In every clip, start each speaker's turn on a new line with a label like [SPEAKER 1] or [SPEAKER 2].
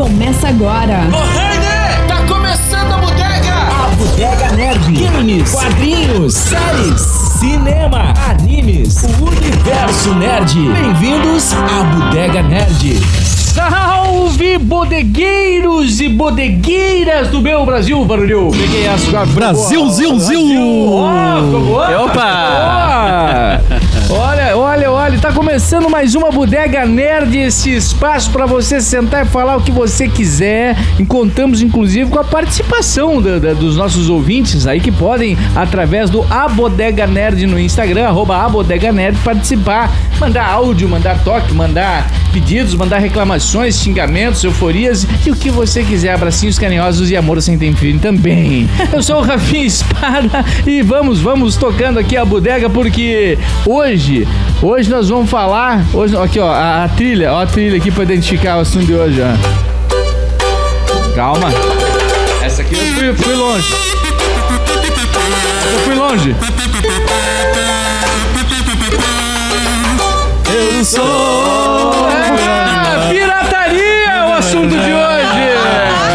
[SPEAKER 1] Começa agora.
[SPEAKER 2] Ô, Tá começando a bodega!
[SPEAKER 3] A Bodega Nerd.
[SPEAKER 2] Games.
[SPEAKER 3] Quadrinhos. Séries. Cinema. Animes. O Universo Nerd. Bem-vindos à Bodega Nerd.
[SPEAKER 2] Salve, bodegueiros e bodegueiras do meu Brasil, barulho! Peguei a sua
[SPEAKER 4] Brasil, zil, zil!
[SPEAKER 2] Opa! Olha, olha, olha, tá começando mais uma Bodega Nerd, esse espaço pra você sentar e falar o que você quiser. E contamos, inclusive, com a participação da- da- dos nossos ouvintes aí que podem, através do A Bodega Nerd no Instagram, arroba A Bodega Nerd, participar, mandar áudio, mandar toque, mandar pedidos, mandar reclamações, xingamentos, euforias e o que você quiser. Abracinhos carinhosos e amor sem tempinho também. Eu sou o Rafinha Espada e vamos, vamos tocando aqui a bodega porque hoje, hoje nós vamos falar, hoje, aqui ó, a, a trilha, ó a trilha aqui pra identificar o assunto de hoje, ó. Calma. Essa aqui eu fui, fui longe. Eu fui longe.
[SPEAKER 4] Eu sou
[SPEAKER 2] Ah, pirataria é o assunto de hoje.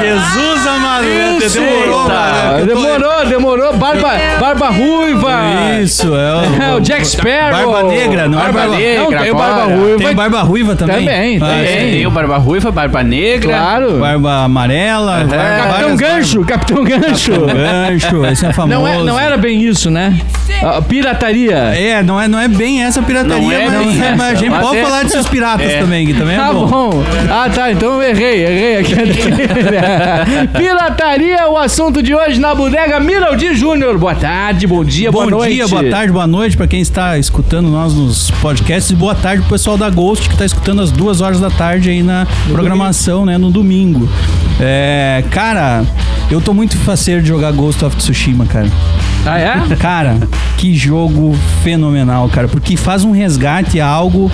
[SPEAKER 4] Jesus amado. né?
[SPEAKER 2] Isso.
[SPEAKER 4] Demorou, mano. né? Eu tô-
[SPEAKER 2] Demorou, demorou. Barba, barba ruiva.
[SPEAKER 4] Isso, é.
[SPEAKER 2] É, o Jack Sparrow.
[SPEAKER 4] Barba negra, não é
[SPEAKER 2] barba,
[SPEAKER 4] barba-
[SPEAKER 2] negra. Não, tem o barba
[SPEAKER 4] agora.
[SPEAKER 2] ruiva.
[SPEAKER 4] Tem barba ruiva também?
[SPEAKER 2] Também,
[SPEAKER 4] Ah,
[SPEAKER 2] também.
[SPEAKER 4] sim.
[SPEAKER 5] Tem um- o Barba Ruiva, Barba Negra.
[SPEAKER 2] Claro.
[SPEAKER 4] Barba amarela.
[SPEAKER 2] É,
[SPEAKER 4] várias
[SPEAKER 2] Capitão
[SPEAKER 4] barbas.
[SPEAKER 2] Gancho, Capitão Gancho.
[SPEAKER 4] Gancho, esse é famoso.
[SPEAKER 2] Não, é, não era bem isso, né? Ah, pirataria.
[SPEAKER 4] É, não é, não é bem essa pirataria,
[SPEAKER 5] Não é
[SPEAKER 4] mas,
[SPEAKER 5] bem
[SPEAKER 4] é, mas a
[SPEAKER 5] essa,
[SPEAKER 4] gente
[SPEAKER 5] mas
[SPEAKER 4] pode
[SPEAKER 5] é-
[SPEAKER 4] falar desses piratas também, que também é
[SPEAKER 2] Tá
[SPEAKER 4] bom.
[SPEAKER 2] bom. Ah, tá. Então eu errei, errei aqui. Pirataria é o assunto de hoje na bodega Miraldi Júnior. Boa tarde, bom dia,
[SPEAKER 4] Bom
[SPEAKER 2] boa noite.
[SPEAKER 4] dia, boa tarde, boa noite pra quem está escutando nós nos podcasts e boa tarde pro pessoal da Ghost que tá escutando às duas horas da tarde aí na programação, né, no domingo. É, cara, eu tô muito faceiro de jogar Ghost of Tsushima, cara.
[SPEAKER 2] Ah, é?
[SPEAKER 4] Cara, que jogo fenomenal, cara, porque faz um resgate a algo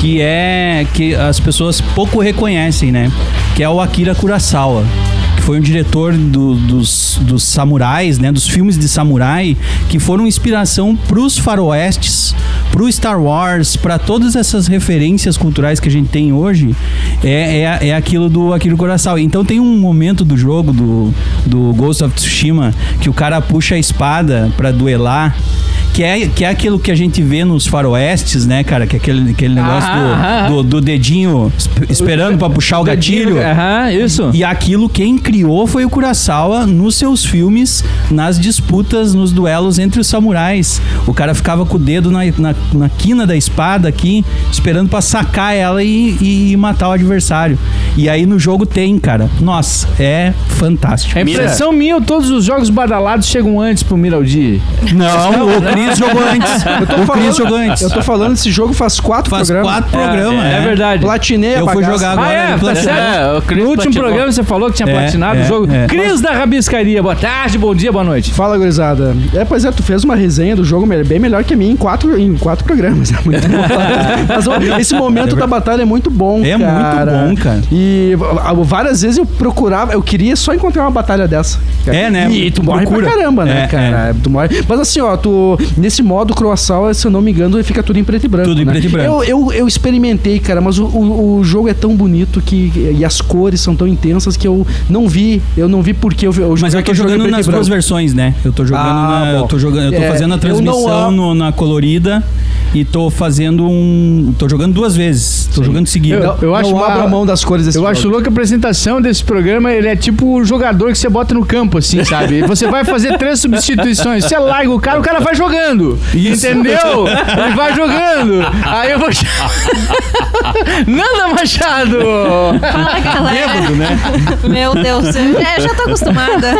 [SPEAKER 4] que é que as pessoas pouco reconhecem, né? Que é o Akira Kurosawa, que foi um diretor do- dos, dos samurais, né? Dos filmes de samurai que foram inspiração pros faroestes, pro Star Wars, pra todas essas referências culturais que a gente tem hoje. É, é, é aquilo do Akira Kurosawa. Então tem um momento do jogo do, do Ghost of Tsushima que o cara puxa a espada pra duelar que é, que é aquilo que a gente vê nos faroestes, né, cara? Que é aquele, aquele negócio do-
[SPEAKER 2] Ah, é.
[SPEAKER 4] do, do dedinho esp- esperando pra puxar o gatilho.
[SPEAKER 2] Aham, isso.
[SPEAKER 4] E aquilo quem criou foi o Kurosawa nos seus filmes, nas disputas, nos duelos entre os samurais. O cara ficava com o dedo na, na, na quina da espada aqui, esperando pra sacar ela e, e- e matar o adversário. E aí no jogo tem, cara. Nossa, é fantástico.
[SPEAKER 2] É impressão minha, todos os jogos badalados chegam antes pro Miraldi.
[SPEAKER 4] Não, o Cris jogou antes. O Cris jogou antes.
[SPEAKER 6] Eu tô falando, esse jogo faz quatro
[SPEAKER 4] Faz
[SPEAKER 6] programas.
[SPEAKER 4] quatro programas. né?
[SPEAKER 2] é, verdade.
[SPEAKER 6] Platinei a
[SPEAKER 4] Eu fui
[SPEAKER 6] bagaça.
[SPEAKER 4] jogar
[SPEAKER 2] Ah,
[SPEAKER 4] agora.
[SPEAKER 2] é,
[SPEAKER 4] ele
[SPEAKER 2] tá
[SPEAKER 4] platinou.
[SPEAKER 2] certo?
[SPEAKER 5] É, o Cris
[SPEAKER 2] no último
[SPEAKER 5] platinou.
[SPEAKER 2] programa você falou que tinha
[SPEAKER 4] É,
[SPEAKER 2] platinado
[SPEAKER 4] é,
[SPEAKER 2] o jogo.
[SPEAKER 4] é.
[SPEAKER 2] Cris da Rabiscaria, boa tarde, bom dia, boa noite.
[SPEAKER 6] Fala, gurizada. É, pois é, tu fez uma resenha do jogo me- bem melhor que a minha em quatro, em quatro programas. É muito bom. Mas ó, esse momento da batalha é muito bom,
[SPEAKER 4] É muito
[SPEAKER 6] cara.
[SPEAKER 4] bom, cara.
[SPEAKER 6] E ó, várias vezes eu procurava, eu queria só encontrar uma batalha dessa.
[SPEAKER 4] É, né?
[SPEAKER 6] E tu morre
[SPEAKER 4] Procura.
[SPEAKER 6] pra caramba, né,
[SPEAKER 4] É,
[SPEAKER 6] cara? Tu morre. Mas assim, ó, tu. Nesse modo, Croissant, se eu não me engano, fica tudo em preto e branco.
[SPEAKER 4] Tudo em
[SPEAKER 6] né?
[SPEAKER 4] preto e branco.
[SPEAKER 6] Eu, eu, eu experimentei, cara, mas o, o, o jogo é tão bonito que. E as cores são tão intensas que eu não vi. Eu não vi porque eu, eu
[SPEAKER 4] Mas eu tô jogando nas duas versões, né? Eu tô jogando
[SPEAKER 6] Ah,
[SPEAKER 4] na,
[SPEAKER 6] bom.
[SPEAKER 4] eu tô jogando, eu tô
[SPEAKER 6] É,
[SPEAKER 4] fazendo a
[SPEAKER 6] eu não
[SPEAKER 4] transmissão
[SPEAKER 6] amo.
[SPEAKER 4] no- na colorida e tô fazendo um, tô jogando duas vezes, tô jogando seguido.
[SPEAKER 2] Eu- eu acho
[SPEAKER 6] não
[SPEAKER 2] uma-
[SPEAKER 6] abro a mão das cores desse
[SPEAKER 2] Eu
[SPEAKER 6] jogo.
[SPEAKER 2] acho louco a apresentação desse programa, ele é tipo o jogador que você bota no campo, assim, sabe? Você vai fazer três substituições, você larga o cara, o cara vai jogando. Entendeu? Ele vai jogando. Aí eu vou. ch- Nanda Machado!
[SPEAKER 7] Fala, galera. Meu Deus, eu já, eu já tô acostumada.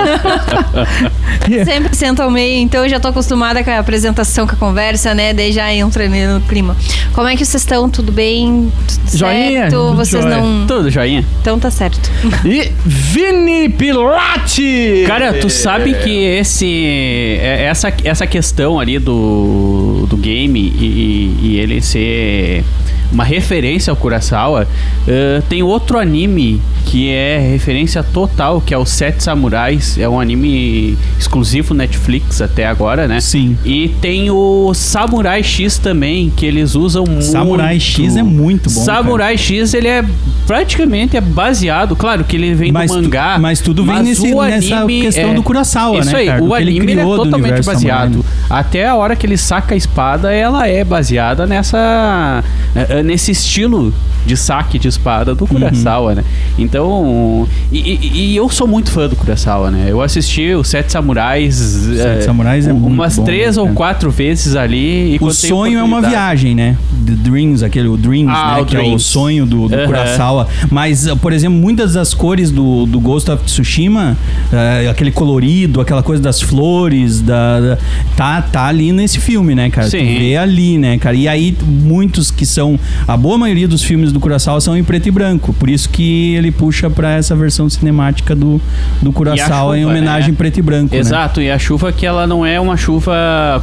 [SPEAKER 7] Sempre sento ao meio, então eu já tô acostumada com a apresentação, com a conversa, né? Daí já entra ali no clima. Como é que vocês estão? Tudo bem? Tudo
[SPEAKER 2] Joinha?
[SPEAKER 7] certo?
[SPEAKER 2] Tudo
[SPEAKER 7] Vocês
[SPEAKER 2] jóia.
[SPEAKER 7] não.
[SPEAKER 5] Tudo, joinha.
[SPEAKER 7] Então tá certo.
[SPEAKER 2] E Vini Pilate!
[SPEAKER 5] Cara,
[SPEAKER 4] É.
[SPEAKER 5] tu sabe que esse, é- essa, essa questão ali do, do game e, e- e ele ser uma referência ao Kurosawa, eh, tem outro anime que é referência total, que é o Sete Samurais. É um anime exclusivo Netflix até agora, né?
[SPEAKER 4] Sim.
[SPEAKER 5] E tem o Samurai X também, que eles usam muito.
[SPEAKER 4] Samurai X é muito bom. cara.
[SPEAKER 5] Samurai X, ele é praticamente é baseado, claro que ele vem
[SPEAKER 4] mas,
[SPEAKER 5] do
[SPEAKER 4] tu-
[SPEAKER 5] mangá.
[SPEAKER 4] mas tudo vem
[SPEAKER 5] mas
[SPEAKER 4] nesse-
[SPEAKER 5] o
[SPEAKER 4] nessa
[SPEAKER 5] anime
[SPEAKER 4] questão
[SPEAKER 5] é-
[SPEAKER 4] do Kurosawa,
[SPEAKER 5] Isso
[SPEAKER 4] né?
[SPEAKER 5] aí,
[SPEAKER 4] cara? Do
[SPEAKER 5] o
[SPEAKER 4] que ele
[SPEAKER 5] anime ele é
[SPEAKER 4] criou do
[SPEAKER 5] totalmente
[SPEAKER 4] universo samurai,
[SPEAKER 5] baseado.
[SPEAKER 4] né?
[SPEAKER 5] Até a hora que ele saca a espada, ela é baseada nessa eh, eh, nesse estilo de saque de espada
[SPEAKER 4] Uhum.
[SPEAKER 5] do Kurosawa, né? Então, e, e- e eu sou muito fã do Kurosawa, né? Eu assisti os Sete Samurais, eh,
[SPEAKER 4] Samurais é muito
[SPEAKER 5] umas
[SPEAKER 4] bom,
[SPEAKER 5] três
[SPEAKER 4] né,
[SPEAKER 5] ou
[SPEAKER 4] cara?
[SPEAKER 5] quatro vezes ali. e
[SPEAKER 4] O
[SPEAKER 5] quando tem
[SPEAKER 4] sonho é uma
[SPEAKER 5] oportunidade-
[SPEAKER 4] viagem, né? The Dreams, aquele o Dreams,
[SPEAKER 5] Ah,
[SPEAKER 4] né?
[SPEAKER 5] o
[SPEAKER 4] que é o
[SPEAKER 5] Dreams.
[SPEAKER 4] sonho do, do
[SPEAKER 5] Aham.
[SPEAKER 4] Kurosawa. Mas, eh, por exemplo, muitas das cores do, do Ghost of Tsushima, eh, aquele colorido, aquela coisa das flores, da, da- tá, tá ali nesse filme, né, cara?
[SPEAKER 5] Sim.
[SPEAKER 4] Tu vê ali, né, cara? E aí, muitos que são. A boa maioria dos filmes do Kurosawa são em preto e branco. Por isso que ele puxa pra essa versão cinemática do, do Kurosawa em
[SPEAKER 5] chuva,
[SPEAKER 4] homenagem
[SPEAKER 5] né?
[SPEAKER 4] em preto e branco. né?
[SPEAKER 5] Exato, e a chuva que ela não é uma chuva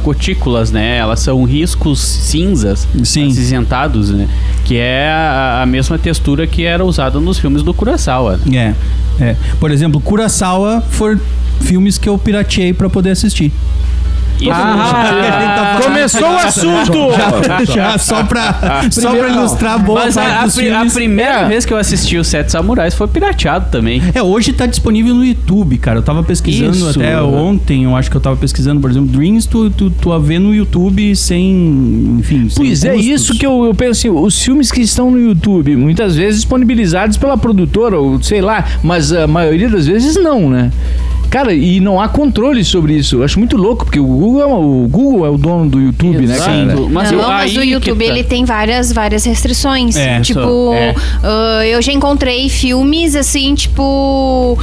[SPEAKER 5] cutículas, né? Elas são riscos cinzas,
[SPEAKER 4] Sim.
[SPEAKER 5] acinzentados, né? Que é a, a mesma textura que era usada nos filmes do Kurosawa. né?
[SPEAKER 4] É, é. Por exemplo, Kurosawa foram filmes que eu pirateei pra poder assistir.
[SPEAKER 5] Isso-
[SPEAKER 4] Ah,
[SPEAKER 2] Começou o assunto!
[SPEAKER 4] Já, só pra, só pra ilustrar a boa
[SPEAKER 5] Mas
[SPEAKER 4] parte
[SPEAKER 5] a, a
[SPEAKER 4] dos
[SPEAKER 5] pri- a
[SPEAKER 4] filmes.
[SPEAKER 5] primeira vez que eu assisti os Sete Samurais foi pirateado também.
[SPEAKER 4] É, hoje tá disponível no YouTube, cara. Eu tava pesquisando
[SPEAKER 5] Isso.
[SPEAKER 4] até ontem, eu acho que eu tava pesquisando, por exemplo, Dreams, tu, tu, tu a vê no YouTube sem, enfim, sem
[SPEAKER 2] Pois é,
[SPEAKER 4] custos.
[SPEAKER 2] isso que eu, eu penso assim, os filmes que estão no YouTube, muitas vezes disponibilizados pela produtora, ou sei lá, mas a maioria das vezes não, né? Cara, e não há controle sobre isso. Eu acho muito louco, porque o Google é, uma- o, Google é o dono do YouTube, né, cara?
[SPEAKER 5] Exato.
[SPEAKER 1] Mas
[SPEAKER 5] eu-
[SPEAKER 1] não, mas
[SPEAKER 5] aí
[SPEAKER 1] o
[SPEAKER 5] que
[SPEAKER 1] YouTube
[SPEAKER 5] tá.
[SPEAKER 1] ele tem várias, várias restrições.
[SPEAKER 4] É,
[SPEAKER 1] tipo,
[SPEAKER 5] só- é.
[SPEAKER 1] ah, eu já encontrei filmes assim, tipo.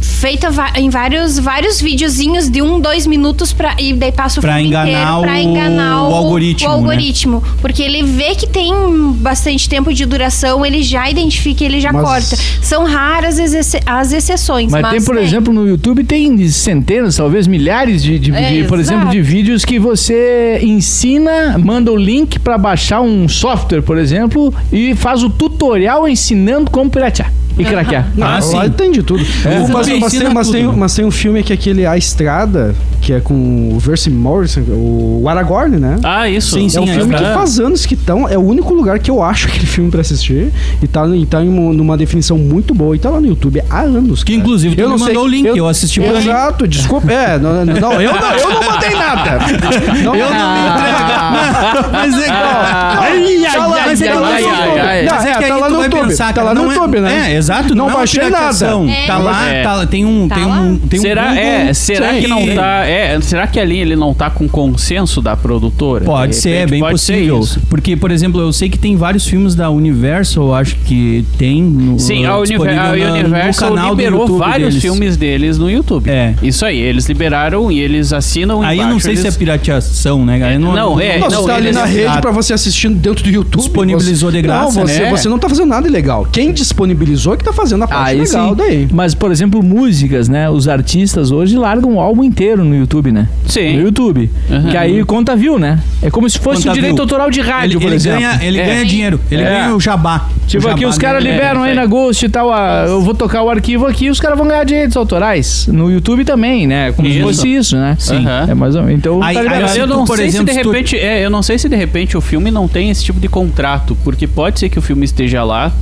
[SPEAKER 1] Feita va- em vários, vários videozinhos de um, dois minutos pra, e daí passa o
[SPEAKER 4] Pra
[SPEAKER 1] filme
[SPEAKER 4] enganar
[SPEAKER 1] inteiro
[SPEAKER 4] o-
[SPEAKER 1] pra enganar
[SPEAKER 4] o algoritmo,
[SPEAKER 1] o
[SPEAKER 4] né?
[SPEAKER 1] algoritmo. Porque ele vê que tem bastante tempo de duração, ele já identifica, ele já
[SPEAKER 6] Mas-
[SPEAKER 1] corta. São raras as, exce- as exceções.
[SPEAKER 2] Mas,
[SPEAKER 1] Mas,
[SPEAKER 2] tem, por exemplo, no YouTube tem centenas, talvez milhares de, de-
[SPEAKER 1] É,
[SPEAKER 2] de, por
[SPEAKER 1] exato.
[SPEAKER 2] exemplo, de vídeos que você ensina, manda o link pra baixar um software, por exemplo, e faz o tutorial ensinando como piratear e craquear.
[SPEAKER 4] Ah,
[SPEAKER 6] Não, lá
[SPEAKER 4] sim.
[SPEAKER 6] tem de tudo. O-
[SPEAKER 4] Você
[SPEAKER 6] mas,
[SPEAKER 4] ensina
[SPEAKER 6] mas tem, mas,
[SPEAKER 4] tudo,
[SPEAKER 6] tem,
[SPEAKER 4] né?
[SPEAKER 6] mas tem um filme que é aquele A Estrada, que é com o Verse Morrison, o Aragorn, né?
[SPEAKER 5] Ah, isso.
[SPEAKER 4] Sim,
[SPEAKER 6] é um
[SPEAKER 4] sim,
[SPEAKER 6] filme que
[SPEAKER 5] aham.
[SPEAKER 6] faz anos que estão. É o único lugar que eu acho aquele filme pra assistir. E tá, e tá em uma- numa definição muito boa. E tá lá no YouTube há anos.
[SPEAKER 4] Que
[SPEAKER 6] cara.
[SPEAKER 4] inclusive tu
[SPEAKER 6] Eu
[SPEAKER 4] me
[SPEAKER 6] não sei-
[SPEAKER 4] mandou o link, eu, assisti por aí.
[SPEAKER 6] Exato, desculpa. É, não, não, não, eu não, eu não mandei nada. Ah. Não,
[SPEAKER 4] Eu não me entrego. Mas é igual.
[SPEAKER 2] Ai, ai,
[SPEAKER 6] Tá lá,
[SPEAKER 2] ai,
[SPEAKER 6] mas é que
[SPEAKER 2] ai,
[SPEAKER 6] eu não
[SPEAKER 2] ai,
[SPEAKER 6] sou
[SPEAKER 2] ai,
[SPEAKER 6] bobo.
[SPEAKER 2] ai.
[SPEAKER 6] Não,
[SPEAKER 4] Mas é
[SPEAKER 6] é,
[SPEAKER 4] que
[SPEAKER 6] tá
[SPEAKER 4] aí
[SPEAKER 6] lá
[SPEAKER 4] tu
[SPEAKER 6] no
[SPEAKER 4] vai
[SPEAKER 6] YouTube.
[SPEAKER 4] pensar,
[SPEAKER 6] tá
[SPEAKER 4] cara,
[SPEAKER 6] lá no
[SPEAKER 4] não é-
[SPEAKER 6] YouTube, né?
[SPEAKER 4] É, exato.
[SPEAKER 6] Não
[SPEAKER 4] é uma
[SPEAKER 6] baixei
[SPEAKER 4] pirateação.
[SPEAKER 6] nada.
[SPEAKER 1] É.
[SPEAKER 4] Tá lá,
[SPEAKER 5] É.
[SPEAKER 4] tá lá, tem um,
[SPEAKER 1] Tá
[SPEAKER 4] tem
[SPEAKER 1] lá?
[SPEAKER 4] um, tem um
[SPEAKER 5] será,
[SPEAKER 4] Google
[SPEAKER 5] é, será que não
[SPEAKER 4] Sim.
[SPEAKER 5] tá. É, será que ali ele não tá com consenso da produtora?
[SPEAKER 4] Pode
[SPEAKER 5] De
[SPEAKER 4] ser, é
[SPEAKER 5] repente
[SPEAKER 4] bem
[SPEAKER 5] pode ser
[SPEAKER 4] possível.
[SPEAKER 5] isso.
[SPEAKER 4] Porque, por exemplo, eu sei que tem vários filmes da Universal, eu acho que tem. No,
[SPEAKER 5] Sim, a, Univer
[SPEAKER 4] disponível
[SPEAKER 5] a
[SPEAKER 4] na- no
[SPEAKER 5] Universal
[SPEAKER 4] canal do
[SPEAKER 5] liberou
[SPEAKER 4] YouTube
[SPEAKER 5] vários
[SPEAKER 4] deles.
[SPEAKER 5] filmes deles no YouTube.
[SPEAKER 4] É.
[SPEAKER 5] Isso aí, eles liberaram e eles assinam
[SPEAKER 4] Aí eu
[SPEAKER 5] embaixo,
[SPEAKER 4] não sei se é
[SPEAKER 5] eles-
[SPEAKER 4] pirateação, né, cara? Eu
[SPEAKER 5] Não, é,
[SPEAKER 6] Nossa,
[SPEAKER 5] não,
[SPEAKER 6] tá ali
[SPEAKER 5] eles-
[SPEAKER 6] na rede pra você assistir dentro do YouTube.
[SPEAKER 4] Disponibilizou
[SPEAKER 6] você-
[SPEAKER 4] de graça,
[SPEAKER 6] Não, você,
[SPEAKER 4] né?
[SPEAKER 6] você não tá fazendo nada ilegal. Quem disponibilizou é que tá fazendo a parte
[SPEAKER 2] Aí
[SPEAKER 6] legal
[SPEAKER 2] sim.
[SPEAKER 6] daí.
[SPEAKER 2] Mas, por exemplo, músicas, né? Os artistas hoje largam o álbum inteiro no YouTube, né?
[SPEAKER 5] Sim.
[SPEAKER 2] No YouTube.
[SPEAKER 5] Uhum.
[SPEAKER 2] Que aí conta view, né? É como se fosse
[SPEAKER 4] Conta
[SPEAKER 2] um direito
[SPEAKER 4] view.
[SPEAKER 2] autoral de rádio,
[SPEAKER 4] Ele,
[SPEAKER 2] por
[SPEAKER 4] ele
[SPEAKER 2] exemplo.
[SPEAKER 4] ganha, ele
[SPEAKER 5] É.
[SPEAKER 4] ganha dinheiro, ele
[SPEAKER 2] É.
[SPEAKER 4] ganha o jabá.
[SPEAKER 2] Tipo
[SPEAKER 4] O
[SPEAKER 2] aqui,
[SPEAKER 4] jabá
[SPEAKER 2] os caras
[SPEAKER 4] dele.
[SPEAKER 2] liberam
[SPEAKER 5] é,
[SPEAKER 2] aí na Ghost e tal. ah, eu vou tocar o arquivo aqui os caras vão ganhar direitos autorais. No YouTube também, né? Como se
[SPEAKER 5] Isso.
[SPEAKER 2] fosse isso, né?
[SPEAKER 5] Sim. Aham.
[SPEAKER 2] É mais ou menos. Então
[SPEAKER 4] Aí-
[SPEAKER 2] tá
[SPEAKER 4] aí
[SPEAKER 2] liberado.
[SPEAKER 5] Mas
[SPEAKER 4] se
[SPEAKER 5] eu
[SPEAKER 4] tu,
[SPEAKER 5] não
[SPEAKER 4] por
[SPEAKER 5] sei se de
[SPEAKER 4] exemplo, se tu-
[SPEAKER 5] repente, é, eu não sei se de repente o filme não tem esse tipo de contrato, porque pode ser que o filme esteja lá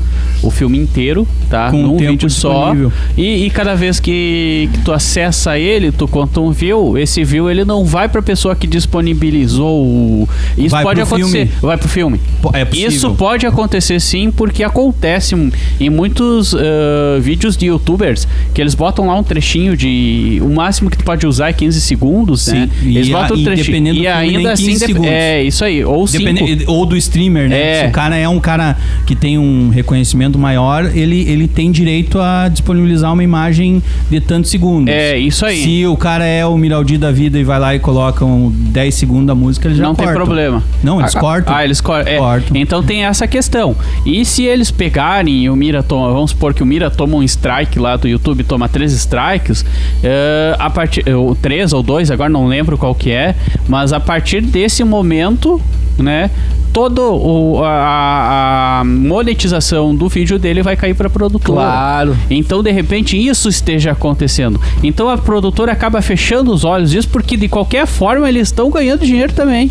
[SPEAKER 5] o filme inteiro, tá?
[SPEAKER 4] Com
[SPEAKER 5] Num
[SPEAKER 4] tempo
[SPEAKER 5] vídeo só.
[SPEAKER 4] disponível.
[SPEAKER 5] E, e cada vez que, que tu acessa ele, tu conta um view, esse view ele não vai pra pessoa que disponibilizou o... Isso
[SPEAKER 4] Vai
[SPEAKER 5] pode
[SPEAKER 4] pro
[SPEAKER 5] acontecer.
[SPEAKER 4] filme.
[SPEAKER 5] Vai pro filme.
[SPEAKER 4] Po- É possível.
[SPEAKER 5] Isso pode acontecer sim, porque acontece m- em muitos ah, vídeos de youtubers que eles botam lá um trechinho de. O máximo que tu pode usar é 15 segundos, né?
[SPEAKER 4] Sim, e
[SPEAKER 5] Eles
[SPEAKER 4] a-
[SPEAKER 5] botam
[SPEAKER 4] e
[SPEAKER 5] o trechinho.
[SPEAKER 4] dependendo do
[SPEAKER 5] E
[SPEAKER 4] filme, nem
[SPEAKER 5] ainda assim.
[SPEAKER 4] 15
[SPEAKER 5] dep-
[SPEAKER 4] segundos.
[SPEAKER 5] É, isso aí. Ou
[SPEAKER 4] Depende-
[SPEAKER 5] 5.
[SPEAKER 4] ou do streamer, né?
[SPEAKER 5] É.
[SPEAKER 4] Se o cara é um cara que tem um reconhecimento maior, ele, ele tem direito a disponibilizar uma imagem de tantos segundos.
[SPEAKER 5] É, isso aí.
[SPEAKER 4] Se o cara é o Miraldi da vida e vai lá e coloca um 10 segundos da música, ele já
[SPEAKER 5] Não tem
[SPEAKER 4] cortam.
[SPEAKER 5] problema.
[SPEAKER 4] Não, eles
[SPEAKER 5] Ah,
[SPEAKER 4] cortam.
[SPEAKER 5] Ah, eles cortam. é.
[SPEAKER 4] Cortam.
[SPEAKER 5] Então tem essa questão. E se eles pegarem e o Mira toma, vamos supor que o Mira toma um strike lá do YouTube, toma três strikes, eh, a partir eh, ou três ou dois, agora não lembro qual que é, mas a partir desse momento né? Todo o, a, a monetização do vídeo dele vai cair para a produtora.
[SPEAKER 2] Claro.
[SPEAKER 5] Então, de repente, isso esteja acontecendo. Então, a produtora acaba fechando os olhos disso porque, de qualquer forma, eles estão ganhando dinheiro também.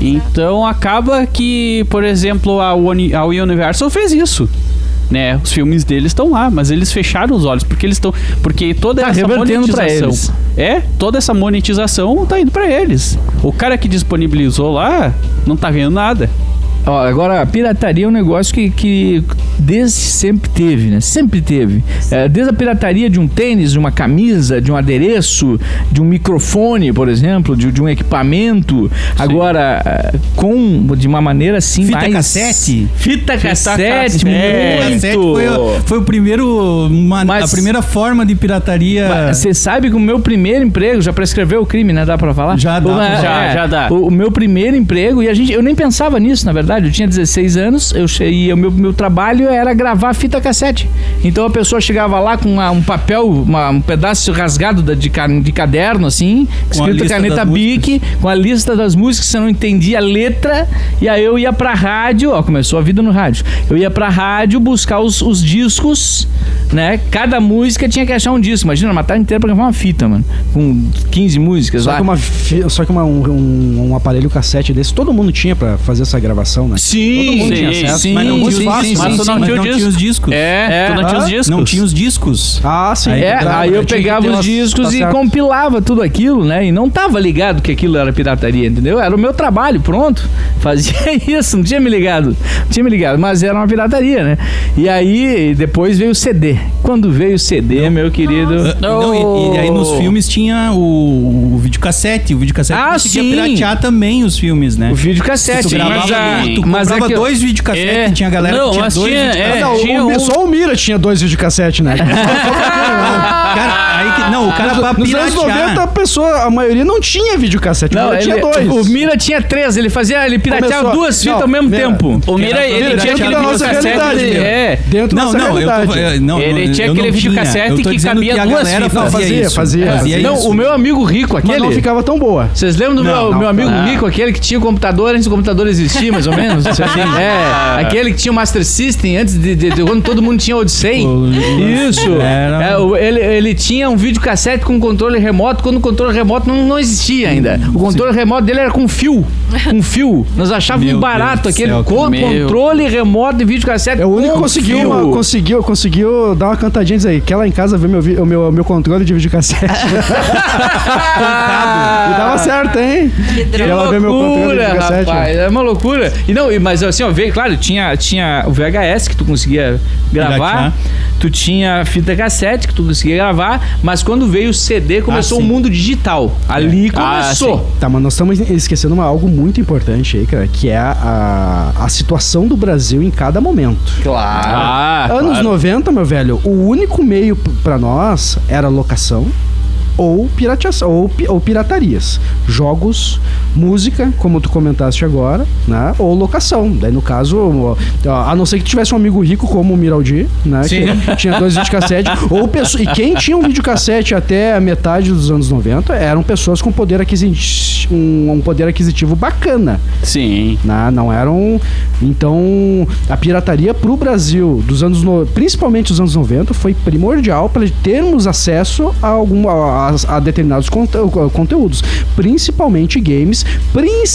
[SPEAKER 5] Então, acaba que, por exemplo, a, Uni- a Universal fez isso. Né? Os filmes deles estão lá, mas eles fecharam os olhos porque eles estão, porque toda
[SPEAKER 2] Tá
[SPEAKER 5] essa
[SPEAKER 2] revertendo pra
[SPEAKER 5] monetização
[SPEAKER 2] eles.
[SPEAKER 5] é, toda essa monetização tá indo pra eles. O cara que disponibilizou lá não tá ganhando nada.
[SPEAKER 2] Ó, agora, a pirataria é um negócio que, que desde sempre teve, né? Sempre teve. É, desde a pirataria de um tênis, de uma camisa, de um adereço, de um microfone, por exemplo, de, de um equipamento. Agora, ah, com de uma maneira assim
[SPEAKER 4] Fita
[SPEAKER 2] mais...
[SPEAKER 4] cassete?
[SPEAKER 2] Fita cassete,
[SPEAKER 5] cassete.
[SPEAKER 4] Cassete
[SPEAKER 2] muito!
[SPEAKER 4] é Foi, o- foi o primeiro, uma-
[SPEAKER 2] Mas-
[SPEAKER 4] a primeira forma de pirataria.
[SPEAKER 2] Mas Você sabe que o meu primeiro emprego já prescreveu o crime, né? Dá pra falar?
[SPEAKER 4] Já dá
[SPEAKER 2] O-
[SPEAKER 4] pra
[SPEAKER 2] é,
[SPEAKER 5] falar. Já, já dá.
[SPEAKER 2] O, o meu primeiro emprego, e a gente, eu nem pensava nisso, na verdade. Eu tinha 16 anos, eu che- e o meu, meu trabalho era gravar fita cassete. Então a pessoa chegava lá com uma- um papel, uma- um pedaço rasgado da- de, ca- de caderno, assim,
[SPEAKER 4] Com a
[SPEAKER 2] escrito
[SPEAKER 4] lista
[SPEAKER 2] caneta
[SPEAKER 4] das
[SPEAKER 2] bic, com a lista das músicas, você não entendia a letra, e aí eu ia pra rádio, ó, começou a vida no rádio. Eu ia pra rádio buscar os, os discos, né? Cada música tinha que achar um disco. Imagina, matar inteira pra gravar uma fita, mano. Com 15 músicas
[SPEAKER 6] Só
[SPEAKER 2] lá.
[SPEAKER 6] que, uma, fi- só que uma- um, um- um aparelho cassete desse, todo mundo tinha pra fazer essa gravação, né?
[SPEAKER 2] Sim,
[SPEAKER 5] Todo mundo tinha
[SPEAKER 2] sim,
[SPEAKER 5] acesso.
[SPEAKER 2] sim,
[SPEAKER 4] Mas não
[SPEAKER 2] sim,
[SPEAKER 4] tinha os
[SPEAKER 2] sim,
[SPEAKER 4] discos,
[SPEAKER 2] sim,
[SPEAKER 5] mas tu
[SPEAKER 2] sim.
[SPEAKER 5] não
[SPEAKER 4] mas
[SPEAKER 5] tinha o
[SPEAKER 4] não tinha
[SPEAKER 5] disco.
[SPEAKER 4] os discos.
[SPEAKER 5] É, tu não tinha os discos.
[SPEAKER 4] Não tinha os discos.
[SPEAKER 6] Ah, sim.
[SPEAKER 4] Aí
[SPEAKER 2] É,
[SPEAKER 6] verdade.
[SPEAKER 2] aí eu
[SPEAKER 4] tinha que
[SPEAKER 2] pegava
[SPEAKER 4] ter
[SPEAKER 2] os
[SPEAKER 4] umas-
[SPEAKER 2] discos
[SPEAKER 6] tá
[SPEAKER 2] e
[SPEAKER 6] certo.
[SPEAKER 2] compilava tudo aquilo, né? E não tava ligado que aquilo era pirataria, entendeu? Era o meu trabalho, pronto. Fazia isso, não tinha me ligado. Não tinha me ligado, mas era uma pirataria, né? E aí depois veio o CD. Quando veio o CD, meu querido.
[SPEAKER 4] Ah, Não, e, e aí nos filmes tinha o, o videocassete. O videocassete
[SPEAKER 2] Oh. Ah,
[SPEAKER 4] conseguia
[SPEAKER 2] sim.
[SPEAKER 4] piratear também os os filmes, né?
[SPEAKER 2] O vídeo cassete,
[SPEAKER 4] Tu gravava,
[SPEAKER 2] mas, a,
[SPEAKER 4] tu
[SPEAKER 2] mas
[SPEAKER 4] comprava
[SPEAKER 2] aquilo-
[SPEAKER 4] dois videocassete,
[SPEAKER 2] É.
[SPEAKER 4] tinha galera
[SPEAKER 5] Não,
[SPEAKER 4] que tinha
[SPEAKER 5] mas
[SPEAKER 4] dois
[SPEAKER 5] tinha-
[SPEAKER 4] videocassete.
[SPEAKER 5] é,
[SPEAKER 6] Não,
[SPEAKER 5] tinha
[SPEAKER 6] o,
[SPEAKER 5] um-
[SPEAKER 6] Só o Mira tinha dois videocassete, né?
[SPEAKER 2] Ah!
[SPEAKER 4] Cara, aí que, não, o cara pra
[SPEAKER 6] Nos anos 90, a
[SPEAKER 4] piratear.
[SPEAKER 6] pessoa, a maioria não tinha videocassete. o
[SPEAKER 2] Não,
[SPEAKER 6] Mira
[SPEAKER 2] ele,
[SPEAKER 6] tinha dois.
[SPEAKER 2] o Mira tinha três, ele fazia, ele pirateava
[SPEAKER 6] Começou-
[SPEAKER 2] duas fitas
[SPEAKER 6] não,
[SPEAKER 2] ao mesmo
[SPEAKER 6] Mira,
[SPEAKER 2] tempo.
[SPEAKER 5] O Mira,
[SPEAKER 4] Pirata-
[SPEAKER 5] ele tinha
[SPEAKER 4] Pirata-
[SPEAKER 5] aquele
[SPEAKER 4] da nossa
[SPEAKER 5] videocassete.
[SPEAKER 6] realidade, meu.
[SPEAKER 5] É.
[SPEAKER 6] Dentro
[SPEAKER 4] Não,
[SPEAKER 6] dessa
[SPEAKER 4] não, eu tô,
[SPEAKER 6] realidade.
[SPEAKER 4] é, não,
[SPEAKER 5] Ele
[SPEAKER 4] não,
[SPEAKER 5] tinha
[SPEAKER 4] eu
[SPEAKER 5] aquele
[SPEAKER 4] não tinha.
[SPEAKER 5] videocassete
[SPEAKER 4] Eu tô
[SPEAKER 5] que
[SPEAKER 4] dizendo
[SPEAKER 5] cabia
[SPEAKER 4] a
[SPEAKER 5] duas
[SPEAKER 4] galera
[SPEAKER 5] fitas.
[SPEAKER 6] Fazia,
[SPEAKER 4] isso,
[SPEAKER 6] fazia, fazia
[SPEAKER 2] não,
[SPEAKER 4] isso.
[SPEAKER 2] o meu amigo rico,
[SPEAKER 6] Mas
[SPEAKER 2] aquele.
[SPEAKER 6] não ficava tão boa.
[SPEAKER 2] Vocês lembram do
[SPEAKER 4] Não,
[SPEAKER 2] meu,
[SPEAKER 4] não,
[SPEAKER 2] meu amigo
[SPEAKER 5] não.
[SPEAKER 2] Rico, aquele que tinha o computador antes do computador existir, mais ou menos? é, aquele que tinha o Master System antes de, de- de- quando todo mundo tinha Odyssey.
[SPEAKER 4] O-
[SPEAKER 2] Isso.
[SPEAKER 4] Era-
[SPEAKER 2] É, o- ele, ele tinha um videocassete com controle remoto, quando o controle remoto não, não existia ainda. O controle remoto dele era com fio. Com fio. Nós achávamos um
[SPEAKER 4] Meu
[SPEAKER 2] barato
[SPEAKER 4] Deus do
[SPEAKER 2] aquele
[SPEAKER 4] céu,
[SPEAKER 2] co-
[SPEAKER 5] meu.
[SPEAKER 2] controle remoto de videocassete.
[SPEAKER 6] É o único que
[SPEAKER 2] com
[SPEAKER 6] conseguiu,
[SPEAKER 2] fio.
[SPEAKER 6] uma- conseguiu, conseguiu dar uma cantadinha e dizer, quer lá em casa ver meu, vi- o meu, meu controle de videocassete. e dava certo, hein? Que
[SPEAKER 2] É uma Ah, loucura,
[SPEAKER 6] né?
[SPEAKER 2] rapaz. É uma loucura. E não, e- mas assim, ó, veio, claro, tinha, tinha o VHS que tu conseguia gravar.
[SPEAKER 4] Piratear.
[SPEAKER 2] Tu tinha fita cassete que tu conseguia gravar, mas quando veio o CD começou
[SPEAKER 4] Ah, sim.
[SPEAKER 2] o mundo digital. Ali
[SPEAKER 5] Ah,
[SPEAKER 2] começou.
[SPEAKER 6] Tá, mas nós estamos esquecendo uma, algo muito importante aí, cara, que é a, a situação do Brasil em cada momento.
[SPEAKER 2] Claro.
[SPEAKER 5] Ah,
[SPEAKER 6] Anos
[SPEAKER 5] claro.
[SPEAKER 6] 90, meu velho, o único meio p- pra nós era locação ou pirateação, ou, pi- ou piratarias. Jogos, música, como tu comentaste agora, né? Ou locação. Daí, no caso, ó, a não ser que tivesse um amigo rico como o Miraldi, né? Que tinha dois videocassete. ou pesso- E quem tinha um videocassete até a metade dos anos 90 eram pessoas com poder aquisitivo, um poder aquisitivo bacana
[SPEAKER 5] Sim.
[SPEAKER 6] né? Não eram. Então, a pirataria pro Brasil, dos anos no- principalmente dos anos 90, foi primordial para termos acesso a, algum, a, a- a determinados conte- conteúdos, principalmente games,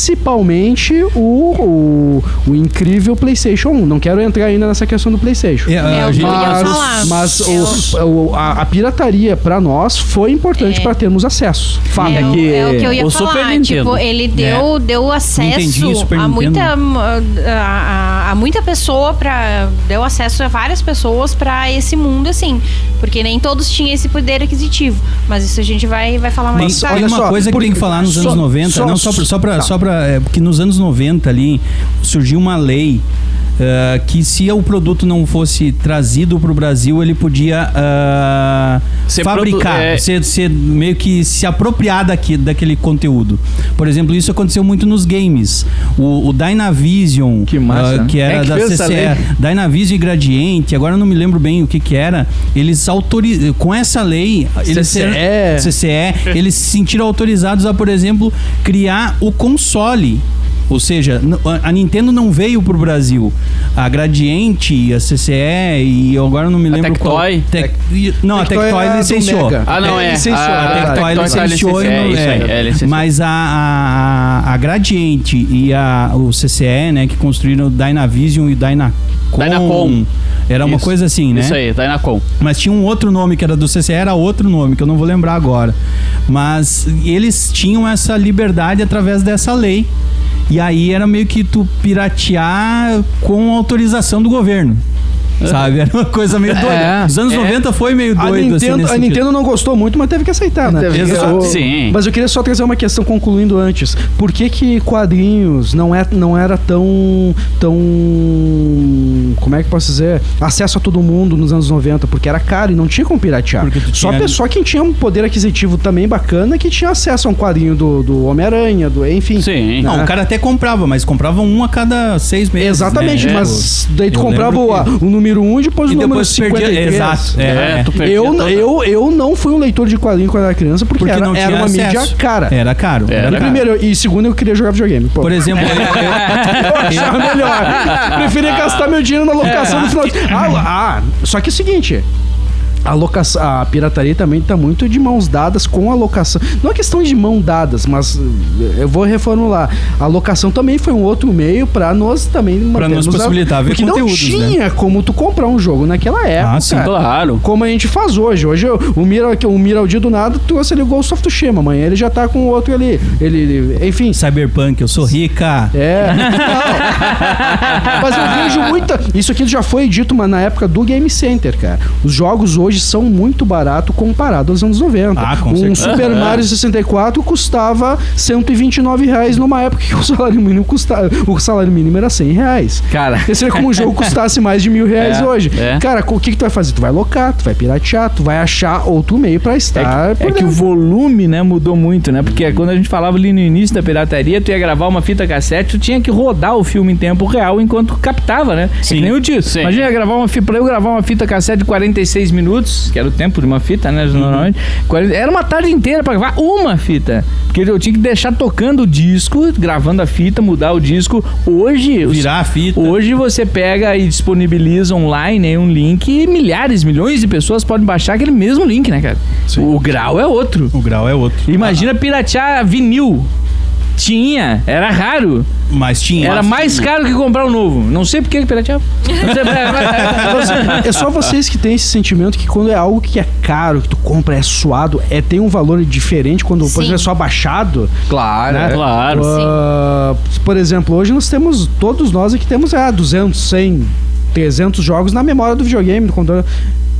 [SPEAKER 6] principalmente o, o, o incrível PlayStation 1. Não quero entrar ainda nessa questão do PlayStation.
[SPEAKER 4] É, a
[SPEAKER 7] Eu
[SPEAKER 4] gente-
[SPEAKER 7] queria falar.
[SPEAKER 6] Mas, mas
[SPEAKER 7] Eu-
[SPEAKER 6] os- o- a, a pirataria para nós foi importante para termos acesso.
[SPEAKER 7] é, o-
[SPEAKER 2] que
[SPEAKER 7] é o que É. eu ia
[SPEAKER 5] o
[SPEAKER 7] falar.
[SPEAKER 5] Super Nintendo.
[SPEAKER 7] Tipo, ele deu, deu acesso
[SPEAKER 4] Nintendinho, Super
[SPEAKER 7] a
[SPEAKER 4] Nintendo.
[SPEAKER 7] muita a, a- a muita pessoa para deu acesso a várias pessoas para esse mundo assim, porque nem todos tinham esse poder aquisitivo, mas isso a gente vai vai falar mais
[SPEAKER 4] Mas
[SPEAKER 7] tarde.
[SPEAKER 4] tem uma
[SPEAKER 6] só,
[SPEAKER 4] coisa que
[SPEAKER 6] por-
[SPEAKER 4] tem que falar nos
[SPEAKER 6] só-
[SPEAKER 4] anos 90,
[SPEAKER 6] só-
[SPEAKER 4] não só pra, só pra,
[SPEAKER 6] tá.
[SPEAKER 4] só pra é, porque nos anos 90 ali surgiu uma lei ah, que se o produto não fosse trazido pro Brasil, ele podia ah,
[SPEAKER 5] Ser
[SPEAKER 4] fabricar,
[SPEAKER 5] produ- é.
[SPEAKER 4] ser, ser meio que se apropriar daqui, daquele conteúdo. Por exemplo, isso aconteceu muito nos games. O, o Dynavision,
[SPEAKER 2] Que massa,
[SPEAKER 4] ah, que
[SPEAKER 2] né?
[SPEAKER 4] era
[SPEAKER 2] Quem é que
[SPEAKER 4] da
[SPEAKER 2] fez essa
[SPEAKER 4] CCE,
[SPEAKER 2] lei?
[SPEAKER 4] Dynavision e Gradiente, agora eu não me lembro bem o que que era, eles autorizam, com essa lei, eles
[SPEAKER 2] CCE.
[SPEAKER 4] eram- CCE, eles se sentiram autorizados a, por exemplo, criar o console. Ou seja, n- a- a Nintendo não veio pro Brasil. A Gradiente, a CCE e eu agora não me lembro
[SPEAKER 5] Tectoy?
[SPEAKER 4] qual. Tec- e- Não, a
[SPEAKER 6] Tectoy
[SPEAKER 4] Tectoy
[SPEAKER 6] é a do
[SPEAKER 4] licenciou.
[SPEAKER 6] Mega.
[SPEAKER 5] Ah, não,
[SPEAKER 6] É,
[SPEAKER 5] é.
[SPEAKER 6] licenciou,
[SPEAKER 5] A,
[SPEAKER 6] é
[SPEAKER 5] a
[SPEAKER 6] verdade.
[SPEAKER 4] Tectoy
[SPEAKER 5] Tectoy tá
[SPEAKER 4] licenciou né? e não-
[SPEAKER 5] licenciada. É, isso aí,
[SPEAKER 4] é.
[SPEAKER 5] é licenciada.
[SPEAKER 4] Mas a, a, a- a Gradiente e a, o CCE, né, que construíram o Dynavision e o Dynacon.
[SPEAKER 5] Dynacon.
[SPEAKER 4] Era uma
[SPEAKER 5] Isso.
[SPEAKER 4] coisa assim, né?
[SPEAKER 5] Isso aí, Dynacon.
[SPEAKER 4] Mas tinha um outro nome que era do CCE, era outro nome, que eu não vou lembrar agora. Mas eles tinham essa liberdade através dessa lei. E aí era meio que tu piratear com autorização do governo. Sabe? Era uma coisa meio doida.
[SPEAKER 5] Uhum. É,
[SPEAKER 4] Os anos
[SPEAKER 5] é.
[SPEAKER 4] 90 foi meio
[SPEAKER 6] A
[SPEAKER 4] doido. assim,
[SPEAKER 6] Nintendo,
[SPEAKER 4] nesse
[SPEAKER 6] a
[SPEAKER 4] sentido.
[SPEAKER 6] Nintendo não gostou muito, mas teve que aceitar, né?
[SPEAKER 2] Teve que
[SPEAKER 5] aceitar.
[SPEAKER 6] Eu-
[SPEAKER 5] Sim.
[SPEAKER 6] Mas eu queria só trazer uma questão concluindo antes. Por que que quadrinhos não, é, não era tão, tão... Como é que eu posso dizer? Acesso a todo mundo nos anos 90, porque era caro e não tinha como piratear.
[SPEAKER 4] Porque tu
[SPEAKER 6] Só,
[SPEAKER 4] tinha-
[SPEAKER 6] pe- só quem tinha um poder aquisitivo também bacana que tinha acesso a um quadrinho do, do Homem-Aranha, do enfim.
[SPEAKER 5] Sim.
[SPEAKER 4] Não,
[SPEAKER 6] né?
[SPEAKER 4] o cara até comprava, mas comprava um a cada seis meses.
[SPEAKER 6] Exatamente,
[SPEAKER 4] né?
[SPEAKER 6] mas daí tu
[SPEAKER 4] eu
[SPEAKER 6] comprava o,
[SPEAKER 4] lembro
[SPEAKER 6] o número 1 um, e depois
[SPEAKER 4] E
[SPEAKER 6] o número
[SPEAKER 4] depois perdia.
[SPEAKER 6] 53.
[SPEAKER 4] Exato. É,
[SPEAKER 5] É, tu perdia
[SPEAKER 6] Eu,
[SPEAKER 5] toda-
[SPEAKER 6] eu, eu não fui um leitor de quadrinho quando era criança, porque,
[SPEAKER 4] Porque
[SPEAKER 6] era,
[SPEAKER 4] não
[SPEAKER 6] era
[SPEAKER 4] tinha
[SPEAKER 6] uma mídia
[SPEAKER 4] acesso.
[SPEAKER 6] cara.
[SPEAKER 4] Era caro.
[SPEAKER 5] Era
[SPEAKER 4] Era
[SPEAKER 5] caro.
[SPEAKER 4] caro.
[SPEAKER 6] Primeiro, eu- e segundo, eu queria jogar videogame. Pô.
[SPEAKER 4] Por exemplo, é, eu- eu-
[SPEAKER 6] achava melhor. Preferia gastar meu dinheiro na
[SPEAKER 4] É.
[SPEAKER 6] locação no final. de- Ah, ah, só que é o seguinte. A, locação, a pirataria também tá muito de mãos dadas com a locação. Não é questão de mão dadas, mas eh, eu vou reformular. A locação também foi um outro meio para nós também mantermos
[SPEAKER 4] nos possibilitar
[SPEAKER 6] a...
[SPEAKER 4] ver
[SPEAKER 6] Porque não
[SPEAKER 4] conteúdos, né?
[SPEAKER 6] tinha como tu comprar um jogo naquela época.
[SPEAKER 4] Ah, sim,
[SPEAKER 6] cara.
[SPEAKER 5] Claro.
[SPEAKER 6] Como a gente faz hoje. Hoje eu- o Mira, o Mira o dia do nada trouxe ali o Ghost of Tsushima. Amanhã ele já tá com o outro ali. Ele, ele- enfim,
[SPEAKER 4] Cyberpunk, eu sou rica.
[SPEAKER 6] é. Não. Mas eu vejo muita. Isso aqui já foi dito mas na época do Game Center, cara. Os jogos hoje são muito baratos comparado aos anos 90.
[SPEAKER 4] Ah, com
[SPEAKER 6] um
[SPEAKER 4] certeza.
[SPEAKER 6] Super Mario 64 custava 129 reais numa época que o salário mínimo custava. O salário mínimo era 100 reais.
[SPEAKER 5] Cara.
[SPEAKER 6] Porque seria como o jogo custasse mais de mil reais
[SPEAKER 5] É,
[SPEAKER 6] hoje.
[SPEAKER 5] é.
[SPEAKER 6] Cara, o que, que tu vai fazer? Tu vai locar, tu vai piratear, tu vai achar outro meio pra estar. Ah, por
[SPEAKER 2] É que o
[SPEAKER 6] dentro.
[SPEAKER 2] volume, né, mudou muito, né? Porque quando a gente falava ali no início da pirataria, tu ia gravar uma fita cassete, tu tinha que rodar o filme em tempo real enquanto captava, né?
[SPEAKER 5] Sim.
[SPEAKER 2] Que nem o disco.
[SPEAKER 5] Sim.
[SPEAKER 2] Imagina gravar uma fita, pra eu gravar uma fita cassete de 46 minutos, que era o tempo de uma fita, né, normalmente. 40 Era uma tarde inteira pra gravar uma fita. Porque eu tinha que deixar tocando o disco, gravando a fita, mudar o disco. Hoje, os-
[SPEAKER 4] Virar a fita.
[SPEAKER 2] Hoje você pega e disponibiliza online aí um link e milhares, milhões de pessoas podem baixar aquele mesmo link, né, cara? O grau é outro.
[SPEAKER 4] O grau é outro.
[SPEAKER 2] Imagina piratear vinil. Tinha, era raro.
[SPEAKER 4] Mas tinha.
[SPEAKER 2] Era
[SPEAKER 4] Mas-
[SPEAKER 2] mais caro que comprar o novo. Não sei por que que pirateava. Não sei pra-
[SPEAKER 6] É só vocês que têm esse sentimento que quando é algo que é caro, que tu compra, é suado, é, tem um valor diferente quando, por
[SPEAKER 7] Sim.
[SPEAKER 6] exemplo, é só abaixado.
[SPEAKER 2] Claro. é.
[SPEAKER 6] né?
[SPEAKER 5] Claro.
[SPEAKER 6] Ah, por exemplo, hoje nós temos, todos nós aqui temos ah, 200, 100, 300 jogos na memória do videogame, do computador.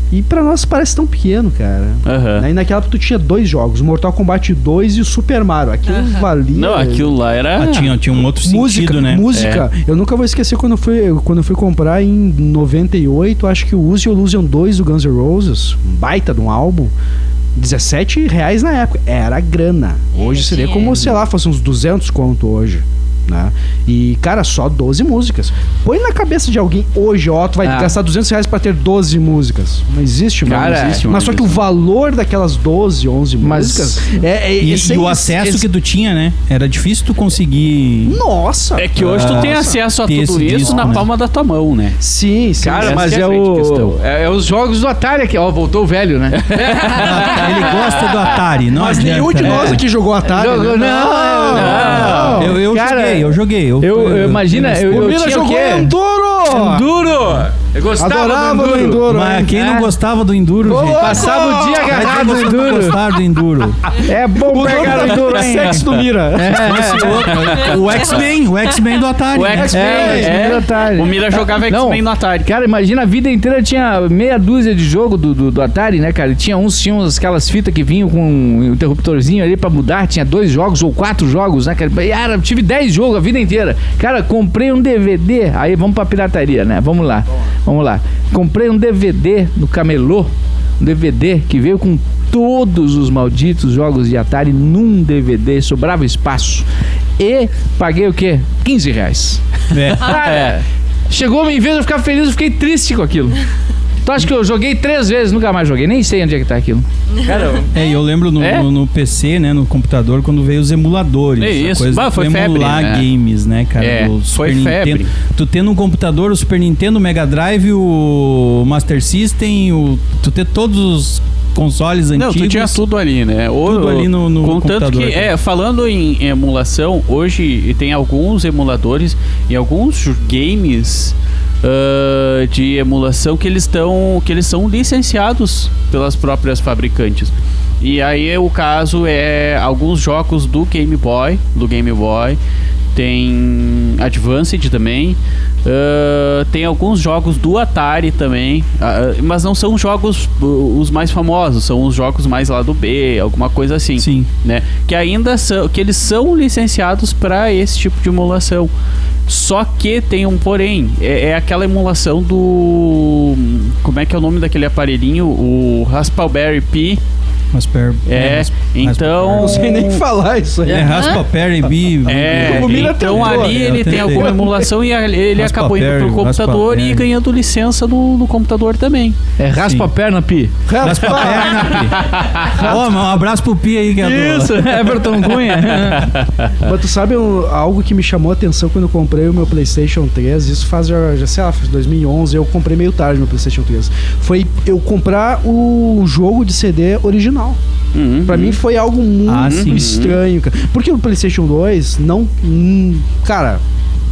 [SPEAKER 6] E pra nós parece tão pequeno, cara.
[SPEAKER 5] Aham.
[SPEAKER 6] Aí Né? naquela época tu tinha dois jogos, o Mortal Kombat 2 e o Super Mario. Aquilo valia.
[SPEAKER 5] Não, aquilo lá era.
[SPEAKER 4] Ah, tinha, tinha um outro sentido,
[SPEAKER 6] música,
[SPEAKER 4] né?
[SPEAKER 6] Música. Eu nunca vou esquecer quando eu fui, quando eu fui comprar em 98, acho que o Use Your Illusion 2 do Guns N' Roses, um baita de um álbum. 17 reais na época. Era grana. Hoje seria como, sei lá, fosse uns 200 conto hoje. Né? E, cara, só 12 músicas. Põe na cabeça de alguém hoje, ó, tu vai
[SPEAKER 2] Ah.
[SPEAKER 6] gastar 200 reais pra ter 12 músicas. Não existe, mais.
[SPEAKER 2] Cara,
[SPEAKER 6] não existe
[SPEAKER 5] é.
[SPEAKER 6] Mas só que o valor daquelas 12, 11
[SPEAKER 2] Mas-
[SPEAKER 6] músicas é, é,
[SPEAKER 4] E,
[SPEAKER 6] é
[SPEAKER 4] e
[SPEAKER 6] sem-
[SPEAKER 4] o acesso que tu tinha, né? Era difícil tu conseguir.
[SPEAKER 6] Nossa!
[SPEAKER 5] É que hoje tu tem acesso a
[SPEAKER 4] ter
[SPEAKER 5] tudo
[SPEAKER 4] esse
[SPEAKER 5] isso
[SPEAKER 4] disco,
[SPEAKER 5] na
[SPEAKER 4] né?
[SPEAKER 5] palma da tua mão, né?
[SPEAKER 6] Sim, sim.
[SPEAKER 2] Cara,
[SPEAKER 5] Essa
[SPEAKER 2] mas
[SPEAKER 5] que é
[SPEAKER 2] é,
[SPEAKER 5] a grande
[SPEAKER 2] o,
[SPEAKER 5] questão.
[SPEAKER 2] é, é os jogos do Atari aqui. Ó, voltou o velho, né?
[SPEAKER 4] Ah, Ele gosta do Atari, não
[SPEAKER 6] Mas
[SPEAKER 4] adianta.
[SPEAKER 6] nenhum de
[SPEAKER 4] né?
[SPEAKER 6] nós aqui jogou Atari.
[SPEAKER 2] Jogou-
[SPEAKER 6] né?
[SPEAKER 2] é. não, não.
[SPEAKER 4] Eu, eu
[SPEAKER 2] Cara,
[SPEAKER 4] joguei, eu joguei. Eu,
[SPEAKER 2] eu- eu imagina,
[SPEAKER 4] eu-
[SPEAKER 2] eu-
[SPEAKER 6] O Mira
[SPEAKER 2] tinha o
[SPEAKER 6] jogou
[SPEAKER 2] quê?
[SPEAKER 6] Enduro!
[SPEAKER 2] Enduro! Eu gostava
[SPEAKER 6] Adorava
[SPEAKER 2] do
[SPEAKER 6] o
[SPEAKER 2] Enduro.
[SPEAKER 6] Enduro.
[SPEAKER 4] Mas
[SPEAKER 6] hein?
[SPEAKER 4] quem não
[SPEAKER 2] É.
[SPEAKER 4] gostava do Enduro, gente?
[SPEAKER 2] Passava o dia
[SPEAKER 4] Vai dizer
[SPEAKER 2] agarrado no
[SPEAKER 4] vocês não
[SPEAKER 2] Enduro.
[SPEAKER 4] gostaram do Enduro.
[SPEAKER 2] É bom pegar o Enduro, hein?
[SPEAKER 6] é
[SPEAKER 2] É.
[SPEAKER 6] sexo do Mira.
[SPEAKER 4] O X-Men, o X-Men do Atari.
[SPEAKER 5] É. O
[SPEAKER 4] né?
[SPEAKER 5] X-Men.
[SPEAKER 2] É,
[SPEAKER 5] É.
[SPEAKER 2] X-Men do Atari.
[SPEAKER 5] O Mira jogava
[SPEAKER 2] Não.
[SPEAKER 5] X-Men no Atari.
[SPEAKER 2] Cara, imagina a vida inteira tinha meia dúzia de jogo do, do, do Atari, né, cara? E Tinha uns, tinha uns- aquelas fitas que vinham com um interruptorzinho ali pra mudar, tinha dois jogos ou quatro jogos, né, cara? E, cara, eu tive dez jogos a vida inteira. Cara, comprei um DVD, aí vamos pra pirataria, né? Vamos lá, vamos lá. Comprei um DVD no Camelô, um DVD que veio com todos os malditos jogos de Atari num DVD, sobrava espaço. E paguei o quê? 15 reais.
[SPEAKER 4] É.
[SPEAKER 2] É. Cara, chegou a minha vez eu ficar feliz, eu fiquei triste com aquilo. Tu acha que eu joguei três vezes, nunca mais joguei, nem sei onde é que tá aquilo.
[SPEAKER 4] É, e eu lembro no,
[SPEAKER 2] É?
[SPEAKER 4] no- no PC, né, no computador, quando veio os emuladores.
[SPEAKER 5] É
[SPEAKER 4] essa
[SPEAKER 5] isso. Bah, foi
[SPEAKER 4] tu emular
[SPEAKER 5] febre, né?
[SPEAKER 4] games, né, cara?
[SPEAKER 5] É,
[SPEAKER 4] do
[SPEAKER 5] foi febre.
[SPEAKER 4] Nintendo. Tu tendo um computador, o Super Nintendo, o Mega Drive, o Master System, o, tu ter todos os consoles
[SPEAKER 5] Não,
[SPEAKER 4] antigos.
[SPEAKER 5] tu tinha tudo ali, né? Ou-
[SPEAKER 4] Tudo ali no- no
[SPEAKER 5] Contanto
[SPEAKER 4] computador,
[SPEAKER 5] que,
[SPEAKER 4] cara.
[SPEAKER 5] é, falando em emulação, hoje tem alguns emuladores e alguns ju- games ah, de emulação que eles estão. que eles são licenciados pelas próprias fabricantes. E aí o caso é alguns jogos do Game Boy, do Game Boy, tem Advanced também. ah, tem alguns jogos do Atari também, ah, ah, mas não são jogos uh, os mais famosos, são os jogos mais lá do B, alguma coisa assim,
[SPEAKER 4] Sim.
[SPEAKER 5] né? Que ainda são, que eles são licenciados para esse tipo de emulação. Só que tem um porém, é, é aquela emulação do como é que é o nome daquele aparelhinho, o Raspberry Pi.
[SPEAKER 4] Mas per...
[SPEAKER 5] É,
[SPEAKER 4] mas-
[SPEAKER 5] então
[SPEAKER 6] Não sei nem falar isso aí.
[SPEAKER 4] É, Raspberry B.
[SPEAKER 5] É,
[SPEAKER 6] O Mira
[SPEAKER 5] então
[SPEAKER 6] tentou,
[SPEAKER 5] ali
[SPEAKER 4] né?
[SPEAKER 5] ele
[SPEAKER 4] Eu
[SPEAKER 5] tem
[SPEAKER 4] tentei.
[SPEAKER 5] alguma emulação e ali ele
[SPEAKER 4] Raspa
[SPEAKER 5] acabou indo pro
[SPEAKER 4] perna,
[SPEAKER 5] computador
[SPEAKER 4] raspa
[SPEAKER 5] e
[SPEAKER 4] perna.
[SPEAKER 5] ganhando licença no, no computador também.
[SPEAKER 2] É raspa a
[SPEAKER 4] Sim.
[SPEAKER 2] perna, Pi.
[SPEAKER 4] Mas pra perna, Pi. Ó, um abraço pro Pi aí, que adora.
[SPEAKER 2] Everton Cunha. É,
[SPEAKER 5] É.
[SPEAKER 6] Mas tu sabe um- algo que me chamou a atenção quando eu comprei o meu PlayStation 3? Isso faz já, já sei lá, faz 2011. Eu comprei meio tarde meu PlayStation 3. Foi eu comprar o jogo de CD original.
[SPEAKER 5] Uhum.
[SPEAKER 6] Pra mim foi algo muito
[SPEAKER 4] Ah, sim.
[SPEAKER 6] estranho, cara. Porque o PlayStation 2 não. hum, cara.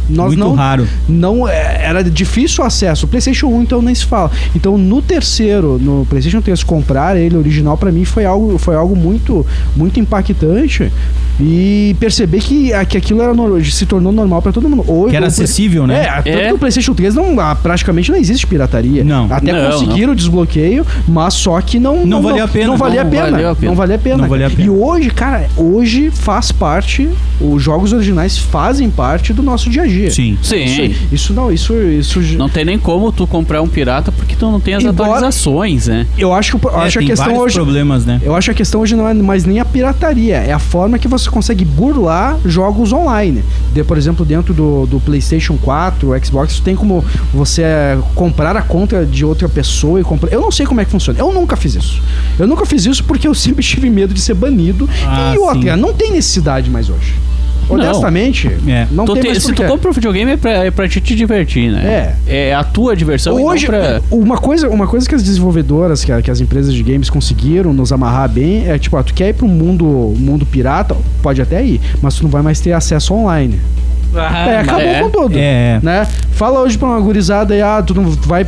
[SPEAKER 6] Nós
[SPEAKER 4] Muito
[SPEAKER 6] não,
[SPEAKER 4] raro.
[SPEAKER 6] não é, era difícil o acesso. O PlayStation 1 então nem se fala. Então no terceiro, no PlayStation 3 comprar ele original pra mim foi algo foi algo muito muito impactante e perceber que, a- que aquilo era nor- se tornou normal pra todo mundo. Hoje
[SPEAKER 4] Que era
[SPEAKER 6] o-
[SPEAKER 4] acessível, né?
[SPEAKER 6] É, tanto
[SPEAKER 5] É.
[SPEAKER 6] que o PlayStation 3 não, ah, praticamente não existe pirataria.
[SPEAKER 4] Não.
[SPEAKER 6] Até
[SPEAKER 5] Não,
[SPEAKER 6] conseguiram o desbloqueio, mas só que não
[SPEAKER 4] Não valia a pena.
[SPEAKER 6] Não valia a
[SPEAKER 5] Não
[SPEAKER 6] pena.
[SPEAKER 5] valeu a pena.
[SPEAKER 6] Não valia a pena.
[SPEAKER 4] Não valia a pena.
[SPEAKER 6] E hoje, cara, hoje faz parte, os jogos originais fazem parte do nosso dia a dia.
[SPEAKER 4] Sim.
[SPEAKER 5] Sim.
[SPEAKER 6] Isso, isso não, isso, isso.
[SPEAKER 5] Não tem nem como tu comprar um pirata porque tu não tem as
[SPEAKER 6] Embora-
[SPEAKER 5] atualizações, né?
[SPEAKER 6] Eu acho, que- eu
[SPEAKER 4] É,
[SPEAKER 6] acho
[SPEAKER 4] tem
[SPEAKER 6] a questão
[SPEAKER 4] vários
[SPEAKER 6] hoje.
[SPEAKER 4] problemas, né?
[SPEAKER 6] Eu acho que a questão hoje não é mais nem a pirataria, é a forma que você consegue burlar jogos online. De, por exemplo, dentro do, do PlayStation 4, o Xbox, tem como você comprar a conta de outra pessoa e comprar. Eu não sei como é que funciona. Eu nunca fiz isso. Eu nunca fiz isso porque eu sempre tive medo de ser banido.
[SPEAKER 4] Ah,
[SPEAKER 6] e outra,
[SPEAKER 4] sim.
[SPEAKER 6] não tem necessidade mais hoje.
[SPEAKER 5] Não.
[SPEAKER 6] Honestamente,
[SPEAKER 4] É.
[SPEAKER 6] não
[SPEAKER 5] Tu
[SPEAKER 6] tem
[SPEAKER 5] te-
[SPEAKER 6] mais
[SPEAKER 5] se tu
[SPEAKER 6] porquê.
[SPEAKER 5] compra um videogame é pra, é pra te, te divertir, né? É. a tua diversão
[SPEAKER 6] Hoje, né,
[SPEAKER 5] e não pra...
[SPEAKER 6] uma, coisa, uma coisa que as desenvolvedoras, que, a- que as empresas de games conseguiram nos amarrar bem, é tipo, ah, tu quer ir pro mundo, mundo pirata, pode até ir, mas tu não vai mais ter acesso online. é, acabou
[SPEAKER 5] é.
[SPEAKER 6] com tudo.
[SPEAKER 4] É.
[SPEAKER 6] Né? Fala hoje pra uma gurizada aí, ah, tu não vai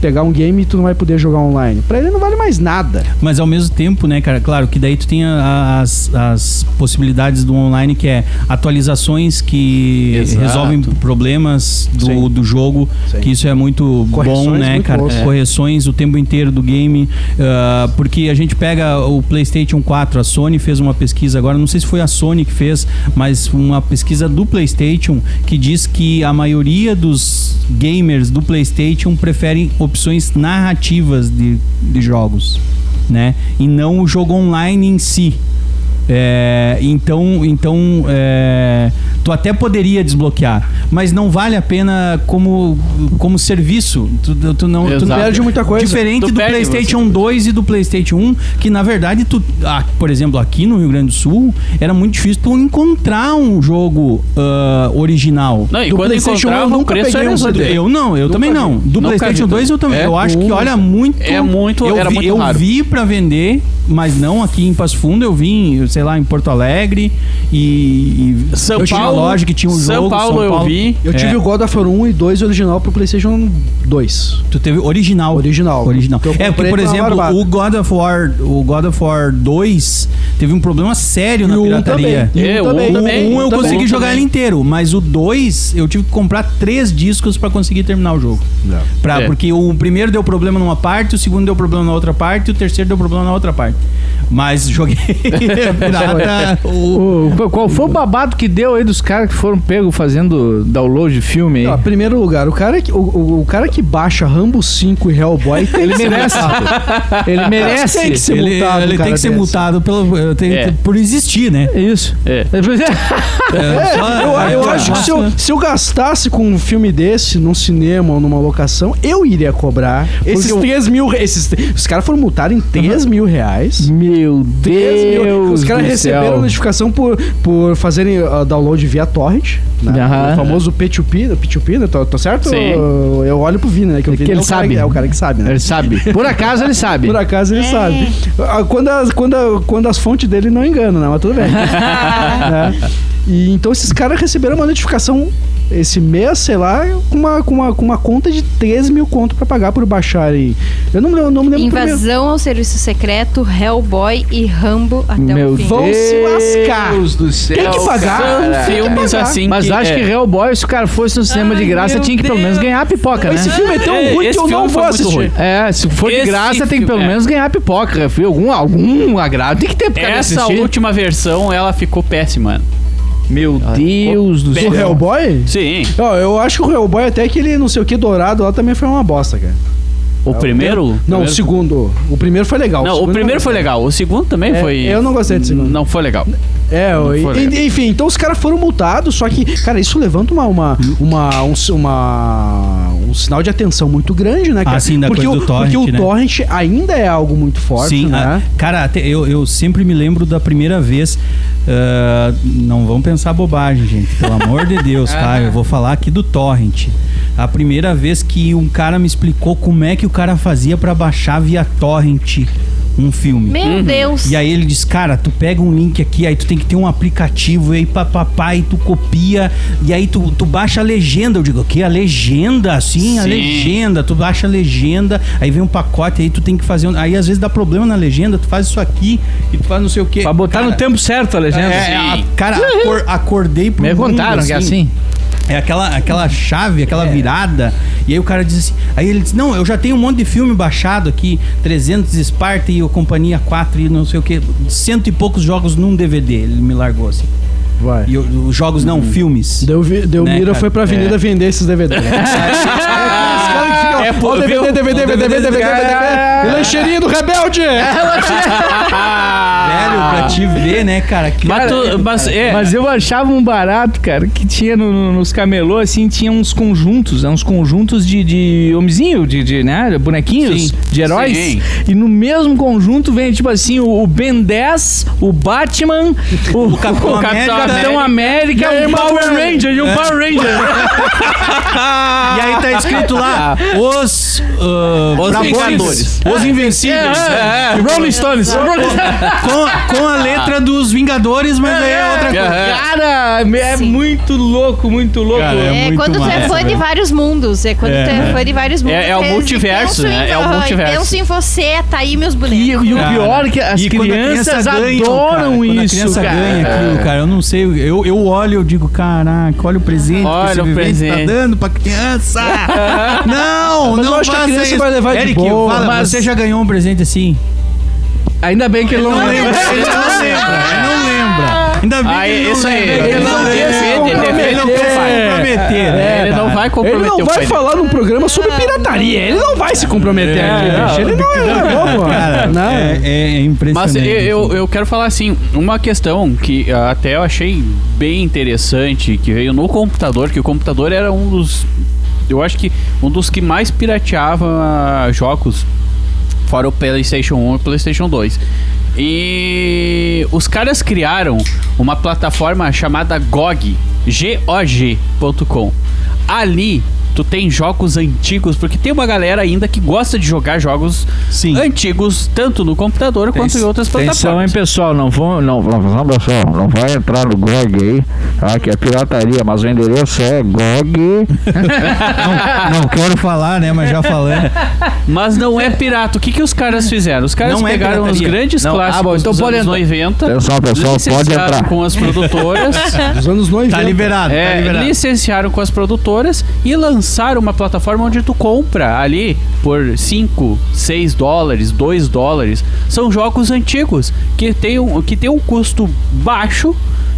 [SPEAKER 6] pegar um game e tu não vai poder jogar online. Pra ele não vale mais nada.
[SPEAKER 4] Mas ao mesmo tempo, né, cara, claro que daí tu tem a- a- as, as possibilidades do online, que é atualizações que
[SPEAKER 5] Exato.
[SPEAKER 4] resolvem problemas do,
[SPEAKER 6] Sim.
[SPEAKER 4] do jogo,
[SPEAKER 6] Sim.
[SPEAKER 4] que isso é muito
[SPEAKER 6] Correções
[SPEAKER 4] bom, né,
[SPEAKER 6] muito
[SPEAKER 4] cara?
[SPEAKER 6] boas. É.
[SPEAKER 4] Correções o tempo inteiro do game. ah, porque a gente pega o PlayStation 4, a Sony fez uma pesquisa agora, não sei se foi a Sony que fez, mas uma pesquisa do PlayStation que diz que a maioria dos gamers do PlayStation preferem opções narrativas de, de jogos, né? E não o jogo online em si. É, então, então é, tu até poderia desbloquear, mas não vale a pena como, como serviço. Tu, tu- tu não tu não-
[SPEAKER 5] Exato.
[SPEAKER 6] Perde muita coisa.
[SPEAKER 4] Diferente
[SPEAKER 5] Tu
[SPEAKER 4] do
[SPEAKER 5] perde
[SPEAKER 4] PlayStation 2 e do PlayStation 1, que na verdade tu, ah, por exemplo, aqui no Rio Grande do Sul, era muito difícil tu encontrar um jogo ah, original.
[SPEAKER 5] Não, e
[SPEAKER 6] Do
[SPEAKER 5] quando
[SPEAKER 6] PlayStation
[SPEAKER 5] encontrava,
[SPEAKER 6] eu
[SPEAKER 5] o
[SPEAKER 6] nunca
[SPEAKER 5] preço
[SPEAKER 6] peguei
[SPEAKER 5] era
[SPEAKER 6] um
[SPEAKER 5] exorbitante.
[SPEAKER 4] Eu não, eu também não. Do
[SPEAKER 5] Nunca
[SPEAKER 4] PlayStation
[SPEAKER 5] vi
[SPEAKER 4] 2 eu também.
[SPEAKER 5] também.
[SPEAKER 4] eu
[SPEAKER 5] É,
[SPEAKER 4] acho que,
[SPEAKER 5] um,
[SPEAKER 4] olha, muito.
[SPEAKER 5] é muito-
[SPEAKER 4] Eu
[SPEAKER 5] era
[SPEAKER 4] vi,
[SPEAKER 5] muito
[SPEAKER 4] eu
[SPEAKER 5] raro.
[SPEAKER 4] vi pra vender, mas não aqui em Passo Fundo. Eu vim, sei lá, em Porto Alegre e. e
[SPEAKER 5] São
[SPEAKER 4] eu tinha
[SPEAKER 5] Paulo-
[SPEAKER 4] loja que tinha um
[SPEAKER 5] São
[SPEAKER 4] jogo.
[SPEAKER 5] Paulo eu vi.
[SPEAKER 6] Eu
[SPEAKER 4] É.
[SPEAKER 6] tive o God of War 1 e 2 original pro PlayStation 2.
[SPEAKER 4] Tu teve original.
[SPEAKER 6] Original.
[SPEAKER 4] Original.
[SPEAKER 6] Que eu
[SPEAKER 4] É, porque,
[SPEAKER 6] comprei
[SPEAKER 4] por
[SPEAKER 6] pra
[SPEAKER 4] exemplo,
[SPEAKER 6] barbada.
[SPEAKER 4] o God of War, o God of War 2 teve um problema sério na
[SPEAKER 6] E o um
[SPEAKER 4] pirataria.
[SPEAKER 6] também.
[SPEAKER 5] É, o
[SPEAKER 6] também.
[SPEAKER 5] um
[SPEAKER 4] O
[SPEAKER 5] também.
[SPEAKER 4] 1 eu
[SPEAKER 5] também.
[SPEAKER 4] consegui jogar ele inteiro, mas o 2 eu tive que comprar três discos pra conseguir terminar o jogo. Pra,
[SPEAKER 5] É.
[SPEAKER 4] Porque o primeiro deu problema numa parte, o segundo deu problema na outra parte e o terceiro deu problema na outra parte. Mas joguei pirata, o-
[SPEAKER 2] O- qual foi o babado que deu aí do os caras que foram pegos fazendo download de filme aí.
[SPEAKER 6] Ó, primeiro lugar, o cara, que, o, o, o cara que baixa Rambo 5 e Hellboy tem ele que merece.
[SPEAKER 2] Ele merece.
[SPEAKER 6] tem que ser
[SPEAKER 4] ele
[SPEAKER 6] multado,
[SPEAKER 4] ele
[SPEAKER 6] um
[SPEAKER 4] tem
[SPEAKER 6] cara
[SPEAKER 4] que ser
[SPEAKER 6] desse.
[SPEAKER 4] multado pelo, tem-
[SPEAKER 5] É.
[SPEAKER 4] por existir, né?
[SPEAKER 2] Isso.
[SPEAKER 5] É.
[SPEAKER 4] É, só-
[SPEAKER 6] Eu, eu
[SPEAKER 4] é,
[SPEAKER 6] acho que se
[SPEAKER 4] né?
[SPEAKER 6] eu, se eu gastasse com um filme desse num cinema ou numa locação, eu iria cobrar esses
[SPEAKER 2] eu-
[SPEAKER 6] 3 mil. re- Esses, os caras foram multados em 3 mil reais.
[SPEAKER 2] Meu
[SPEAKER 6] 3 mil.
[SPEAKER 2] Deus.
[SPEAKER 6] Os caras
[SPEAKER 2] do
[SPEAKER 6] receberam
[SPEAKER 2] céu.
[SPEAKER 6] notificação por, por fazerem ah, download via torrent. Né?
[SPEAKER 2] Aham.
[SPEAKER 6] O famoso P2P, P2P, né? tô, tô certo?
[SPEAKER 5] Sim.
[SPEAKER 6] Eu, eu olho pro Vini, né? Que, o
[SPEAKER 2] Que
[SPEAKER 6] Vini
[SPEAKER 2] ele
[SPEAKER 6] é o cara
[SPEAKER 2] sabe.
[SPEAKER 6] que- é o cara que sabe, né?
[SPEAKER 2] Ele sabe. Por acaso ele sabe.
[SPEAKER 6] Por
[SPEAKER 5] É.
[SPEAKER 6] acaso ele sabe. Ah, Quando, as- quando, a- quando as fontes dele não enganam, né? Mas tudo bem. Né? E, então esses caras receberam uma notificação esse mês, sei lá, com uma, com uma, com uma conta de 3 mil conto pra pagar por baixarem. Eu não, eu não me lembro. é primeiro.
[SPEAKER 7] Invasão ao serviço secreto, Hellboy e Rambo até
[SPEAKER 2] Meu
[SPEAKER 7] o fim.
[SPEAKER 6] Vão se lascar.
[SPEAKER 2] Deus do céu.
[SPEAKER 6] Tem que pagar.
[SPEAKER 2] cara.
[SPEAKER 6] Tem que
[SPEAKER 5] Filmes
[SPEAKER 6] pagar.
[SPEAKER 5] assim.
[SPEAKER 2] Mas acho
[SPEAKER 5] é.
[SPEAKER 2] que Hellboy, se o cara fosse no cinema de graça, tinha que pelo menos ganhar a pipoca,
[SPEAKER 6] Esse
[SPEAKER 2] né?
[SPEAKER 6] filme é tão
[SPEAKER 5] É,
[SPEAKER 6] ruim que
[SPEAKER 5] esse
[SPEAKER 6] eu não
[SPEAKER 5] filme
[SPEAKER 6] vou
[SPEAKER 5] foi muito
[SPEAKER 6] assistir.
[SPEAKER 5] ruim.
[SPEAKER 2] É, se for de
[SPEAKER 5] Esse
[SPEAKER 2] graça, tem que
[SPEAKER 5] filme,
[SPEAKER 2] pelo
[SPEAKER 5] é.
[SPEAKER 2] menos ganhar pipoca, refri, algum, algum agrado. Tem que ter pro cara
[SPEAKER 5] Essa
[SPEAKER 2] assistir.
[SPEAKER 5] última versão, ela ficou péssima.
[SPEAKER 2] Meu Deus do
[SPEAKER 6] é. O
[SPEAKER 2] céu.
[SPEAKER 6] Hellboy?
[SPEAKER 5] Sim.
[SPEAKER 6] Ó, eu acho que o Hellboy até que ele não sei o que dourado lá também foi uma bosta, cara.
[SPEAKER 5] O primeiro?
[SPEAKER 6] Não, o
[SPEAKER 5] primeiro-
[SPEAKER 6] segundo. O primeiro foi legal.
[SPEAKER 5] Não, o
[SPEAKER 6] segundo
[SPEAKER 5] primeiro foi legal. O segundo também
[SPEAKER 6] É,
[SPEAKER 5] foi.
[SPEAKER 6] eu não gostei do segundo.
[SPEAKER 5] Não foi legal.
[SPEAKER 6] É, o-
[SPEAKER 5] foi legal.
[SPEAKER 6] en- enfim, então os caras foram multados, só que, cara, isso levanta uma, uma, uma, um, si- uma- um sinal de atenção muito grande, né, cara?
[SPEAKER 4] Ah, sim, da
[SPEAKER 6] porque,
[SPEAKER 4] coisa
[SPEAKER 6] o,
[SPEAKER 4] do torrent,
[SPEAKER 6] porque o
[SPEAKER 4] né?
[SPEAKER 6] torrent ainda é algo muito forte,
[SPEAKER 4] Sim, ah,
[SPEAKER 6] né?
[SPEAKER 4] a- cara, até eu, eu sempre me lembro da primeira vez. ah, não vão pensar bobagem, gente. Pelo amor de Deus, tá? Eu vou falar aqui do Torrent. A primeira vez que um cara me explicou como é que o cara fazia pra baixar via Torrent um filme.
[SPEAKER 7] Meu Deus.
[SPEAKER 4] E aí ele diz, cara, tu pega um link aqui, aí tu tem que ter um aplicativo, e aí papapá, e tu copia, e aí tu, tu baixa a legenda. Eu digo, o quê? A legenda? Assim, a
[SPEAKER 5] Sim.
[SPEAKER 4] legenda. Tu baixa a legenda, aí vem um pacote, aí tu tem que fazer... um- Aí às vezes dá problema na legenda, tu faz isso aqui, e tu faz não sei o quê.
[SPEAKER 2] Pra botar
[SPEAKER 4] Cara,
[SPEAKER 2] no tempo certo a legenda.
[SPEAKER 4] É,
[SPEAKER 5] Tá Sim.
[SPEAKER 4] a- cara, acor- acordei pro
[SPEAKER 2] Me
[SPEAKER 4] mundo,
[SPEAKER 2] contaram que é assim.
[SPEAKER 4] é aquela, aquela chave, aquela
[SPEAKER 5] É.
[SPEAKER 4] virada. E aí o cara diz assim. Aí ele diz: Não, eu já tenho um monte de filme baixado aqui, 300 Esparta e o Companhia 4 e não sei o que, cento e poucos jogos num DVD. Ele me largou assim.
[SPEAKER 6] Vai.
[SPEAKER 4] E eu- os jogos não, filmes.
[SPEAKER 2] Uhum.
[SPEAKER 6] Deu, vi- deu
[SPEAKER 4] Né,
[SPEAKER 6] mira,
[SPEAKER 4] cara?
[SPEAKER 6] foi pra avenida vender esses DVD. é, cara que fica,
[SPEAKER 5] É, pô,
[SPEAKER 6] ó, DVD,
[SPEAKER 5] viu?
[SPEAKER 6] DVD, DVD, DVD,
[SPEAKER 4] É.
[SPEAKER 6] DVD, lancheirinha do Rebelde!
[SPEAKER 4] Velho, pra te
[SPEAKER 5] Ah.
[SPEAKER 4] ver, né, cara? Que
[SPEAKER 5] Mas, tu, mas, é,
[SPEAKER 2] Mas eu achava um barato, cara, que tinha no- no- nos camelô, assim, tinha uns conjuntos, né, uns conjuntos de, de homenzinho, de, de, né, bonequinhos,
[SPEAKER 4] Sim.
[SPEAKER 2] de heróis.
[SPEAKER 5] Sim.
[SPEAKER 2] E no mesmo conjunto vem, tipo assim, o, o Ben 10, o Batman, o, o Capitão,
[SPEAKER 4] Capitão América.
[SPEAKER 2] Capitão América, o Power Ranger
[SPEAKER 4] É.
[SPEAKER 2] e o Power Ranger.
[SPEAKER 4] E aí tá escrito lá: Os. ah,
[SPEAKER 5] Os
[SPEAKER 4] Bravos,
[SPEAKER 5] Vingadores.
[SPEAKER 4] Os Invencíveis.
[SPEAKER 2] É,
[SPEAKER 5] É,
[SPEAKER 4] É.
[SPEAKER 2] Rolling Stones. Rolling Stones.
[SPEAKER 4] Com, com a letra dos Vingadores, mas aí é outra coisa.
[SPEAKER 2] Cara, é
[SPEAKER 7] Sim.
[SPEAKER 2] muito louco, muito louco.
[SPEAKER 4] Cara,
[SPEAKER 7] É,
[SPEAKER 4] muito
[SPEAKER 7] quando tu é
[SPEAKER 4] massa,
[SPEAKER 7] fã de
[SPEAKER 4] velho.
[SPEAKER 7] vários mundos. É quando
[SPEAKER 4] É.
[SPEAKER 7] tu é fã de vários mundos.
[SPEAKER 5] é o
[SPEAKER 7] eles
[SPEAKER 5] multiverso,
[SPEAKER 7] pensam em-
[SPEAKER 5] né? É o
[SPEAKER 7] aham,
[SPEAKER 5] multiverso.
[SPEAKER 7] Pensam em você, tá aí meus
[SPEAKER 2] E, e
[SPEAKER 7] bonecos.
[SPEAKER 2] o
[SPEAKER 4] Cara,
[SPEAKER 2] pior é que as
[SPEAKER 4] e quando a
[SPEAKER 2] crianças
[SPEAKER 4] criança ganha, cara,
[SPEAKER 2] adoram
[SPEAKER 4] quando
[SPEAKER 2] isso,
[SPEAKER 4] a criança
[SPEAKER 2] cara.
[SPEAKER 4] ganha aquilo, cara. Eu não sei, eu, eu olho e eu digo, caraca, olha o presente
[SPEAKER 5] Olha
[SPEAKER 4] que
[SPEAKER 5] o
[SPEAKER 4] esse presente tá
[SPEAKER 5] presente."
[SPEAKER 4] dando pra criança. não,
[SPEAKER 6] Mas eu
[SPEAKER 4] não
[SPEAKER 6] acho que a
[SPEAKER 4] faça
[SPEAKER 6] criança
[SPEAKER 4] isso.
[SPEAKER 6] vai levar de
[SPEAKER 4] Eric,
[SPEAKER 6] boa,
[SPEAKER 4] fala,
[SPEAKER 6] mas-
[SPEAKER 4] você já ganhou um presente assim?
[SPEAKER 2] Ainda bem que ele não,
[SPEAKER 4] Não
[SPEAKER 2] lembra.
[SPEAKER 4] lembra, ele não lembra, ele não lembra. Ainda bem
[SPEAKER 5] Aí,
[SPEAKER 4] que ele não
[SPEAKER 5] isso aí,
[SPEAKER 4] lembra.
[SPEAKER 5] ele
[SPEAKER 6] não
[SPEAKER 4] lembra.
[SPEAKER 6] quer se
[SPEAKER 4] Ele não quer se
[SPEAKER 6] comprometer.
[SPEAKER 4] comprometer. né?
[SPEAKER 5] É, ele não vai
[SPEAKER 6] Ele
[SPEAKER 5] comprometer
[SPEAKER 6] não
[SPEAKER 5] o
[SPEAKER 6] vai
[SPEAKER 5] pai dele.
[SPEAKER 6] falar num programa sobre pirataria, ele não vai se comprometer aqui, bicho. Ele não é bobo,
[SPEAKER 4] Cara,
[SPEAKER 6] não.
[SPEAKER 4] é, é- é impressionante.
[SPEAKER 5] Mas eu, eu, eu quero falar assim, uma questão que ah, até eu achei bem interessante, que veio no computador, que o computador era um dos. Eu acho que um dos que mais pirateava ah, jogos, fora o PlayStation 1 e o PlayStation 2. E os caras criaram uma plataforma chamada GOG, GOG.com. Ali tu tem jogos antigos, porque tem uma galera ainda que gosta de jogar jogos
[SPEAKER 4] Sim.
[SPEAKER 5] antigos, tanto no computador quanto em outras
[SPEAKER 2] Atenção, hein,
[SPEAKER 5] plataformas.
[SPEAKER 2] pessoal. Não vão. Não, não, não, pessoal, não vai entrar no GOG aí, tá? Que é pirataria, mas o endereço é GOG.
[SPEAKER 4] Não quero falar, né? Mas já falando.
[SPEAKER 5] Mas não é pirata. O que, que os caras fizeram? Os caras
[SPEAKER 4] Não é
[SPEAKER 5] pegaram os
[SPEAKER 4] pirataria.
[SPEAKER 5] grandes
[SPEAKER 2] Não, ah,
[SPEAKER 5] clássicos
[SPEAKER 2] bom, então
[SPEAKER 5] dos
[SPEAKER 2] pode
[SPEAKER 5] anos
[SPEAKER 2] entrar.
[SPEAKER 5] 90.
[SPEAKER 2] Atenção, pessoal, pode
[SPEAKER 5] licenciaram
[SPEAKER 2] entrar.
[SPEAKER 5] com as produtoras.
[SPEAKER 6] Dos anos 90.
[SPEAKER 4] Tá liberado, tá
[SPEAKER 5] é,
[SPEAKER 4] liberado.
[SPEAKER 5] licenciaram com as produtoras e lançaram uma plataforma onde tu compra ali por 5, 6 dólares, 2 dólares. São jogos antigos que tem um, que tem um custo baixo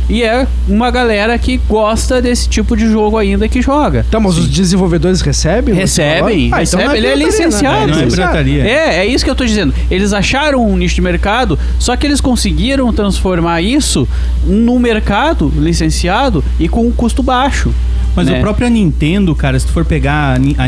[SPEAKER 5] E é uma galera que gosta desse tipo de jogo ainda que joga.
[SPEAKER 6] Então, mas os desenvolvedores recebem?
[SPEAKER 5] Recebem,
[SPEAKER 6] Ah, então
[SPEAKER 5] recebem,
[SPEAKER 6] não
[SPEAKER 5] ele é
[SPEAKER 6] pirataria, né?
[SPEAKER 5] licenciado.
[SPEAKER 4] Não é pirataria.
[SPEAKER 5] É, é isso que eu tô dizendo. Eles acharam um nicho de mercado, só que eles conseguiram transformar isso num mercado licenciado e com um custo baixo.
[SPEAKER 4] Mas
[SPEAKER 5] né?
[SPEAKER 4] a própria Nintendo, cara, se tu for pegar a Ni- a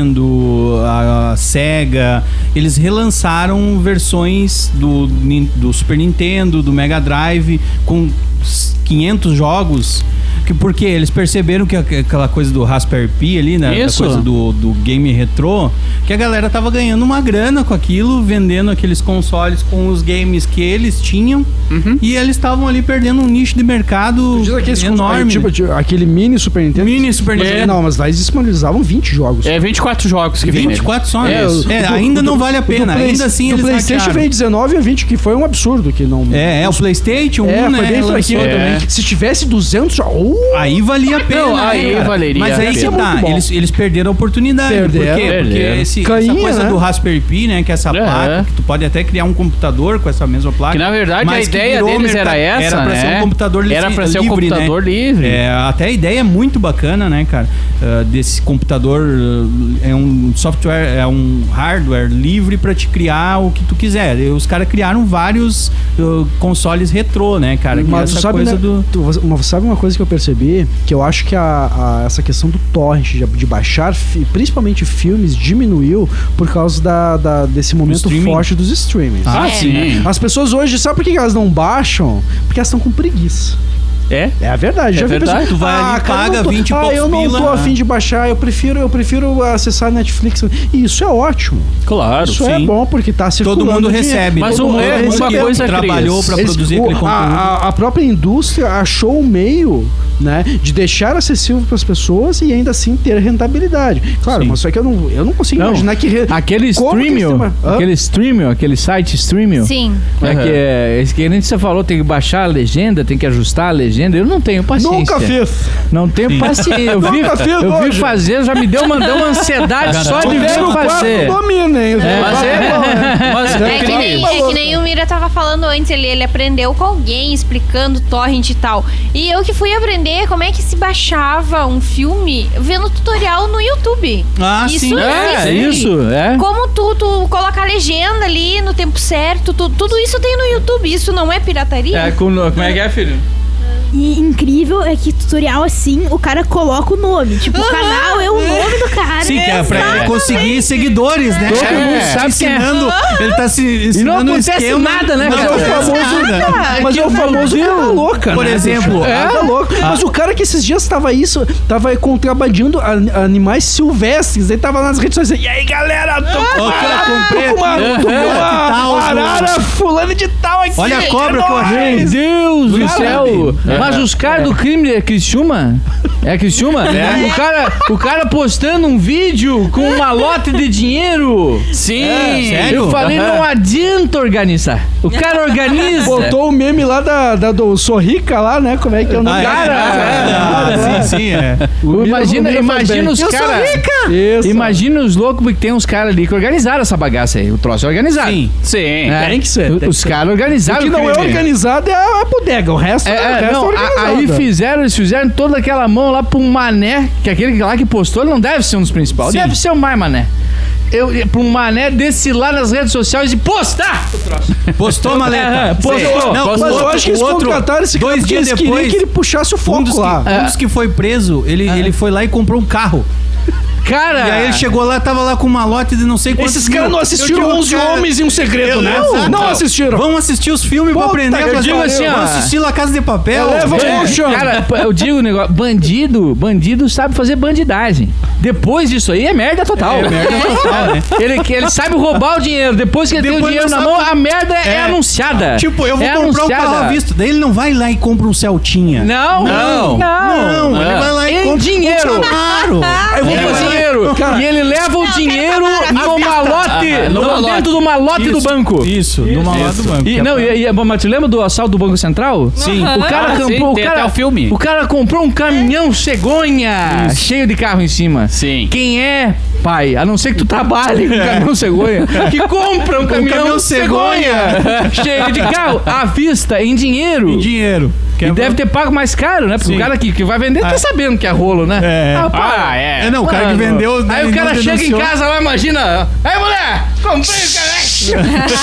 [SPEAKER 4] Nintendo, a Sega, eles relançaram versões do, Nin- do Super Nintendo, do Mega Drive, com s- 500 jogos. Que porque eles perceberam que aqu- aquela coisa do Raspberry Pi ali, né? da
[SPEAKER 5] Isso.
[SPEAKER 4] coisa do, do game retrô, que a galera tava ganhando uma grana com aquilo, vendendo aqueles consoles com os games que eles tinham.
[SPEAKER 5] Uhum.
[SPEAKER 4] E eles estavam ali perdendo um nicho de mercado
[SPEAKER 6] Diz aquele,
[SPEAKER 4] enorme.
[SPEAKER 6] Tipo, tipo, aquele mini Super Nintendo.
[SPEAKER 4] Mini Super
[SPEAKER 6] Mas-
[SPEAKER 4] Nintendo.
[SPEAKER 6] É. Não, mas lá eles disponibilizavam 20 jogos.
[SPEAKER 5] É 24 jogos que vem nele.
[SPEAKER 4] 24 só,
[SPEAKER 5] É,
[SPEAKER 4] né?
[SPEAKER 5] o-
[SPEAKER 4] É,
[SPEAKER 6] O do-
[SPEAKER 4] ainda
[SPEAKER 6] o do-
[SPEAKER 4] não vale a
[SPEAKER 6] o do
[SPEAKER 4] pena.
[SPEAKER 6] Play-
[SPEAKER 4] ainda assim
[SPEAKER 6] do
[SPEAKER 4] eles
[SPEAKER 6] PlayStation
[SPEAKER 4] hackearam.
[SPEAKER 6] veio 19 a 20, que foi um absurdo que não.
[SPEAKER 4] É, é o PlayStation 1,
[SPEAKER 6] É,
[SPEAKER 4] né?
[SPEAKER 6] foi bem fraquinho
[SPEAKER 4] lançou-
[SPEAKER 5] É.
[SPEAKER 6] também. Se tivesse 200 jogos. uh,
[SPEAKER 4] Aí valia a pena.
[SPEAKER 5] Não,
[SPEAKER 4] né,
[SPEAKER 5] aí
[SPEAKER 4] cara?
[SPEAKER 5] valeria
[SPEAKER 4] Mas
[SPEAKER 5] a
[SPEAKER 4] aí que
[SPEAKER 5] pena.
[SPEAKER 6] Isso é
[SPEAKER 4] tá,
[SPEAKER 6] muito bom.
[SPEAKER 4] eles, eles perderam a oportunidade.
[SPEAKER 6] Perderam.
[SPEAKER 4] Por quê? Porque
[SPEAKER 5] Perderam.
[SPEAKER 4] esse-
[SPEAKER 6] Cainha,
[SPEAKER 4] essa coisa
[SPEAKER 6] né?
[SPEAKER 4] do Raspberry Pi, né? Que é essa
[SPEAKER 5] É.
[SPEAKER 4] placa, que tu pode até criar um computador com essa mesma placa.
[SPEAKER 5] Que na verdade
[SPEAKER 4] mas
[SPEAKER 5] a
[SPEAKER 4] que
[SPEAKER 5] ideia
[SPEAKER 4] virou
[SPEAKER 5] deles era
[SPEAKER 4] mercado-
[SPEAKER 5] essa,
[SPEAKER 4] Era pra
[SPEAKER 5] né?
[SPEAKER 4] ser um computador livre.
[SPEAKER 5] Era pra ser um
[SPEAKER 4] livre, né?
[SPEAKER 5] computador livre.
[SPEAKER 4] É, até a ideia é muito bacana, né, cara? Ah, desse computador ah, é um software, é um hardware livre pra te criar o que tu quiser. E os caras criaram vários ah, consoles retrô, né, cara? Que
[SPEAKER 6] mas tu
[SPEAKER 4] essa
[SPEAKER 6] sabe,
[SPEAKER 4] coisa
[SPEAKER 6] né,
[SPEAKER 4] do
[SPEAKER 6] tu- você- mas sabe uma coisa que eu percebi? Que eu acho que a, a- essa questão do torrent, de, de baixar, fi- principalmente filmes, diminuiu por causa da, da- desse momento
[SPEAKER 4] streaming?
[SPEAKER 6] forte dos streamings.
[SPEAKER 5] Ah,
[SPEAKER 4] É.
[SPEAKER 5] sim.
[SPEAKER 6] As pessoas hoje, sabe por que elas não baixam? Porque elas estão com preguiça.
[SPEAKER 5] É?
[SPEAKER 6] É a verdade,
[SPEAKER 5] É
[SPEAKER 6] já vi
[SPEAKER 5] verdade.
[SPEAKER 6] pessoas-
[SPEAKER 4] Tu vai ali,
[SPEAKER 6] cara, eu
[SPEAKER 4] paga
[SPEAKER 6] não tô-
[SPEAKER 4] 20 e
[SPEAKER 6] Ah,
[SPEAKER 4] poucos
[SPEAKER 6] eu não
[SPEAKER 4] pila,
[SPEAKER 6] tô
[SPEAKER 4] né?
[SPEAKER 6] afim de baixar, eu prefiro, eu prefiro acessar Netflix. E isso é ótimo.
[SPEAKER 5] Claro.
[SPEAKER 6] Isso é
[SPEAKER 4] sim.
[SPEAKER 6] bom porque tá circulando.
[SPEAKER 4] Todo mundo
[SPEAKER 6] dinheiro.
[SPEAKER 4] recebe.
[SPEAKER 5] Mas
[SPEAKER 4] Todo
[SPEAKER 5] um-
[SPEAKER 4] mundo
[SPEAKER 5] é,
[SPEAKER 4] que
[SPEAKER 5] uma coisa,
[SPEAKER 4] trabalhou
[SPEAKER 5] Cris.
[SPEAKER 4] pra
[SPEAKER 6] Eles-
[SPEAKER 4] produzir
[SPEAKER 6] o-
[SPEAKER 4] aquele
[SPEAKER 2] tipo,
[SPEAKER 6] a,
[SPEAKER 4] conteúdo.
[SPEAKER 2] ah,
[SPEAKER 6] a- a própria indústria achou o meio né, de deixar acessível para as pessoas e ainda assim ter rentabilidade. Claro,
[SPEAKER 4] Sim.
[SPEAKER 6] mas só que eu não, eu não consigo
[SPEAKER 2] Não.
[SPEAKER 6] imaginar que. re-
[SPEAKER 2] Aquele
[SPEAKER 6] Como que
[SPEAKER 2] streamio,
[SPEAKER 6] esse tema- Hã?
[SPEAKER 2] aquele streamio, aquele site streamio.
[SPEAKER 1] Sim.
[SPEAKER 2] É
[SPEAKER 5] Aham.
[SPEAKER 2] que, é, esse que nem você falou, tem que baixar a legenda, tem que ajustar a legenda. Eu não tenho paciência.
[SPEAKER 6] Nunca fiz.
[SPEAKER 2] Não tenho paciência. Eu vi,
[SPEAKER 6] Nunca fiz
[SPEAKER 2] eu vi
[SPEAKER 6] hoje.
[SPEAKER 2] fazer, já me deu uma, deu uma ansiedade só de ver
[SPEAKER 6] Primeiro
[SPEAKER 2] fazer.
[SPEAKER 6] quarto domina, hein?
[SPEAKER 5] Mas é, mas
[SPEAKER 1] É que, nem, é que nem o Mira tava falando antes, ele, ele aprendeu com alguém explicando torrent e tal. E eu que fui aprender como é que se baixava um filme vendo tutorial no YouTube.
[SPEAKER 4] Ah,
[SPEAKER 1] Isso
[SPEAKER 4] sim.
[SPEAKER 1] não
[SPEAKER 2] É,
[SPEAKER 1] existe.
[SPEAKER 2] isso, é.
[SPEAKER 1] Como tu, tu colocar a legenda ali no tempo certo, tu- tudo isso tem no YouTube, isso não é pirataria?
[SPEAKER 2] como é que é, filho?
[SPEAKER 8] E incrível é que tutorial assim, o cara coloca o nome. Tipo, o canal é o nome do cara. né?
[SPEAKER 4] Sim, que é pra ele conseguir seguidores,
[SPEAKER 2] ah.
[SPEAKER 4] né?
[SPEAKER 2] Todo
[SPEAKER 4] cara?
[SPEAKER 2] mundo
[SPEAKER 4] Ele
[SPEAKER 2] sabe quem é.
[SPEAKER 4] ensinando, Ele tá se
[SPEAKER 2] E não
[SPEAKER 4] ensinando um
[SPEAKER 2] acontece
[SPEAKER 4] esquema.
[SPEAKER 2] nada, né,
[SPEAKER 4] Não
[SPEAKER 2] cara? tipo,
[SPEAKER 4] acontece
[SPEAKER 6] É o famoso-
[SPEAKER 4] nada. Tipo,
[SPEAKER 6] Mas
[SPEAKER 2] tá
[SPEAKER 6] é o famoso cara louca.
[SPEAKER 4] Por
[SPEAKER 6] né,
[SPEAKER 4] exemplo,
[SPEAKER 6] bicho? é. cara louca. Mas o cara que esses dias tava isso, tava contrabandeando an- animais silvestres, ele tava nas redes sociais. E aí, galera, tô com
[SPEAKER 4] Ó,
[SPEAKER 6] uma,
[SPEAKER 4] que eu comprei
[SPEAKER 6] tô com uma,
[SPEAKER 4] aqui,
[SPEAKER 6] tô
[SPEAKER 4] fulano
[SPEAKER 6] com
[SPEAKER 4] de
[SPEAKER 6] uma
[SPEAKER 4] tal,
[SPEAKER 6] arara fulano de tal aqui.
[SPEAKER 4] Olha a cobra
[SPEAKER 6] é
[SPEAKER 4] que eu arranjei.
[SPEAKER 2] Meu Deus do
[SPEAKER 4] Cara,
[SPEAKER 2] céu!
[SPEAKER 4] é.
[SPEAKER 2] Mas os caras do crime é Criciúma? É Criciúma? O, cara, o cara postando um vídeo com uma lote de dinheiro. É,
[SPEAKER 5] Sim.
[SPEAKER 4] sério?
[SPEAKER 2] Eu falei, não adianta organizar. O cara organiza.
[SPEAKER 6] Botou o meme lá da, da- do Sou Rica lá, né? Como é que eu não.
[SPEAKER 4] Ah, é.
[SPEAKER 6] cara,
[SPEAKER 4] Ah, sim, sim, é.
[SPEAKER 2] O- imagina
[SPEAKER 6] o Miro faz
[SPEAKER 2] imagina
[SPEAKER 6] bem.
[SPEAKER 2] os caras.
[SPEAKER 6] Isso.
[SPEAKER 2] Imagina os loucos, porque tem uns caras ali que organizaram essa bagaça aí. O troço é organizado.
[SPEAKER 4] Sim.
[SPEAKER 5] Sim.
[SPEAKER 2] É.
[SPEAKER 6] Tem que ser, tem
[SPEAKER 2] Os caras
[SPEAKER 6] O
[SPEAKER 2] organizaram.
[SPEAKER 6] que não é
[SPEAKER 2] crime.
[SPEAKER 6] organizado é a a bodega, o resto é,
[SPEAKER 2] É,
[SPEAKER 6] o
[SPEAKER 2] é,
[SPEAKER 6] resto
[SPEAKER 2] não,
[SPEAKER 6] é
[SPEAKER 2] a-
[SPEAKER 6] organizado.
[SPEAKER 2] aí fizeram, eles fizeram toda aquela mão lá pra um mané, que aquele lá que postou ele não deve ser um dos principais.
[SPEAKER 4] Sim.
[SPEAKER 2] Deve ser o mais mané. Eu, pra um mané desfilar nas redes sociais e postar!
[SPEAKER 4] é. Postou,
[SPEAKER 6] É,
[SPEAKER 4] maleta.
[SPEAKER 2] postou.
[SPEAKER 4] Não,
[SPEAKER 6] Mas
[SPEAKER 4] o
[SPEAKER 6] eu
[SPEAKER 4] Um outro-
[SPEAKER 6] acho que eles
[SPEAKER 4] o outro,
[SPEAKER 6] contrataram esse cara
[SPEAKER 4] dois
[SPEAKER 6] porque
[SPEAKER 4] dias
[SPEAKER 6] eles queriam
[SPEAKER 4] depois,
[SPEAKER 6] que ele puxasse o
[SPEAKER 4] um
[SPEAKER 6] foco
[SPEAKER 4] dos, que,
[SPEAKER 6] lá. É.
[SPEAKER 4] um dos que foi preso, ele, ele foi lá e comprou um carro.
[SPEAKER 2] Cara!
[SPEAKER 4] E aí ele chegou lá, tava lá com uma lote de não sei quantos
[SPEAKER 6] Esses caras
[SPEAKER 4] mil.
[SPEAKER 6] não
[SPEAKER 4] Eu
[SPEAKER 6] assistiram
[SPEAKER 4] digo,
[SPEAKER 6] 11
[SPEAKER 4] cara,
[SPEAKER 6] Homens e um Segredo, né?
[SPEAKER 4] Exato.
[SPEAKER 6] Não assistiram.
[SPEAKER 4] Vão assistir os filmes pra
[SPEAKER 6] Puta
[SPEAKER 4] aprender.
[SPEAKER 6] que
[SPEAKER 4] a fazer- um-
[SPEAKER 6] eu digo assim,
[SPEAKER 4] Vão
[SPEAKER 2] ó.
[SPEAKER 4] assistir La Casa de Papel.
[SPEAKER 6] Eleva
[SPEAKER 4] É.
[SPEAKER 6] o chão.
[SPEAKER 2] Cara, p- eu digo o negócio, bandido, bandido sabe fazer bandidagem. Depois disso aí é merda total.
[SPEAKER 4] É merda total, né?
[SPEAKER 2] Ele, que- ele sabe roubar o dinheiro. Depois que ele tem o
[SPEAKER 4] Depois
[SPEAKER 2] dinheiro
[SPEAKER 4] não
[SPEAKER 2] na
[SPEAKER 4] sabe-
[SPEAKER 2] mão, a merda é,
[SPEAKER 4] É.
[SPEAKER 2] anunciada.
[SPEAKER 4] Tipo, eu vou
[SPEAKER 2] É
[SPEAKER 4] comprar um carro à
[SPEAKER 2] anunciada.
[SPEAKER 4] vista. Daí ele não vai lá e compra um Celtinha.
[SPEAKER 2] Não, não,
[SPEAKER 5] Não.
[SPEAKER 2] não.
[SPEAKER 4] Não,
[SPEAKER 5] É.
[SPEAKER 4] ele vai lá e
[SPEAKER 2] Em
[SPEAKER 4] compra um
[SPEAKER 2] dinheiro.
[SPEAKER 4] Camaro.
[SPEAKER 6] Eu vou
[SPEAKER 2] É
[SPEAKER 4] Ele
[SPEAKER 6] fazer
[SPEAKER 4] vai
[SPEAKER 2] dinheiro. E ele leva o dinheiro no malote,
[SPEAKER 5] Ah, no
[SPEAKER 2] no-
[SPEAKER 5] malote.
[SPEAKER 2] dentro do malote do
[SPEAKER 4] Isso,
[SPEAKER 2] banco.
[SPEAKER 4] Isso, do malado do banco.
[SPEAKER 2] E, não, e, e, mas tu lembra do assalto do Banco Central?
[SPEAKER 5] Sim.
[SPEAKER 2] O cara,
[SPEAKER 5] Ah, sim,
[SPEAKER 2] comprou,
[SPEAKER 5] tem
[SPEAKER 2] o, cara
[SPEAKER 5] até o filme.
[SPEAKER 2] o cara comprou um caminhão cegonha cheio de carro em cima.
[SPEAKER 5] Sim.
[SPEAKER 2] Quem é, pai? A não ser que tu trabalhe com um caminhão cegonha. Que compra um caminhão,
[SPEAKER 4] caminhão
[SPEAKER 2] cegonha, cheio de carro à vista, em dinheiro.
[SPEAKER 4] E dinheiro. Que
[SPEAKER 2] E
[SPEAKER 4] é-
[SPEAKER 2] deve ter pago mais caro, né? Porque
[SPEAKER 4] Sim.
[SPEAKER 2] o cara que, que vai vender tá
[SPEAKER 4] Ah.
[SPEAKER 2] sabendo que é rolo, né?
[SPEAKER 4] É.
[SPEAKER 2] para.
[SPEAKER 5] Ah, é.
[SPEAKER 4] É, não, o cara que
[SPEAKER 2] Mano.
[SPEAKER 4] vendeu. né,
[SPEAKER 2] Aí o
[SPEAKER 4] não
[SPEAKER 2] cara chega em
[SPEAKER 4] denunciou.
[SPEAKER 2] casa lá, imagina. Aí, mulher, comprei o cara.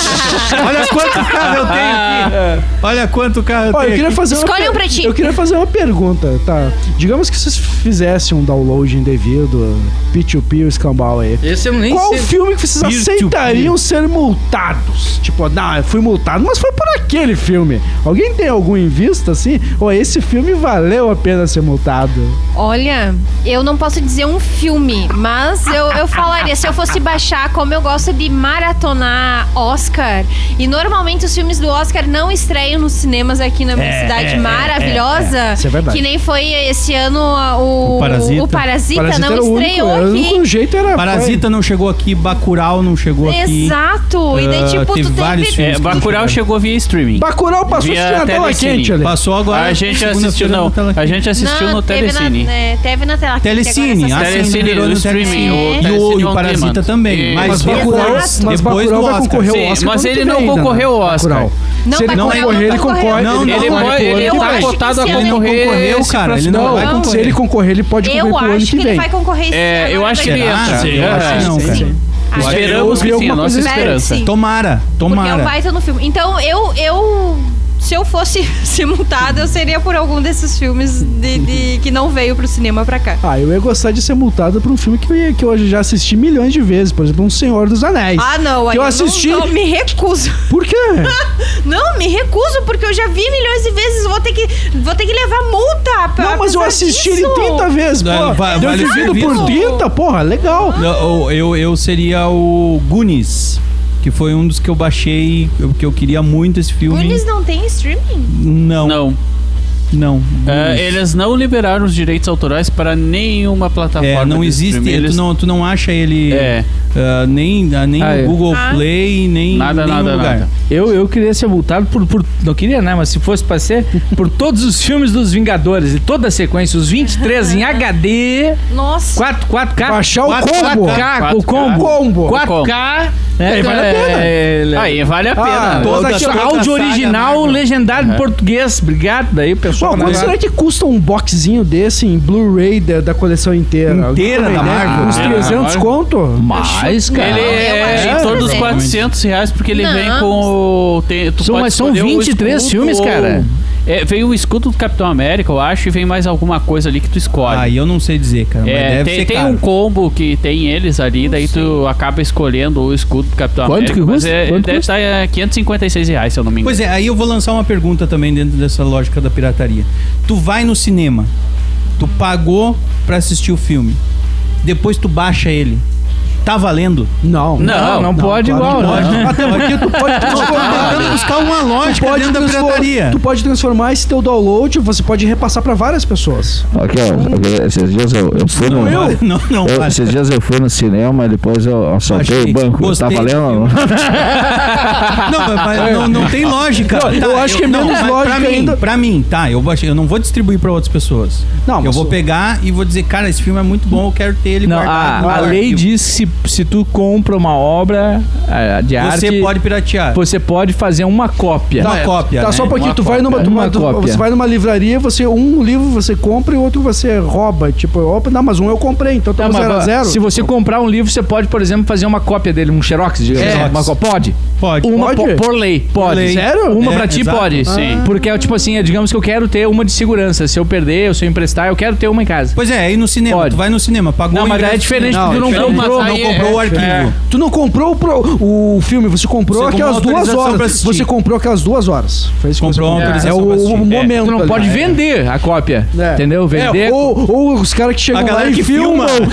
[SPEAKER 4] Olha quanto carro eu tenho aqui. Olha quanto carro eu
[SPEAKER 6] Ó, eu
[SPEAKER 4] tenho.
[SPEAKER 6] queria
[SPEAKER 4] aqui.
[SPEAKER 6] fazer
[SPEAKER 1] Escolhe
[SPEAKER 6] uma
[SPEAKER 1] um pra ti.
[SPEAKER 6] Eu queria fazer uma pergunta, tá? Digamos que vocês fizessem um download indevido, P2P, o escambau aí.
[SPEAKER 2] Esse eu nem
[SPEAKER 6] Qual
[SPEAKER 2] sei.
[SPEAKER 6] filme que vocês
[SPEAKER 4] Peer-to-peer.
[SPEAKER 6] aceitariam ser multados? Tipo, não, eu fui multado, mas foi por aquele filme. Alguém tem algum em vista assim? Ou esse filme valeu a pena ser multado?
[SPEAKER 1] Olha, eu não posso dizer um filme, mas eu, eu falaria, se eu fosse baixar, como eu gosto de maratonar Oscar, e normalmente os filmes do Oscar não estreiam nos cinemas aqui na minha cidade maravilhosa.
[SPEAKER 6] Isso é verdade.
[SPEAKER 1] Que nem foi esse ano a- o,
[SPEAKER 4] O Parasita.
[SPEAKER 1] o Parasita
[SPEAKER 6] Parasita
[SPEAKER 1] não
[SPEAKER 6] era o único,
[SPEAKER 1] estreou
[SPEAKER 6] era o
[SPEAKER 1] aqui.
[SPEAKER 6] único jeito era.
[SPEAKER 4] Parasita não chegou aqui, Bacurau não chegou aqui.
[SPEAKER 1] Exato! e daí,
[SPEAKER 4] Ah,
[SPEAKER 1] tipo,
[SPEAKER 4] teve
[SPEAKER 1] tu
[SPEAKER 4] vários
[SPEAKER 1] teve.
[SPEAKER 5] É,
[SPEAKER 4] filmes.
[SPEAKER 5] Bacurau chegou via streaming.
[SPEAKER 6] Foi... Bacurau passou
[SPEAKER 5] Via
[SPEAKER 6] a tela
[SPEAKER 5] Telecine.
[SPEAKER 6] quente ali.
[SPEAKER 4] Passou agora.
[SPEAKER 5] a gente assistiu,
[SPEAKER 4] segunda-feira
[SPEAKER 5] não.
[SPEAKER 4] na tela
[SPEAKER 5] A
[SPEAKER 4] aqui.
[SPEAKER 5] gente assistiu
[SPEAKER 1] Não,
[SPEAKER 5] no
[SPEAKER 1] teve
[SPEAKER 5] Telecine.
[SPEAKER 1] Na, é, teve na tela.
[SPEAKER 4] Telecine,
[SPEAKER 1] agora
[SPEAKER 4] a
[SPEAKER 1] essa
[SPEAKER 5] Telecine,
[SPEAKER 4] Telecine,
[SPEAKER 5] o streaming,
[SPEAKER 1] É.
[SPEAKER 5] o
[SPEAKER 4] E o, e
[SPEAKER 5] Telecine
[SPEAKER 4] o
[SPEAKER 5] on
[SPEAKER 4] Parasita
[SPEAKER 5] demand.
[SPEAKER 4] também.
[SPEAKER 5] E-
[SPEAKER 4] Mas
[SPEAKER 6] Mas
[SPEAKER 4] Bacurau,
[SPEAKER 6] Bacurau,
[SPEAKER 1] Exato.
[SPEAKER 6] mas
[SPEAKER 4] depois
[SPEAKER 6] Bacurau
[SPEAKER 4] do
[SPEAKER 6] vai
[SPEAKER 4] Oscar.
[SPEAKER 6] concorrer
[SPEAKER 5] Sim,
[SPEAKER 6] ao Oscar.
[SPEAKER 5] mas
[SPEAKER 6] ano
[SPEAKER 5] ele
[SPEAKER 6] que
[SPEAKER 5] não
[SPEAKER 6] vem, né?
[SPEAKER 5] concorreu ao Oscar.
[SPEAKER 6] Bacurau.
[SPEAKER 1] Não,
[SPEAKER 6] Se ele não
[SPEAKER 1] Bacurau
[SPEAKER 6] concorrer,
[SPEAKER 1] não
[SPEAKER 6] ele
[SPEAKER 1] concorreu.
[SPEAKER 6] concorre.
[SPEAKER 4] Não,
[SPEAKER 5] Ele,
[SPEAKER 4] não,
[SPEAKER 5] pode-
[SPEAKER 4] ele
[SPEAKER 5] ele tá
[SPEAKER 1] concorreu
[SPEAKER 5] cotado a
[SPEAKER 1] esse ano.
[SPEAKER 4] Ele não
[SPEAKER 5] concorrer.
[SPEAKER 4] concorreu,
[SPEAKER 5] esse
[SPEAKER 4] cara. Ele
[SPEAKER 5] próximo
[SPEAKER 4] não
[SPEAKER 6] Não,
[SPEAKER 4] vai
[SPEAKER 5] ano.
[SPEAKER 6] se
[SPEAKER 4] concorrer.
[SPEAKER 6] ele concorrer, ele pode concorrer
[SPEAKER 1] Eu
[SPEAKER 6] pro ano
[SPEAKER 1] acho
[SPEAKER 6] que
[SPEAKER 1] que ele
[SPEAKER 6] vem.
[SPEAKER 1] vai concorrer esse
[SPEAKER 5] É,
[SPEAKER 1] ano,
[SPEAKER 5] eu
[SPEAKER 1] agora
[SPEAKER 5] acho
[SPEAKER 1] vai
[SPEAKER 5] que
[SPEAKER 1] ter.
[SPEAKER 4] Ah,
[SPEAKER 5] entra.
[SPEAKER 4] sim, eu
[SPEAKER 5] É,
[SPEAKER 4] acho que não,
[SPEAKER 5] sim.
[SPEAKER 4] cara.
[SPEAKER 1] Acho que
[SPEAKER 5] Esperamos que
[SPEAKER 6] eu ouvi
[SPEAKER 5] sim, a
[SPEAKER 6] alguma
[SPEAKER 5] nossa
[SPEAKER 6] coisa
[SPEAKER 5] esperança.
[SPEAKER 1] diferente.
[SPEAKER 4] Tomara,
[SPEAKER 1] Porque é um
[SPEAKER 4] tomara.
[SPEAKER 1] baita no filme. Então, eu, eu se eu fosse ser multada, eu seria por algum desses filmes de, de- que não veio pro cinema pra cá.
[SPEAKER 6] Ah, eu ia gostar de ser multado por um filme que eu, ia- que eu já assisti milhões de vezes, por exemplo, Um Senhor dos Anéis.
[SPEAKER 1] Ah, não, aí
[SPEAKER 6] eu assisti-
[SPEAKER 1] não, não, me recuso.
[SPEAKER 6] Por quê?
[SPEAKER 1] Não, me recuso, porque eu já vi milhões de vezes. Vou ter que, vou ter que levar multa. pra-
[SPEAKER 6] Não, mas eu
[SPEAKER 1] apesar
[SPEAKER 6] assisti ele
[SPEAKER 1] disso.
[SPEAKER 6] 30 vezes, pô.
[SPEAKER 4] Ah, va-
[SPEAKER 6] eu
[SPEAKER 4] vale o
[SPEAKER 6] divido
[SPEAKER 4] serviço.
[SPEAKER 6] por 30, porra, legal.
[SPEAKER 4] Eu, eu, eu seria o Goonies, que foi um dos que eu baixei, eu- que eu queria muito esse filme.
[SPEAKER 1] Goonies não tem streaming?
[SPEAKER 4] Não, não.
[SPEAKER 5] Não. É,
[SPEAKER 4] Goonies.
[SPEAKER 5] eles não liberaram os direitos autorais para nenhuma plataforma.
[SPEAKER 4] É, não
[SPEAKER 5] de
[SPEAKER 4] existe,
[SPEAKER 5] streaming.
[SPEAKER 4] tu,
[SPEAKER 5] Eles-
[SPEAKER 4] não, tu não acha ele
[SPEAKER 5] É.
[SPEAKER 4] ah, nem, ah, nem
[SPEAKER 2] Ah,
[SPEAKER 4] no
[SPEAKER 2] é.
[SPEAKER 4] Google
[SPEAKER 1] Ah.
[SPEAKER 4] Play, nem
[SPEAKER 5] Nada,
[SPEAKER 4] em nenhum
[SPEAKER 5] nada,
[SPEAKER 4] lugar.
[SPEAKER 5] nada.
[SPEAKER 2] Eu, eu queria ser multado por, por. Não queria, né? Mas se fosse pra ser, por todos os filmes dos Vingadores e toda a sequência, os 23 em HD,
[SPEAKER 1] Nossa.
[SPEAKER 2] 4, 4K.
[SPEAKER 6] Baixar o combo.
[SPEAKER 2] 4K, o
[SPEAKER 5] 4K.
[SPEAKER 2] combo.
[SPEAKER 6] Combo.
[SPEAKER 2] 4K. É,
[SPEAKER 5] vale a pena. Aí vale a pena.
[SPEAKER 6] Ah,
[SPEAKER 5] né?
[SPEAKER 6] toda-
[SPEAKER 4] Toda-
[SPEAKER 6] aqui, ó,
[SPEAKER 4] toda
[SPEAKER 2] Áudio
[SPEAKER 4] a saga
[SPEAKER 2] original,
[SPEAKER 4] Marvel.
[SPEAKER 2] legendado em português. Obrigado. Daí o pessoal.
[SPEAKER 6] Pô, quanto será que custa um boxzinho desse em Blu-ray da, da coleção inteira?
[SPEAKER 4] Inteira
[SPEAKER 6] Alguém tem
[SPEAKER 4] da
[SPEAKER 6] uma ideia?
[SPEAKER 4] Marvel?
[SPEAKER 6] Uns
[SPEAKER 5] Ah,
[SPEAKER 6] 300
[SPEAKER 5] Marvel.
[SPEAKER 6] conto?
[SPEAKER 2] mais, cara.
[SPEAKER 5] Ele
[SPEAKER 1] acho
[SPEAKER 5] é
[SPEAKER 1] que
[SPEAKER 5] em torno dos
[SPEAKER 1] presente.
[SPEAKER 5] 400 reais, porque ele
[SPEAKER 1] Não.
[SPEAKER 5] vem com o. Tem, tu
[SPEAKER 2] São-
[SPEAKER 5] pode
[SPEAKER 2] mas são
[SPEAKER 5] escolher o
[SPEAKER 2] 23 filmes,
[SPEAKER 5] ou-
[SPEAKER 2] cara.
[SPEAKER 5] É, vem o escudo do Capitão América, eu acho, e vem mais alguma coisa ali que tu escolhe.
[SPEAKER 4] Aí eu não sei dizer, cara, mas
[SPEAKER 5] É,
[SPEAKER 4] deve
[SPEAKER 5] tem,
[SPEAKER 4] ser
[SPEAKER 5] tem
[SPEAKER 4] caro.
[SPEAKER 5] um combo que tem eles ali, daí tu acaba escolhendo o escudo do Capitão
[SPEAKER 2] Quanto
[SPEAKER 5] América.
[SPEAKER 2] que
[SPEAKER 5] mas
[SPEAKER 2] custa?
[SPEAKER 5] é-
[SPEAKER 2] Quanto
[SPEAKER 5] deve
[SPEAKER 2] custa?
[SPEAKER 5] estar é, 556 reais, se eu não me engano.
[SPEAKER 4] Pois é, aí eu vou lançar uma pergunta também dentro dessa lógica da pirataria. Tu vai no cinema, tu pagou pra assistir o filme, depois tu baixa ele. Tá valendo?
[SPEAKER 6] Não.
[SPEAKER 5] Não,
[SPEAKER 2] Não pode
[SPEAKER 6] claro
[SPEAKER 2] igual,
[SPEAKER 6] que
[SPEAKER 2] né?
[SPEAKER 6] não. Até porque tu pode transformar.
[SPEAKER 4] Tentando buscar uma lógica dentro da
[SPEAKER 6] transfor-
[SPEAKER 4] pirataria.
[SPEAKER 6] tu pode transformar esse teu download, você pode repassar pra várias pessoas.
[SPEAKER 9] Aqui, ó, esses dias eu, eu fui no.
[SPEAKER 4] Não, não, não.
[SPEAKER 9] eu-
[SPEAKER 4] vale.
[SPEAKER 9] esses dias eu fui no cinema e depois eu assaltei
[SPEAKER 4] Achei.
[SPEAKER 9] o banco.
[SPEAKER 4] Gostei
[SPEAKER 9] tá
[SPEAKER 4] do
[SPEAKER 9] valendo?
[SPEAKER 4] Não, mas, mas não, não tem lógica. Tá,
[SPEAKER 6] Não, eu acho que é menos
[SPEAKER 4] mas
[SPEAKER 6] lógica
[SPEAKER 4] pra mim,
[SPEAKER 6] ainda.
[SPEAKER 4] Pra mim, tá, eu, baixei, eu não vou distribuir pra outras pessoas.
[SPEAKER 6] Não,
[SPEAKER 4] eu
[SPEAKER 6] mas
[SPEAKER 4] vou
[SPEAKER 6] o-
[SPEAKER 4] pegar e vou dizer, cara, esse filme é muito bom, eu quero ter ele
[SPEAKER 2] Não,
[SPEAKER 4] guardado. no
[SPEAKER 2] a, a
[SPEAKER 4] meu
[SPEAKER 2] lei
[SPEAKER 4] arquivo.
[SPEAKER 2] diz que se, se tu compra uma obra ah, de arte,
[SPEAKER 4] Você
[SPEAKER 2] é.
[SPEAKER 4] pode piratear.
[SPEAKER 2] você pode fazer uma cópia.
[SPEAKER 4] Uma É cópia,
[SPEAKER 6] Tá,
[SPEAKER 4] né?
[SPEAKER 6] só um pouquinho,
[SPEAKER 2] Uma
[SPEAKER 6] tu vai
[SPEAKER 2] cópia.
[SPEAKER 6] numa, tu-
[SPEAKER 2] Uma
[SPEAKER 6] tu-
[SPEAKER 2] cópia.
[SPEAKER 6] você vai numa livraria, você um livro você compra e o outro você rouba. Tipo, opa, não, mas um eu comprei, então
[SPEAKER 2] Tá,
[SPEAKER 6] toma
[SPEAKER 2] mas
[SPEAKER 6] zero a zero.
[SPEAKER 2] Se você comprar um livro, você pode, por exemplo, fazer uma cópia dele, um xerox, digamos.
[SPEAKER 4] É.
[SPEAKER 2] Uma co- pode?
[SPEAKER 4] Pode.
[SPEAKER 2] Uma
[SPEAKER 6] Pode?
[SPEAKER 2] po- por lei. Pode.
[SPEAKER 4] lei.
[SPEAKER 6] Sério?
[SPEAKER 2] Uma
[SPEAKER 4] É,
[SPEAKER 2] pra ti
[SPEAKER 4] exato.
[SPEAKER 2] pode.
[SPEAKER 5] Sim.
[SPEAKER 2] Porque é tipo assim, é, digamos que eu quero ter uma de segurança. Se eu perder, ou se eu emprestar, eu quero ter uma em casa.
[SPEAKER 4] Pois é, aí no cinema,
[SPEAKER 2] Pode.
[SPEAKER 4] tu vai no cinema, pagou
[SPEAKER 2] Não,
[SPEAKER 4] o
[SPEAKER 2] mas
[SPEAKER 4] ingresso
[SPEAKER 2] daí é
[SPEAKER 4] do
[SPEAKER 2] diferente,
[SPEAKER 4] cinema.
[SPEAKER 2] porque tu não
[SPEAKER 4] diferente.
[SPEAKER 2] comprou,
[SPEAKER 4] não
[SPEAKER 2] aí
[SPEAKER 4] comprou o
[SPEAKER 2] é-
[SPEAKER 4] arquivo.
[SPEAKER 6] Tu não comprou o, pro- o filme, você comprou
[SPEAKER 4] Você
[SPEAKER 6] aquelas
[SPEAKER 4] comprou
[SPEAKER 6] duas
[SPEAKER 4] autorização pra
[SPEAKER 6] horas.
[SPEAKER 4] assistir.
[SPEAKER 6] Você comprou aquelas duas horas. Foi isso que
[SPEAKER 4] Comprou
[SPEAKER 6] você
[SPEAKER 4] uma
[SPEAKER 6] comprou. É
[SPEAKER 4] autorização
[SPEAKER 6] o,
[SPEAKER 4] pra
[SPEAKER 6] o
[SPEAKER 4] assistir. É,
[SPEAKER 6] momento.
[SPEAKER 2] Tu não
[SPEAKER 6] ali.
[SPEAKER 2] pode vender a cópia.
[SPEAKER 6] É.
[SPEAKER 2] Entendeu? Vender.
[SPEAKER 6] É, ou, ou os caras que chegam
[SPEAKER 4] A
[SPEAKER 6] lá
[SPEAKER 4] galera
[SPEAKER 6] e
[SPEAKER 4] que
[SPEAKER 6] filmam.
[SPEAKER 4] filma.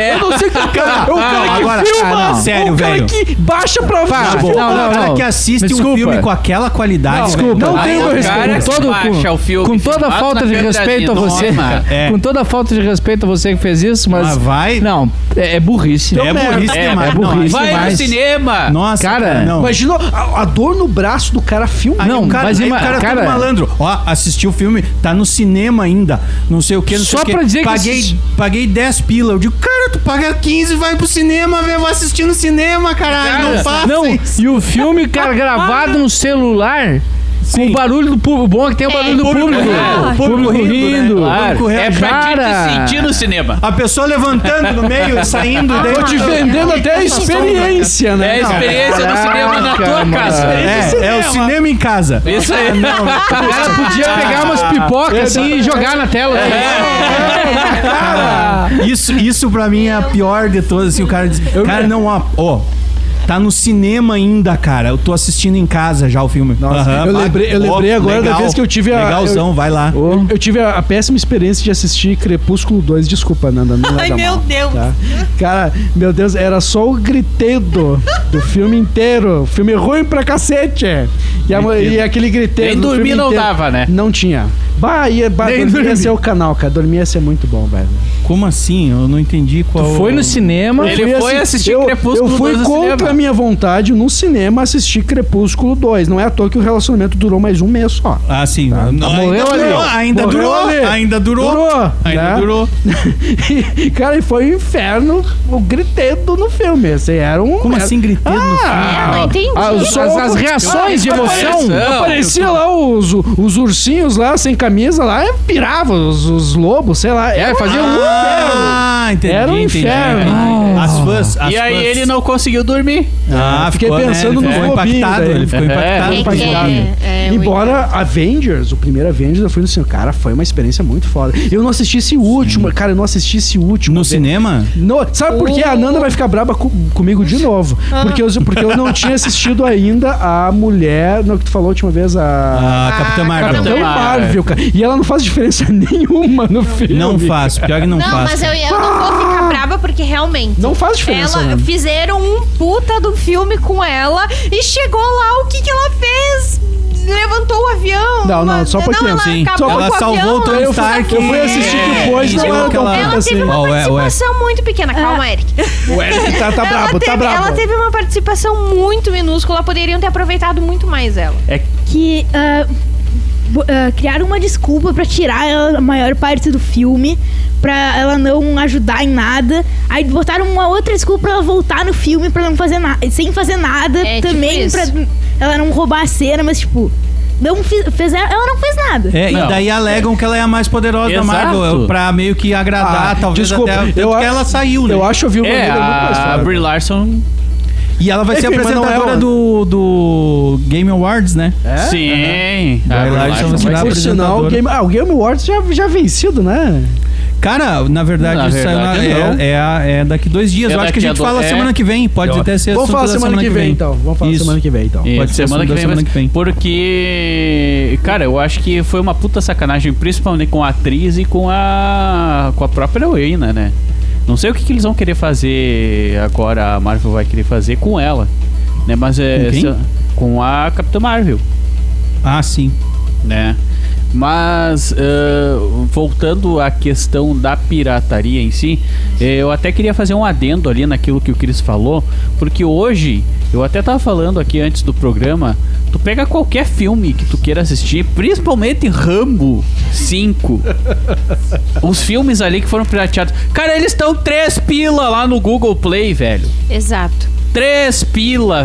[SPEAKER 6] É. Eu não sei que o cara, é o cara que
[SPEAKER 4] agora-
[SPEAKER 6] filma.
[SPEAKER 4] ah, não. Sério,
[SPEAKER 6] o cara
[SPEAKER 4] velho.
[SPEAKER 6] que baixa pra
[SPEAKER 2] Ah,
[SPEAKER 6] filmar.
[SPEAKER 2] não, não, não.
[SPEAKER 4] cara que assiste um
[SPEAKER 2] desculpa.
[SPEAKER 4] filme com aquela qualidade.
[SPEAKER 2] Desculpa,
[SPEAKER 4] velho,
[SPEAKER 2] não
[SPEAKER 4] dá-
[SPEAKER 5] Aí
[SPEAKER 2] tenho
[SPEAKER 5] o
[SPEAKER 2] meu
[SPEAKER 5] cara
[SPEAKER 2] respeito. Com, todo-
[SPEAKER 5] baixa
[SPEAKER 2] com-
[SPEAKER 5] o filme,
[SPEAKER 2] com toda a
[SPEAKER 5] bate
[SPEAKER 2] falta
[SPEAKER 5] na
[SPEAKER 2] de
[SPEAKER 5] pedra
[SPEAKER 2] respeito a
[SPEAKER 5] de
[SPEAKER 2] você.
[SPEAKER 5] norma.
[SPEAKER 4] É.
[SPEAKER 2] Com toda a falta de respeito a você que fez isso, mas.
[SPEAKER 4] Mas vai.
[SPEAKER 2] Não, é, é burrice.
[SPEAKER 4] É burrice
[SPEAKER 5] É,
[SPEAKER 4] demais.
[SPEAKER 2] é burrice.
[SPEAKER 5] Vai
[SPEAKER 2] demais.
[SPEAKER 5] no cinema!
[SPEAKER 4] Nossa,
[SPEAKER 2] Cara,
[SPEAKER 4] não.
[SPEAKER 6] Imagina a, a dor no braço do cara filmando.
[SPEAKER 4] Aí
[SPEAKER 2] não,
[SPEAKER 4] o cara,
[SPEAKER 2] mas
[SPEAKER 4] aí
[SPEAKER 2] ima-
[SPEAKER 4] o cara,
[SPEAKER 2] cara-
[SPEAKER 4] todo malandro. Ó, assistiu o filme, tá no cinema ainda. Não sei o que, não sei
[SPEAKER 2] Só
[SPEAKER 4] o que.
[SPEAKER 2] pra dizer que
[SPEAKER 4] paguei,
[SPEAKER 2] assisti-
[SPEAKER 4] paguei 10 pila. Eu digo, cara, tu paga 15 e vai pro cinema, velho. Vai assistir no cinema, caralho. não faça
[SPEAKER 2] Não,
[SPEAKER 4] isso.
[SPEAKER 2] e o filme, cara, gravado no celular. Com o barulho do público. Bom é que tem o barulho do público.
[SPEAKER 4] é, o público rindo, né? O público
[SPEAKER 2] É
[SPEAKER 4] rindo.
[SPEAKER 5] Pra tá te
[SPEAKER 2] para.
[SPEAKER 5] sentir no cinema.
[SPEAKER 4] A pessoa levantando no meio e saindo.
[SPEAKER 2] Ah,
[SPEAKER 4] daí-
[SPEAKER 6] Tô te vendendo até a experiência,
[SPEAKER 5] É a
[SPEAKER 6] né?
[SPEAKER 5] experiência no cinema na tua
[SPEAKER 2] Caraca,
[SPEAKER 5] casa.
[SPEAKER 2] mano.
[SPEAKER 4] É, é o cinema em casa.
[SPEAKER 5] Isso
[SPEAKER 2] Ah, O
[SPEAKER 5] aí.
[SPEAKER 2] cara É, podia pegar umas
[SPEAKER 6] É.
[SPEAKER 2] pipocas assim e jogar na
[SPEAKER 5] É.
[SPEAKER 2] tela. assim.
[SPEAKER 4] Isso, isso pra mim é a pior de todas. Assim, o cara diz, cara, não, ó, ó, tá no cinema ainda, cara. Eu tô assistindo em casa já o filme.
[SPEAKER 6] Nossa,
[SPEAKER 4] Aham,
[SPEAKER 6] eu
[SPEAKER 4] vai.
[SPEAKER 6] lembrei- eu
[SPEAKER 4] Ó,
[SPEAKER 6] lembrei agora da vez que eu tive a-
[SPEAKER 4] Legalzão, vai lá.
[SPEAKER 6] Eu, eu tive a, a péssima experiência de assistir Crepúsculo 2, desculpa, Nanda. Não
[SPEAKER 7] Ai,
[SPEAKER 6] leva
[SPEAKER 7] meu
[SPEAKER 6] mal,
[SPEAKER 7] Deus.
[SPEAKER 6] tá? Cara, meu Deus, era só o gritedo do filme inteiro. Filme ruim pra cacete. E, a- e aquele gritedo.
[SPEAKER 5] Nem
[SPEAKER 6] do filme
[SPEAKER 5] dormir não
[SPEAKER 6] inteiro.
[SPEAKER 5] dava, né?
[SPEAKER 6] Não tinha. Bah, ia, bah,
[SPEAKER 2] Nem
[SPEAKER 6] dormir ia
[SPEAKER 2] dormir.
[SPEAKER 6] ser o canal, cara. Dormir ia ser muito bom, velho.
[SPEAKER 4] Como assim? Eu não entendi qual.
[SPEAKER 2] Foi no cinema.
[SPEAKER 5] Ele
[SPEAKER 6] Eu fui
[SPEAKER 5] foi
[SPEAKER 6] assi-
[SPEAKER 5] assistir
[SPEAKER 6] eu,
[SPEAKER 5] Crepúsculo
[SPEAKER 6] Eu fui
[SPEAKER 5] 2 no
[SPEAKER 6] contra
[SPEAKER 5] cinema.
[SPEAKER 6] a minha vontade no cinema assistir Crepúsculo 2. Não é à toa que o relacionamento durou mais um mês só.
[SPEAKER 4] Ah, sim.
[SPEAKER 6] Tá,
[SPEAKER 4] Não,
[SPEAKER 2] morreu
[SPEAKER 4] ainda,
[SPEAKER 2] ali,
[SPEAKER 4] durou,
[SPEAKER 2] ó.
[SPEAKER 4] ainda,
[SPEAKER 6] Morreu
[SPEAKER 4] durou,
[SPEAKER 6] ali.
[SPEAKER 4] ainda durou. Ainda
[SPEAKER 6] né?
[SPEAKER 4] durou.
[SPEAKER 6] E, cara, e foi um inferno o gritedo no filme. Assim, era um.
[SPEAKER 4] Como
[SPEAKER 6] era-
[SPEAKER 4] assim gritando?
[SPEAKER 1] Eu não um entendi.
[SPEAKER 2] Ah, os- as, as reações de emoção.
[SPEAKER 6] Aparecia lá os, os ursinhos lá, sem camisa lá, e pirava os, os lobos, sei lá.
[SPEAKER 2] É,
[SPEAKER 6] Era,
[SPEAKER 2] fazia um.
[SPEAKER 4] Ah, entendi.
[SPEAKER 6] Era um
[SPEAKER 4] entendi,
[SPEAKER 6] inferno.
[SPEAKER 4] entendi. As fãs. as
[SPEAKER 5] E aí
[SPEAKER 4] fãs.
[SPEAKER 5] ele não conseguiu dormir.
[SPEAKER 4] Ah,
[SPEAKER 6] Fiquei
[SPEAKER 4] ficou, né?
[SPEAKER 6] pensando
[SPEAKER 4] Ele
[SPEAKER 6] no
[SPEAKER 4] ficou
[SPEAKER 6] globinho
[SPEAKER 4] impactado.
[SPEAKER 6] daí.
[SPEAKER 4] Ele ficou
[SPEAKER 5] É.
[SPEAKER 4] impactado.
[SPEAKER 1] É que é, é, o
[SPEAKER 6] Embora Avengers, o primeiro Avengers, eu fui no cinema. Cara, foi uma experiência muito foda. Eu não assisti esse último, cara, eu não assisti esse último.
[SPEAKER 4] No
[SPEAKER 6] velho.
[SPEAKER 4] cinema?
[SPEAKER 6] No- sabe por
[SPEAKER 1] Uh.
[SPEAKER 6] que a Nanda vai ficar braba co- comigo de novo?
[SPEAKER 1] Ah.
[SPEAKER 6] Porque eu, porque eu não tinha assistido ainda a mulher, no que tu falou a última vez, a.
[SPEAKER 4] Ah, Capitã Marvel.
[SPEAKER 6] Capitão Marvel, cara. E ela não faz diferença nenhuma no filme.
[SPEAKER 4] Não faz, pior que não,
[SPEAKER 1] Não,
[SPEAKER 4] faz.
[SPEAKER 1] mas é eu, eu não vou ficar brava porque realmente.
[SPEAKER 6] um Ah! Não faz diferença.
[SPEAKER 1] Ela,
[SPEAKER 6] né?
[SPEAKER 1] fizeram um puta do filme com ela e chegou lá, o que que ela fez? Levantou o avião.
[SPEAKER 6] Não, não, só porque-
[SPEAKER 1] ela
[SPEAKER 4] Sim.
[SPEAKER 1] acabou
[SPEAKER 6] Só um
[SPEAKER 1] com
[SPEAKER 4] Ela
[SPEAKER 1] o
[SPEAKER 4] salvou o
[SPEAKER 1] avião.
[SPEAKER 4] Tony
[SPEAKER 6] Eu fui-
[SPEAKER 4] Stark. é,
[SPEAKER 6] eu fui assistir depois, não
[SPEAKER 4] Ela-
[SPEAKER 6] era tão
[SPEAKER 4] ela-
[SPEAKER 6] foda
[SPEAKER 1] Ela
[SPEAKER 6] assim.
[SPEAKER 1] teve uma
[SPEAKER 4] Ué, ué.
[SPEAKER 1] participação muito pequena. Calma, Eric.
[SPEAKER 6] O Eric tá, tá É. brabo,
[SPEAKER 1] ela, teve,
[SPEAKER 6] tá brabo.
[SPEAKER 1] ela teve uma participação muito minúscula. Poderiam ter aproveitado muito mais ela.
[SPEAKER 8] que ah, bo- ah, criaram uma desculpa pra tirar ela- a maior parte do filme, pra ela não ajudar em nada. Aí botaram uma outra desculpa pra ela voltar no filme pra não fazer nada, sem fazer nada
[SPEAKER 1] É, tipo
[SPEAKER 8] também
[SPEAKER 1] isso.
[SPEAKER 8] pra ela não roubar a cena, mas tipo, não fi- fizeram, ela não fez nada.
[SPEAKER 4] É, e
[SPEAKER 5] Não.
[SPEAKER 4] daí alegam que ela é a mais poderosa
[SPEAKER 5] Exato.
[SPEAKER 4] da Marvel, pra meio que agradar,
[SPEAKER 6] Ah,
[SPEAKER 4] talvez
[SPEAKER 6] desculpa,
[SPEAKER 4] até tanto
[SPEAKER 6] eu
[SPEAKER 4] que
[SPEAKER 6] acho-
[SPEAKER 4] ela saiu, né?
[SPEAKER 6] Eu acho que eu vi uma
[SPEAKER 5] É,
[SPEAKER 6] mulher muito mais
[SPEAKER 5] a
[SPEAKER 6] foda.
[SPEAKER 5] Brie Larson.
[SPEAKER 4] E ela vai ser
[SPEAKER 6] Enfim, mas não é
[SPEAKER 4] apresentadora
[SPEAKER 6] ela.
[SPEAKER 4] do, do Game Awards, né?
[SPEAKER 5] Sim. Ah,
[SPEAKER 4] Vai lá, eles vão
[SPEAKER 5] vai
[SPEAKER 4] ensinar
[SPEAKER 6] É?
[SPEAKER 5] ser-
[SPEAKER 6] Por sinal, o
[SPEAKER 4] apresentadora.
[SPEAKER 6] Game, ah, o Game Awards já, já vencido, né?
[SPEAKER 4] Cara, na verdade,
[SPEAKER 5] Na
[SPEAKER 4] isso
[SPEAKER 5] verdade,
[SPEAKER 4] saiu na-
[SPEAKER 5] não.
[SPEAKER 4] é, é, a- é daqui dois dias.
[SPEAKER 5] É
[SPEAKER 4] eu acho que a
[SPEAKER 5] daqui
[SPEAKER 4] gente
[SPEAKER 5] a do-
[SPEAKER 4] fala
[SPEAKER 5] é.
[SPEAKER 4] semana que vem. Pode
[SPEAKER 5] Eu-
[SPEAKER 4] até ser
[SPEAKER 6] Vamos
[SPEAKER 4] assunto
[SPEAKER 6] falar
[SPEAKER 4] da
[SPEAKER 6] semana, que vem, então. Vamos falar
[SPEAKER 4] Isso.
[SPEAKER 6] semana que vem, então.
[SPEAKER 5] É,
[SPEAKER 4] Pode ser
[SPEAKER 5] semana,
[SPEAKER 4] assunto
[SPEAKER 5] que
[SPEAKER 4] da
[SPEAKER 5] vem,
[SPEAKER 4] semana
[SPEAKER 5] mas-
[SPEAKER 4] que vem.
[SPEAKER 5] Porque, cara, eu acho que foi uma puta sacanagem, principalmente com a atriz e com a com a própria heroína, né? Não sei o que, que eles vão querer fazer agora, a Marvel vai querer fazer com ela, né? Mas é
[SPEAKER 4] Com quem?
[SPEAKER 5] se- com a Capitã Marvel,
[SPEAKER 4] Ah, sim.
[SPEAKER 5] né? Mas ãh, voltando à questão da pirataria em si, eh, eu até queria fazer um adendo ali naquilo que o Cris falou, porque hoje, eu até tava falando aqui antes do programa, tu pega qualquer filme que tu queira assistir, principalmente Rambo 5. os filmes ali que foram pirateados. Cara, eles estão três pila lá no Google Play, velho.
[SPEAKER 1] Exato.
[SPEAKER 5] Três pila,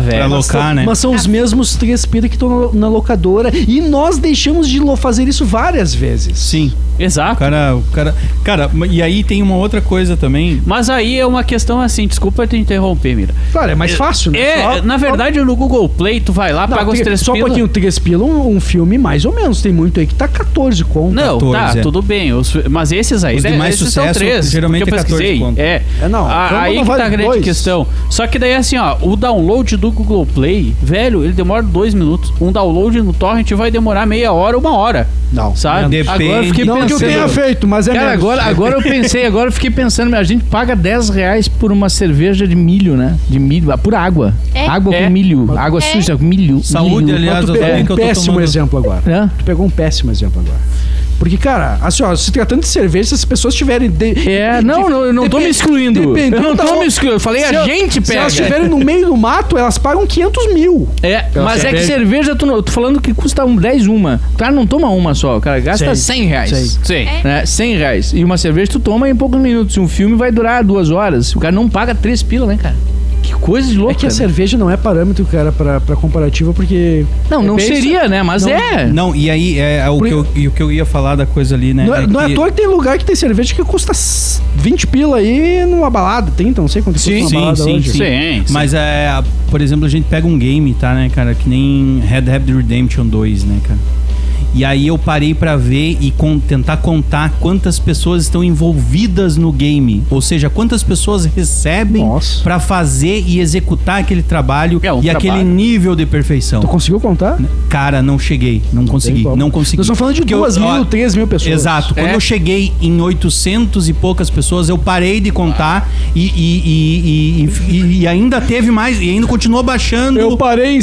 [SPEAKER 4] Pra
[SPEAKER 5] velho.
[SPEAKER 4] alocar, né?
[SPEAKER 6] Mas são os mesmos três pira que estão na, na locadora. E nós deixamos de lo- fazer isso várias vezes.
[SPEAKER 4] Sim. O
[SPEAKER 5] Exato.
[SPEAKER 4] cara, o cara. Cara, e aí tem uma outra coisa também.
[SPEAKER 5] Mas aí é uma questão assim, desculpa te interromper, Mira.
[SPEAKER 6] Claro, é mais fácil, né?
[SPEAKER 5] É,
[SPEAKER 6] Só-
[SPEAKER 5] na verdade no Google Play tu vai lá,
[SPEAKER 6] Não,
[SPEAKER 5] paga os
[SPEAKER 6] tri-
[SPEAKER 5] três
[SPEAKER 6] só um
[SPEAKER 5] pila.
[SPEAKER 6] pouquinho, três pila, um, um filme mais ou menos. Tem muito aí que tá 14 conto.
[SPEAKER 5] Não,
[SPEAKER 4] 14,
[SPEAKER 5] tá,
[SPEAKER 4] é.
[SPEAKER 5] tudo bem. os- mas esses aí,
[SPEAKER 4] Os de
[SPEAKER 5] né,
[SPEAKER 4] mais
[SPEAKER 5] esses
[SPEAKER 4] sucesso,
[SPEAKER 5] são três.
[SPEAKER 4] geralmente
[SPEAKER 5] porque eu
[SPEAKER 4] é 14
[SPEAKER 5] pesquisei.
[SPEAKER 4] conto.
[SPEAKER 5] É,
[SPEAKER 6] É, não,
[SPEAKER 5] A-
[SPEAKER 6] Rambo
[SPEAKER 5] aí
[SPEAKER 6] não
[SPEAKER 5] que
[SPEAKER 6] vale
[SPEAKER 5] tá a grande
[SPEAKER 6] dois.
[SPEAKER 5] questão. Só que daí assim, ó, o download do Google Play, velho, ele demora dois minutos. Um download no torrent vai demorar meia hora, uma hora,
[SPEAKER 6] Não.
[SPEAKER 5] sabe?
[SPEAKER 4] Depende.
[SPEAKER 5] Agora eu fiquei
[SPEAKER 6] Não que eu
[SPEAKER 5] pensando.
[SPEAKER 6] tenha feito, mas é
[SPEAKER 2] Cara,
[SPEAKER 6] menos.
[SPEAKER 2] agora, agora eu pensei, agora eu fiquei pensando, a gente paga 10 reais por uma cerveja de milho, né? De milho, ah, por água.
[SPEAKER 1] É,
[SPEAKER 2] Água
[SPEAKER 5] É.
[SPEAKER 2] com milho. Água suja com milho.
[SPEAKER 4] Saúde,
[SPEAKER 2] milho.
[SPEAKER 4] aliás,
[SPEAKER 2] Quanto
[SPEAKER 4] eu
[SPEAKER 2] pega?
[SPEAKER 4] também que
[SPEAKER 6] um
[SPEAKER 4] eu tô
[SPEAKER 6] péssimo
[SPEAKER 4] tomando.
[SPEAKER 6] exemplo agora.
[SPEAKER 2] Hã?
[SPEAKER 6] Tu pegou um péssimo exemplo agora. Porque, cara, assim, ó, se tratando de cerveja, se as pessoas tiverem. de-
[SPEAKER 2] É, não, não, eu não tô me
[SPEAKER 6] Depende-
[SPEAKER 2] excluindo.
[SPEAKER 6] dependendo
[SPEAKER 2] Eu não
[SPEAKER 6] da
[SPEAKER 2] tô
[SPEAKER 6] onde-
[SPEAKER 2] me excluindo. Eu falei,
[SPEAKER 6] se
[SPEAKER 2] a
[SPEAKER 6] ela-
[SPEAKER 2] gente
[SPEAKER 6] Se
[SPEAKER 2] pega.
[SPEAKER 6] elas estiverem no meio do mato, elas pagam 500 mil.
[SPEAKER 5] É,
[SPEAKER 2] Mas é que cerveja, tu, não- eu tô falando que custa um 10 uma. O cara não toma uma só, o cara gasta
[SPEAKER 6] Sei.
[SPEAKER 2] 100 reais.
[SPEAKER 6] Sei.
[SPEAKER 5] Sim.
[SPEAKER 2] Né? 100 reais. E uma cerveja tu toma em poucos minutos. E um filme vai durar duas horas. O cara não paga três pila, né, cara? Que coisa de louco.
[SPEAKER 6] É que a
[SPEAKER 2] né?
[SPEAKER 6] cerveja não é parâmetro, cara, pra, pra comparativa, porque.
[SPEAKER 2] Não, não
[SPEAKER 6] é bem
[SPEAKER 2] seria, né? Mas
[SPEAKER 6] Não-
[SPEAKER 2] é.
[SPEAKER 4] Não, e aí é, o, que eu, e o que eu ia falar da coisa ali, né?
[SPEAKER 6] Não é, não é
[SPEAKER 4] que-
[SPEAKER 6] à toa que tem lugar que tem cerveja que custa s- 20 pila aí numa balada, 30, não sei quanto
[SPEAKER 4] Sim,
[SPEAKER 6] custa
[SPEAKER 4] sim,
[SPEAKER 6] uma balada
[SPEAKER 4] sim,
[SPEAKER 6] hoje.
[SPEAKER 4] sim.
[SPEAKER 5] Sim, sim.
[SPEAKER 4] Mas é, por exemplo, a gente pega um game, tá, né, cara? Que nem Red Dead Redemption 2, né, cara? E aí eu parei pra ver e con- tentar contar quantas pessoas estão envolvidas no game, ou seja, quantas pessoas recebem
[SPEAKER 6] Nossa.
[SPEAKER 4] pra fazer e executar aquele trabalho
[SPEAKER 5] É, um
[SPEAKER 4] e aquele
[SPEAKER 5] trabalho.
[SPEAKER 4] nível de perfeição.
[SPEAKER 6] Tu conseguu contar?
[SPEAKER 4] Cara, não cheguei, não consegui,
[SPEAKER 6] como.
[SPEAKER 4] não consegui.
[SPEAKER 6] Nós estamos falando de
[SPEAKER 4] Porque eu-
[SPEAKER 6] 2
[SPEAKER 4] ó,
[SPEAKER 6] mil, 3 mil pessoas.
[SPEAKER 4] Exato. Quando
[SPEAKER 5] É.
[SPEAKER 4] eu cheguei em 800 e poucas pessoas, eu parei de contar e, e- e- e- e- e ainda teve mais, e ainda continuou baixando.
[SPEAKER 6] Eu parei em
[SPEAKER 4] o-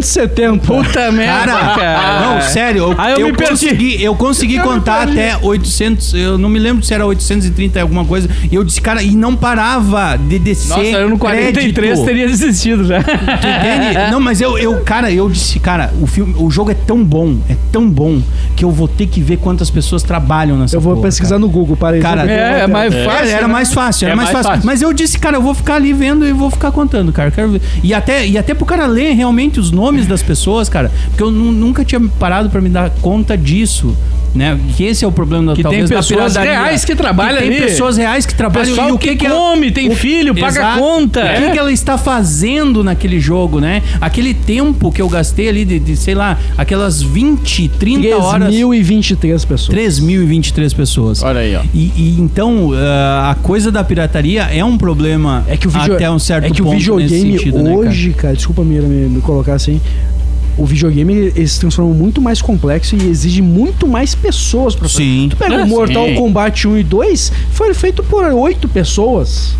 [SPEAKER 6] 5.470.
[SPEAKER 2] Puta merda.
[SPEAKER 6] ah,
[SPEAKER 4] Cara, não, sério, eu,
[SPEAKER 5] Ah, eu
[SPEAKER 4] eu
[SPEAKER 5] me perdi.
[SPEAKER 4] consegui, eu consegui contar até 800, eu não me lembro se era 830 e alguma coisa, e eu disse, cara, e não parava de descer
[SPEAKER 2] Nossa, eu no 43
[SPEAKER 4] crédito.
[SPEAKER 2] teria desistido né? já.
[SPEAKER 4] Tu entende? Não, mas eu, eu, cara, eu disse, cara, o filme, o jogo é tão bom, é tão bom, que eu vou ter que ver quantas pessoas trabalham nessa
[SPEAKER 6] Eu vou
[SPEAKER 4] porra,
[SPEAKER 6] pesquisar
[SPEAKER 4] cara.
[SPEAKER 6] no Google, parei.
[SPEAKER 4] Cara,
[SPEAKER 6] Eu vou-
[SPEAKER 2] É, é mais fácil.
[SPEAKER 4] Era
[SPEAKER 2] né?
[SPEAKER 4] mais fácil, era
[SPEAKER 5] É
[SPEAKER 4] mais,
[SPEAKER 5] mais
[SPEAKER 4] fácil.
[SPEAKER 5] fácil.
[SPEAKER 4] Mas eu disse, cara, eu vou ficar ali vendo e vou ficar contando, cara. Eu Quero ver. E, até, e até pro cara ler realmente os nomes das pessoas, cara. Porque eu nu- nunca tinha parado pra me dar conta disso. Né? Que esse é o problema
[SPEAKER 2] Que
[SPEAKER 4] talvez,
[SPEAKER 2] tem
[SPEAKER 4] da
[SPEAKER 2] pessoas
[SPEAKER 4] pirataria.
[SPEAKER 2] reais que trabalham
[SPEAKER 4] tem
[SPEAKER 2] ali.
[SPEAKER 4] pessoas reais que trabalham
[SPEAKER 2] Pessoal
[SPEAKER 4] e o
[SPEAKER 2] que,
[SPEAKER 4] que, que ela-
[SPEAKER 2] come, tem filho, paga
[SPEAKER 4] Exato.
[SPEAKER 2] conta. É.
[SPEAKER 4] O que, que ela está fazendo naquele jogo, né? Aquele tempo que eu gastei ali de, de, sei lá, aquelas 20, 30 horas.
[SPEAKER 6] 3.023 pessoas.
[SPEAKER 4] 3.023 pessoas.
[SPEAKER 5] Olha aí, ó.
[SPEAKER 4] E, e, então, ah, a coisa da pirataria é um problema
[SPEAKER 6] É que o video-
[SPEAKER 4] até um certo
[SPEAKER 6] é que
[SPEAKER 4] ponto
[SPEAKER 6] o videogame
[SPEAKER 4] nesse sentido, né,
[SPEAKER 6] hoje, cara? desculpa Mira, me, me colocar assim. O videogame ele se transforma muito mais complexo e exige muito mais pessoas pra
[SPEAKER 4] cara?
[SPEAKER 6] fazer.
[SPEAKER 4] Sim.
[SPEAKER 6] Tu pega o Mortal
[SPEAKER 5] Ah, sim.
[SPEAKER 6] Kombat 1 e 2, foi feito por oito pessoas.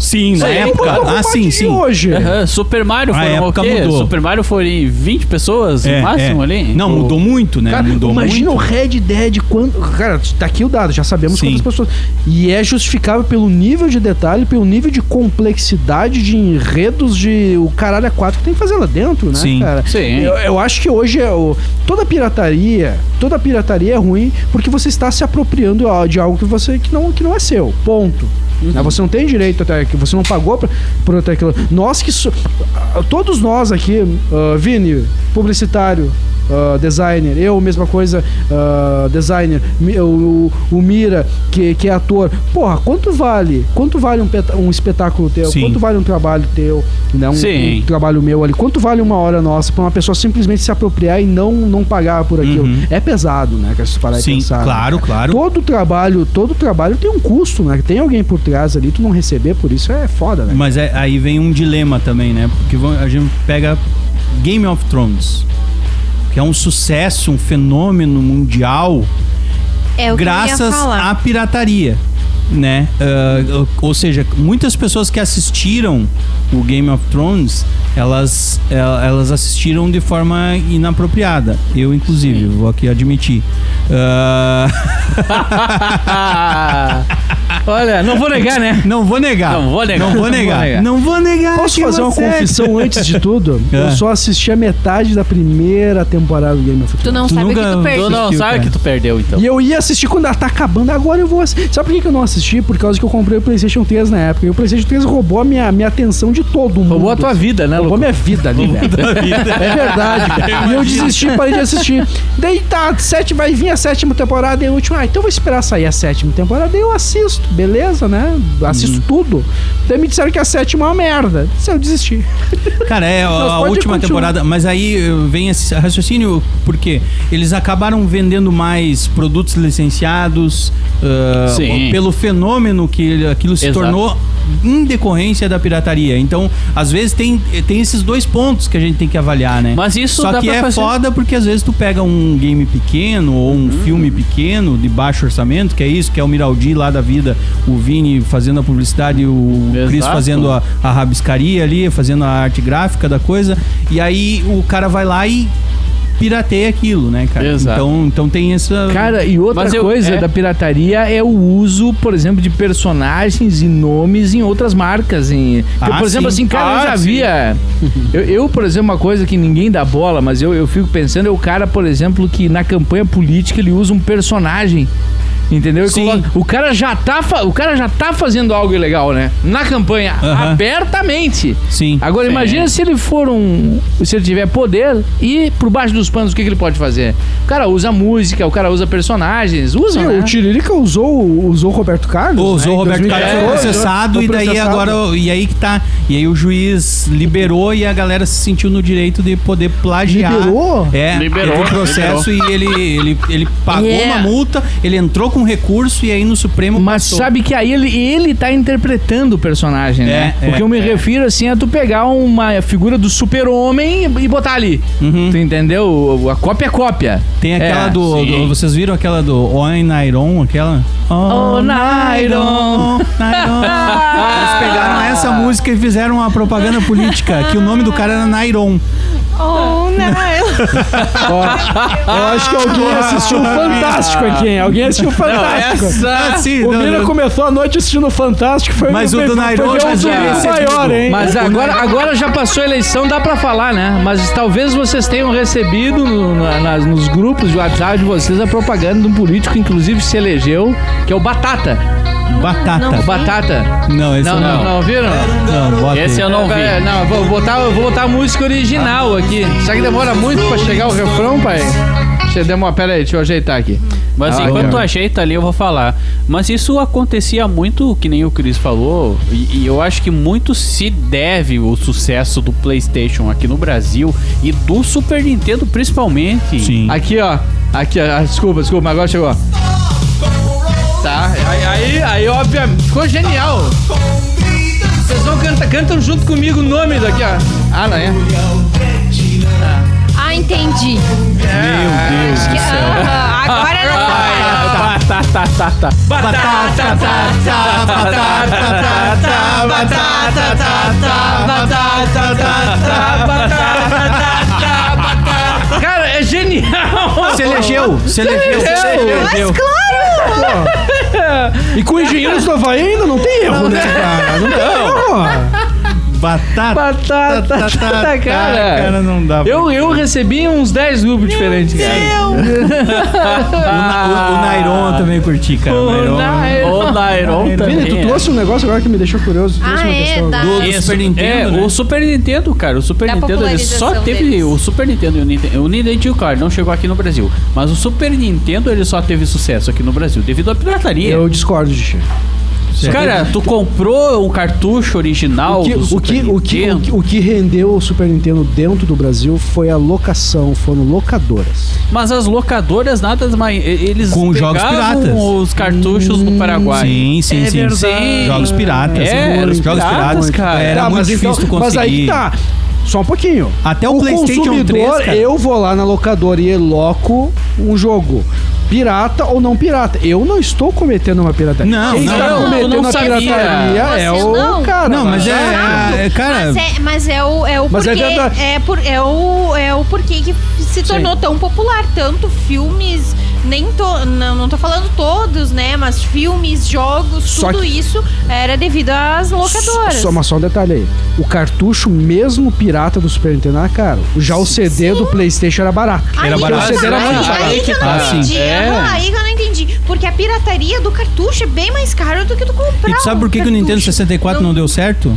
[SPEAKER 4] Sim, na
[SPEAKER 6] Isso aí é o
[SPEAKER 4] época.
[SPEAKER 6] Mortal
[SPEAKER 4] Ah,
[SPEAKER 6] Kombat
[SPEAKER 4] sim,
[SPEAKER 6] de
[SPEAKER 4] sim.
[SPEAKER 6] Hoje.
[SPEAKER 5] Aham, Super Mario
[SPEAKER 4] A
[SPEAKER 5] foram o
[SPEAKER 4] época
[SPEAKER 5] quê?
[SPEAKER 4] mudou.
[SPEAKER 5] Super Mario foram em 20 pessoas
[SPEAKER 4] É,
[SPEAKER 5] no máximo
[SPEAKER 4] é.
[SPEAKER 5] ali?
[SPEAKER 4] Não, mudou muito, né?
[SPEAKER 6] Cara,
[SPEAKER 4] mudou
[SPEAKER 6] imagina
[SPEAKER 4] muito.
[SPEAKER 6] o Red Dead quanto. Cara, tá aqui o dado, já sabemos
[SPEAKER 4] Sim.
[SPEAKER 6] quantas pessoas. E é justificável pelo nível de detalhe, pelo nível de complexidade de enredos de o caralho a quatro que tem que fazer lá dentro, né,
[SPEAKER 4] Sim.
[SPEAKER 6] cara?
[SPEAKER 5] Sim.
[SPEAKER 6] Eu, eu acho que hoje é o, toda pirataria, toda pirataria é ruim porque você está se apropriando ó, de algo que você que não, que não é seu. Ponto.
[SPEAKER 5] Uhum.
[SPEAKER 6] Né, Você não tem direito até que você não pagou pra- por até aquilo. Nós que so- ah, todos nós aqui, ah, Vini, publicitário, ah, designer, eu mesma coisa, ah, designer, mi- o, o Mira que, que é ator. Porra, quanto vale? Quanto vale um, peta- um espetáculo teu?
[SPEAKER 4] Sim.
[SPEAKER 6] Quanto vale um trabalho teu? Né? Um,
[SPEAKER 5] Sim.
[SPEAKER 6] um trabalho meu ali. Quanto vale uma hora nossa pra uma pessoa simplesmente se apropriar e não não pagar por aquilo?
[SPEAKER 4] Uhum.
[SPEAKER 6] É pesado, né? Que se parar e
[SPEAKER 4] Sim,
[SPEAKER 6] pensar. né?
[SPEAKER 4] claro, claro.
[SPEAKER 6] Todo trabalho, todo trabalho tem um custo, né? Tem alguém por trás ali, tu não receber por isso é foda, né?
[SPEAKER 4] Mas é- aí vem um dilema também, né? Porque vão- a gente pega Game of Thrones, que é um sucesso, um fenômeno mundial,
[SPEAKER 1] É o que eu ia
[SPEAKER 4] graças
[SPEAKER 1] falar.
[SPEAKER 4] à pirataria, né? Ah, ou seja, muitas pessoas que assistiram o Game of Thrones, elas, el- elas assistiram de forma inapropriada. Eu, inclusive, vou aqui admitir. Ah,
[SPEAKER 5] Ah,
[SPEAKER 2] Olha, não vou negar, né?
[SPEAKER 4] não vou negar.
[SPEAKER 5] Não vou negar.
[SPEAKER 4] Não vou negar. Não vou negar.
[SPEAKER 6] Posso
[SPEAKER 4] que
[SPEAKER 6] fazer uma
[SPEAKER 4] você-
[SPEAKER 6] confissão antes de tudo?
[SPEAKER 4] É.
[SPEAKER 6] Eu só assisti a metade da primeira temporada do Game of
[SPEAKER 1] Tu
[SPEAKER 6] Thrones.
[SPEAKER 1] não
[SPEAKER 4] Tu
[SPEAKER 1] sabe o
[SPEAKER 4] nunca-
[SPEAKER 1] que tu
[SPEAKER 5] tu
[SPEAKER 1] perdeu.
[SPEAKER 5] não
[SPEAKER 4] Assistiu,
[SPEAKER 5] sabe
[SPEAKER 4] cara.
[SPEAKER 5] que tu perdeu, então.
[SPEAKER 6] E eu ia assistir quando ela tá acabando, agora eu vou assistir. Sabe por que que eu não assisti? Por causa que eu comprei o PlayStation 3 na época. E o PlayStation 3 roubou a minha, minha atenção de todo mundo.
[SPEAKER 2] Roubou a tua vida, né, louco?
[SPEAKER 6] Roubou minha vida ali, velho. É verdade. cara. e eu desisti, parei de assistir. Daí tá, sete, vai vir a sétima temporada e a última. Ah, então eu vou esperar sair a sétima temporada e eu assisto, beleza, né? Assisto
[SPEAKER 4] Uhum.
[SPEAKER 6] tudo. Daí me disseram que a sétima é uma merda. Se eu desisti.
[SPEAKER 4] Cara, é a,
[SPEAKER 6] Mas
[SPEAKER 4] a última
[SPEAKER 6] pode continuar.
[SPEAKER 4] temporada. Mas aí eh, vem esse raciocínio, porque eles acabaram vendendo mais produtos licenciados ah,
[SPEAKER 5] Sim.
[SPEAKER 4] pelo fenômeno que ele- aquilo se
[SPEAKER 5] Exato.
[SPEAKER 4] tornou. em decorrência da pirataria. Então, às vezes tem, eh, tem esses dois pontos que a gente tem que avaliar, né?
[SPEAKER 5] Mas isso
[SPEAKER 4] Só
[SPEAKER 5] dá
[SPEAKER 4] que
[SPEAKER 5] pra
[SPEAKER 4] é
[SPEAKER 5] fazer. Uhum.
[SPEAKER 4] foda porque às vezes tu pega um game pequeno ou um filme pequeno de baixo orçamento, que é isso, que é o Miraldi lá da vida, o Vini fazendo a publicidade, o
[SPEAKER 5] Exato.
[SPEAKER 4] Cris fazendo a, a rabiscaria ali, fazendo a arte gráfica da coisa, e aí o cara vai lá e pirateia aquilo, né, cara?
[SPEAKER 5] Exato.
[SPEAKER 4] Então, então tem essa
[SPEAKER 2] Cara, e outra
[SPEAKER 5] Mas eu-
[SPEAKER 2] coisa
[SPEAKER 5] é.
[SPEAKER 2] da pirataria é o uso, por exemplo, de personagens e nomes em outras marcas. Em... Porque,
[SPEAKER 4] Ah,
[SPEAKER 2] por exemplo,
[SPEAKER 4] sim.
[SPEAKER 2] assim, cara, eu
[SPEAKER 4] Ah,
[SPEAKER 2] já
[SPEAKER 4] sim.
[SPEAKER 2] via. Eu, eu, por exemplo, uma coisa que ninguém dá bola, mas eu, eu fico pensando, é o cara, por exemplo, que na campanha política ele usa um personagem. Entendeu? E
[SPEAKER 4] Sim.
[SPEAKER 2] coloca- O, cara já tá fa- o cara já tá fazendo algo ilegal, né? Na campanha,
[SPEAKER 4] Aham.
[SPEAKER 2] abertamente.
[SPEAKER 4] Sim.
[SPEAKER 2] Agora
[SPEAKER 5] Sim.
[SPEAKER 2] imagina se ele for um. Se ele tiver poder e por baixo dos panos, o que, que ele pode fazer? O cara usa música, o cara usa personagens, usa.
[SPEAKER 6] Sim,
[SPEAKER 2] né?
[SPEAKER 6] o Tiririca usou, usou o Roberto Carlos.
[SPEAKER 4] Ah, é? Usou
[SPEAKER 6] né,
[SPEAKER 4] o
[SPEAKER 6] em
[SPEAKER 4] Roberto Carlos foi
[SPEAKER 6] 2014,
[SPEAKER 4] processado
[SPEAKER 6] foi
[SPEAKER 4] e daí
[SPEAKER 6] processado.
[SPEAKER 4] agora e aí que tá e aí o juiz liberou e a galera se sentiu no direito de poder plagiar.
[SPEAKER 6] Liberou?
[SPEAKER 4] É,
[SPEAKER 5] Liberou,
[SPEAKER 4] teve processo e ele ele, ele pagou
[SPEAKER 1] Yeah.
[SPEAKER 4] uma multa, ele entrou com recurso e aí no Supremo
[SPEAKER 2] Mas
[SPEAKER 4] passou.
[SPEAKER 2] sabe que aí ele, ele tá interpretando o personagem, né?
[SPEAKER 4] É,
[SPEAKER 2] o que
[SPEAKER 4] é,
[SPEAKER 2] eu me refiro, assim, é tu pegar uma figura do super-homem e botar ali.
[SPEAKER 4] Uhum.
[SPEAKER 2] Tu entendeu? A cópia é cópia.
[SPEAKER 4] Tem aquela
[SPEAKER 2] É,
[SPEAKER 4] do,
[SPEAKER 5] sim.
[SPEAKER 4] do- vocês viram aquela do On Nairon, aquela?
[SPEAKER 2] Oh, Nairon.
[SPEAKER 4] Nairon. Eles pegaram essa música e fizeram uma propaganda política que o nome do cara era Nairon.
[SPEAKER 1] Oh, não.
[SPEAKER 6] Eu acho que alguém assistiu o Fantástico aqui, hein? Alguém assistiu o Fantástico.
[SPEAKER 5] Tá.
[SPEAKER 4] Ah, sim,
[SPEAKER 6] O
[SPEAKER 4] não,
[SPEAKER 6] Mira
[SPEAKER 4] não.
[SPEAKER 6] começou a noite assistindo o Fantástico, foi
[SPEAKER 4] Mas o do Nairon
[SPEAKER 6] foi
[SPEAKER 4] já- é tipo
[SPEAKER 6] um zumbi
[SPEAKER 4] já-
[SPEAKER 6] maior, hein?
[SPEAKER 2] Mas agora, agora já passou a eleição, dá pra falar, né? Mas talvez vocês tenham recebido no- na- nas- nos grupos de WhatsApp de vocês a propaganda de um político que inclusive se elegeu, que é o Batata.
[SPEAKER 4] Batata.
[SPEAKER 2] O Batata.
[SPEAKER 4] Não, esse
[SPEAKER 2] Não, não,
[SPEAKER 4] não.
[SPEAKER 2] não, viram?
[SPEAKER 4] Não, bota
[SPEAKER 5] Esse
[SPEAKER 4] aí.
[SPEAKER 5] eu não vi.
[SPEAKER 2] É, não, vou botar, eu vou botar a música original aqui. Será que demora muito pra chegar o refrão, pai? Deixa eu demora, pera aí, deixa eu ajeitar aqui.
[SPEAKER 5] Mas
[SPEAKER 2] Ah,
[SPEAKER 5] enquanto
[SPEAKER 2] ok.
[SPEAKER 5] ajeita ali, eu vou falar. Mas isso acontecia muito, que nem o Chris falou, e, e eu acho que muito se deve o sucesso do PlayStation aqui no Brasil e do Super Nintendo principalmente.
[SPEAKER 4] Sim.
[SPEAKER 2] Aqui, ó. Aqui, ó. Ah, Desculpa, desculpa, agora chegou. Tá, aí, aí, aí obviamente. Ficou genial. Vocês vão cantar, cantam junto comigo o nome daqui, ó. Ah, não é?
[SPEAKER 1] Ah, entendi.
[SPEAKER 4] Meu Deus do céu.
[SPEAKER 1] Ah, agora é na
[SPEAKER 5] Tá, tá, tá, tá, tá.
[SPEAKER 4] Batata, batata, batata, batata, batata, batata.
[SPEAKER 2] Cara, é genial!
[SPEAKER 4] Se elegeu, se elegeu, se elegeu.
[SPEAKER 6] E com engenheiros do Havaí ainda não tem erro, né, cara? Não tem erro.
[SPEAKER 4] Batata, Tá,
[SPEAKER 2] Batata, tá, cara.
[SPEAKER 4] batata, cara, não dá. pra-
[SPEAKER 2] Eu, eu recebi uns 10 grupos diferentes, cara.
[SPEAKER 4] O, Na- o, o Nairon eu também curti, cara. O Nairon. é
[SPEAKER 5] O Nairon também.
[SPEAKER 6] Vini, tu trouxe um negócio agora que me deixou curioso. Tu trouxe
[SPEAKER 1] Ah,
[SPEAKER 6] uma
[SPEAKER 1] é,
[SPEAKER 6] questão.
[SPEAKER 1] da...
[SPEAKER 4] Do, do
[SPEAKER 5] Isso,
[SPEAKER 4] Super Nintendo,
[SPEAKER 5] é,
[SPEAKER 4] né?
[SPEAKER 5] o Super Nintendo, cara, o Super
[SPEAKER 1] Da
[SPEAKER 5] Nintendo ele só
[SPEAKER 1] popularização
[SPEAKER 5] teve
[SPEAKER 1] deles.
[SPEAKER 5] o Super Nintendo e o Nintendo, o Nintendo, cara, não chegou aqui no Brasil, mas o Super Nintendo ele só teve sucesso aqui no Brasil devido à pirataria.
[SPEAKER 6] Eu discordo de ti.
[SPEAKER 5] Cara, tu comprou um cartucho original
[SPEAKER 6] O que,
[SPEAKER 5] do
[SPEAKER 6] o,
[SPEAKER 5] Super
[SPEAKER 6] que, o, que, o
[SPEAKER 5] Nintendo?
[SPEAKER 6] que- o que rendeu o Super Nintendo dentro do Brasil foi a locação, foram locadoras.
[SPEAKER 5] Mas as locadoras nada mais. e- Eles
[SPEAKER 4] Com jogos
[SPEAKER 5] pegavam
[SPEAKER 4] piratas. Hum,
[SPEAKER 5] os cartuchos do Paraguai.
[SPEAKER 4] Sim, sim,
[SPEAKER 5] É
[SPEAKER 4] sim.
[SPEAKER 5] verdade.
[SPEAKER 4] Jogos piratas.
[SPEAKER 5] É,
[SPEAKER 4] jogos
[SPEAKER 5] eram piratas, cara.
[SPEAKER 4] Ah, Era
[SPEAKER 6] Tá,
[SPEAKER 4] muito
[SPEAKER 6] mas
[SPEAKER 4] difícil
[SPEAKER 6] então-
[SPEAKER 4] tu conseguir.
[SPEAKER 6] Mas aí que tá. Só um pouquinho.
[SPEAKER 4] Até o PlayStation
[SPEAKER 6] consumidor,
[SPEAKER 4] 3, cara.
[SPEAKER 6] eu vou lá na locadora e eloco um jogo. Pirata ou não pirata. Eu não estou cometendo uma pirataria.
[SPEAKER 4] Não,
[SPEAKER 6] Quem
[SPEAKER 4] não,
[SPEAKER 6] está
[SPEAKER 4] não,
[SPEAKER 5] eu
[SPEAKER 6] cometendo
[SPEAKER 5] não
[SPEAKER 6] a
[SPEAKER 5] sabia.
[SPEAKER 6] pirataria é
[SPEAKER 1] Vocês
[SPEAKER 6] o
[SPEAKER 1] não.
[SPEAKER 6] cara. Ah,
[SPEAKER 4] Não, mas é,
[SPEAKER 1] Exato.
[SPEAKER 4] é- é- Cara,
[SPEAKER 1] Mas é, mas é o, é o
[SPEAKER 6] Mas é
[SPEAKER 1] porquê.
[SPEAKER 6] verdade.
[SPEAKER 1] É, por, é, o, é o porquê que se tornou tão popular. Tanto filmes, nem to, não, não tô falando todos, né? Mas filmes, jogos,
[SPEAKER 6] Só
[SPEAKER 1] tudo
[SPEAKER 6] que-
[SPEAKER 1] isso era devido às locadoras.
[SPEAKER 6] Só, mas só um detalhe aí. O cartucho, mesmo pirata do Super Nintendo, era caro. Já o CD do PlayStation era barato.
[SPEAKER 1] Aí
[SPEAKER 4] Era
[SPEAKER 1] que
[SPEAKER 4] barato,
[SPEAKER 1] eu não-
[SPEAKER 4] era
[SPEAKER 1] aí-
[SPEAKER 4] muito
[SPEAKER 1] aí,
[SPEAKER 5] barato.
[SPEAKER 1] que eu não
[SPEAKER 4] Ah, sim.
[SPEAKER 1] entendi.
[SPEAKER 5] É.
[SPEAKER 1] Aham, Aí que eu não entendi. Porque a pirataria do cartucho é bem mais caro do que tu comprar. um
[SPEAKER 4] E tu sabe por que, que o Nintendo 64 não, deu certo?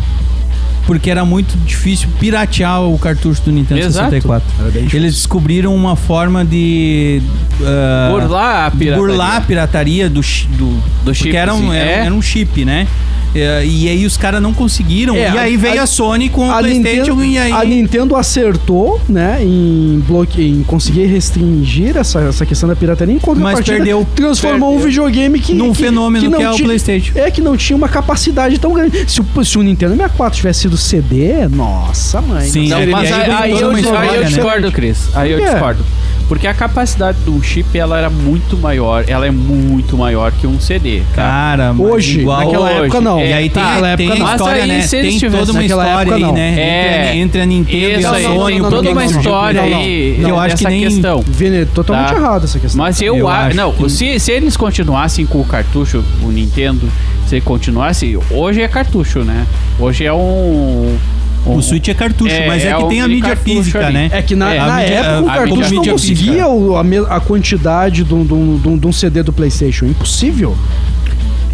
[SPEAKER 4] Porque era muito difícil piratear o cartucho do Nintendo
[SPEAKER 5] Exato.
[SPEAKER 4] 64. Eles descobriram uma forma de. ah,
[SPEAKER 2] é?
[SPEAKER 5] Burlar a
[SPEAKER 4] de
[SPEAKER 5] pirataria.
[SPEAKER 4] burlar a pirataria do, chi- do,
[SPEAKER 5] Do
[SPEAKER 4] porque era um,
[SPEAKER 5] chipzinho,
[SPEAKER 4] era,
[SPEAKER 5] é.
[SPEAKER 4] era um chip, né? É, e aí os caras não conseguiram.
[SPEAKER 6] É,
[SPEAKER 4] e aí
[SPEAKER 6] a-
[SPEAKER 4] veio a,
[SPEAKER 6] a-
[SPEAKER 4] Sony com o
[SPEAKER 6] a
[SPEAKER 4] PlayStation
[SPEAKER 6] Nintendo,
[SPEAKER 4] e aí.
[SPEAKER 6] a Nintendo acertou, né, em, bloque, em conseguir restringir essa, essa questão da pirataria, em contrapartida,
[SPEAKER 4] perdeu.
[SPEAKER 6] transformou um
[SPEAKER 4] Perdeu.
[SPEAKER 6] videogame que
[SPEAKER 4] Num
[SPEAKER 6] que-
[SPEAKER 4] fenômeno
[SPEAKER 6] não
[SPEAKER 4] que é o
[SPEAKER 6] ti-
[SPEAKER 4] PlayStation.
[SPEAKER 6] É que não tinha uma capacidade tão grande. Se o, se o Nintendo 64 tivesse sido CD, nossa mãe.
[SPEAKER 4] Sim,
[SPEAKER 5] Não,
[SPEAKER 4] ele-
[SPEAKER 5] mas
[SPEAKER 4] ele
[SPEAKER 5] aí,
[SPEAKER 4] tem
[SPEAKER 5] aí
[SPEAKER 4] toda
[SPEAKER 5] eu,
[SPEAKER 4] uma
[SPEAKER 5] aí eu
[SPEAKER 4] história, né?
[SPEAKER 5] discordo, Cris. Aí eu
[SPEAKER 6] Por quê?
[SPEAKER 5] discordo. Porque a capacidade do chip, ela era muito maior. Ela é muito maior que um CD, tá?
[SPEAKER 4] Cara, mas
[SPEAKER 6] Hoje,
[SPEAKER 4] igual
[SPEAKER 6] naquela
[SPEAKER 5] hoje.
[SPEAKER 6] época não.
[SPEAKER 4] E aí tem,
[SPEAKER 5] Naquela
[SPEAKER 4] tem
[SPEAKER 5] época não.
[SPEAKER 4] história,
[SPEAKER 5] Mas aí,
[SPEAKER 4] né?
[SPEAKER 5] se eles
[SPEAKER 4] Tem toda
[SPEAKER 5] tivessem
[SPEAKER 4] uma
[SPEAKER 6] naquela
[SPEAKER 4] história
[SPEAKER 6] época,
[SPEAKER 4] aí,
[SPEAKER 6] não.
[SPEAKER 4] né? Entre,
[SPEAKER 5] É.
[SPEAKER 4] a- entre a Nintendo e
[SPEAKER 5] Isso
[SPEAKER 4] a
[SPEAKER 5] aí,
[SPEAKER 4] Sony.
[SPEAKER 5] tem
[SPEAKER 6] não,
[SPEAKER 5] toda
[SPEAKER 6] não,
[SPEAKER 5] uma
[SPEAKER 6] não, não,
[SPEAKER 5] história
[SPEAKER 6] não, não,
[SPEAKER 5] aí
[SPEAKER 4] não. Eu acho
[SPEAKER 5] dessa
[SPEAKER 4] que nem-
[SPEAKER 5] questão.
[SPEAKER 6] Vini, totalmente
[SPEAKER 5] Tá.
[SPEAKER 6] errado essa questão.
[SPEAKER 5] Mas eu,
[SPEAKER 4] Eu
[SPEAKER 5] a-
[SPEAKER 4] acho
[SPEAKER 5] Não,
[SPEAKER 4] que-
[SPEAKER 5] se, se eles continuassem com o cartucho, o Nintendo, se continuasse. Hoje é cartucho, né? Hoje é um. um-
[SPEAKER 4] O Switch é cartucho,
[SPEAKER 5] É,
[SPEAKER 4] mas é,
[SPEAKER 5] é
[SPEAKER 4] que
[SPEAKER 5] um
[SPEAKER 4] tem a
[SPEAKER 5] mini
[SPEAKER 4] mídia
[SPEAKER 5] cartucho
[SPEAKER 4] física,
[SPEAKER 5] ali.
[SPEAKER 4] né?
[SPEAKER 6] É que na,
[SPEAKER 5] É,
[SPEAKER 6] na
[SPEAKER 4] a mídia-
[SPEAKER 6] época o
[SPEAKER 4] a- a
[SPEAKER 6] cartucho não
[SPEAKER 4] mídia física.
[SPEAKER 6] conseguia o- a, me- a quantidade de um, de um- de um- de um CD do PlayStation. Impossível.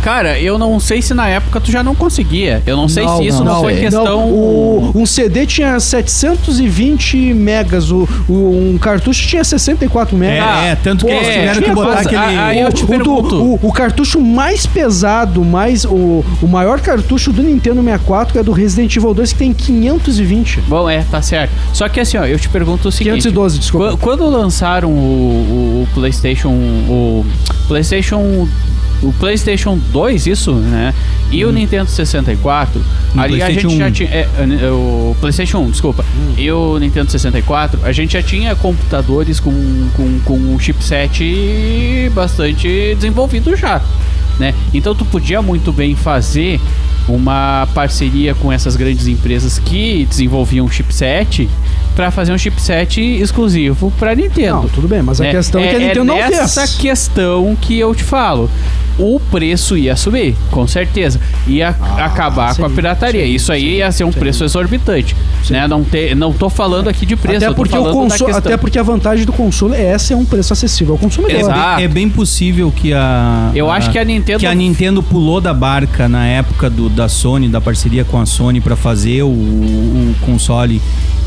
[SPEAKER 5] Cara, eu não sei se na época tu já não conseguia. Eu não sei se isso não, foi
[SPEAKER 6] é.
[SPEAKER 5] questão.
[SPEAKER 6] Não, o- um CD tinha 720 megas, o, o- um cartucho tinha 64 megas.
[SPEAKER 5] Ah,
[SPEAKER 4] É, é, tanto que
[SPEAKER 5] pô,
[SPEAKER 4] eles
[SPEAKER 5] é,
[SPEAKER 4] tiveram que
[SPEAKER 5] tinha
[SPEAKER 4] botar
[SPEAKER 5] coisa.
[SPEAKER 4] aquele.
[SPEAKER 5] Ah, ah,
[SPEAKER 6] O-
[SPEAKER 5] eu te
[SPEAKER 6] o, do-
[SPEAKER 5] pergunto.
[SPEAKER 6] o- o cartucho mais pesado, mais o, o maior cartucho do Nintendo 64 é do Resident Evil 2, que tem 520.
[SPEAKER 5] Bom, é, tá certo. Só que assim, ó, eu te pergunto o seguinte.
[SPEAKER 6] 512, desculpa.
[SPEAKER 5] Qu- Quando lançaram o, o- o PlayStation, o PlayStation, o PlayStation 2, isso, né? E o Nintendo 64,
[SPEAKER 4] Hum. No
[SPEAKER 5] ali a
[SPEAKER 4] PlayStation
[SPEAKER 5] gente já
[SPEAKER 4] 1.
[SPEAKER 5] tinha é, é, o PlayStation 1, desculpa. E o Nintendo 64, a gente já tinha computadores com com, com um chipset bastante desenvolvido já, né? Então tu podia muito bem fazer uma parceria com essas grandes empresas que desenvolviam chipset para fazer um chipset exclusivo para Nintendo.
[SPEAKER 6] Não, tudo bem, mas a
[SPEAKER 5] né?
[SPEAKER 6] questão é, que a Nintendo não fez.
[SPEAKER 5] nessa questão que eu te falo. O preço ia subir, com certeza. Ia acabar com a
[SPEAKER 6] Ah, sim,
[SPEAKER 5] pirataria.
[SPEAKER 6] sim,
[SPEAKER 5] Isso aí
[SPEAKER 6] sim,
[SPEAKER 5] ia ser um
[SPEAKER 6] sim.
[SPEAKER 5] preço exorbitante. Né? Não, te, não tô falando aqui de preço,
[SPEAKER 6] até,
[SPEAKER 5] eu tô
[SPEAKER 6] porque o
[SPEAKER 5] falando da
[SPEAKER 6] console,
[SPEAKER 5] questão.
[SPEAKER 6] até porque a vantagem do console é essa, é um preço acessível ao consumidor.
[SPEAKER 5] Exato.
[SPEAKER 4] É, bem, é bem possível que a.
[SPEAKER 5] Eu acho que a Nintendo-
[SPEAKER 4] Ah. Que a Nintendo pulou da barca na época do, da Sony, da parceria com a Sony pra fazer o, o console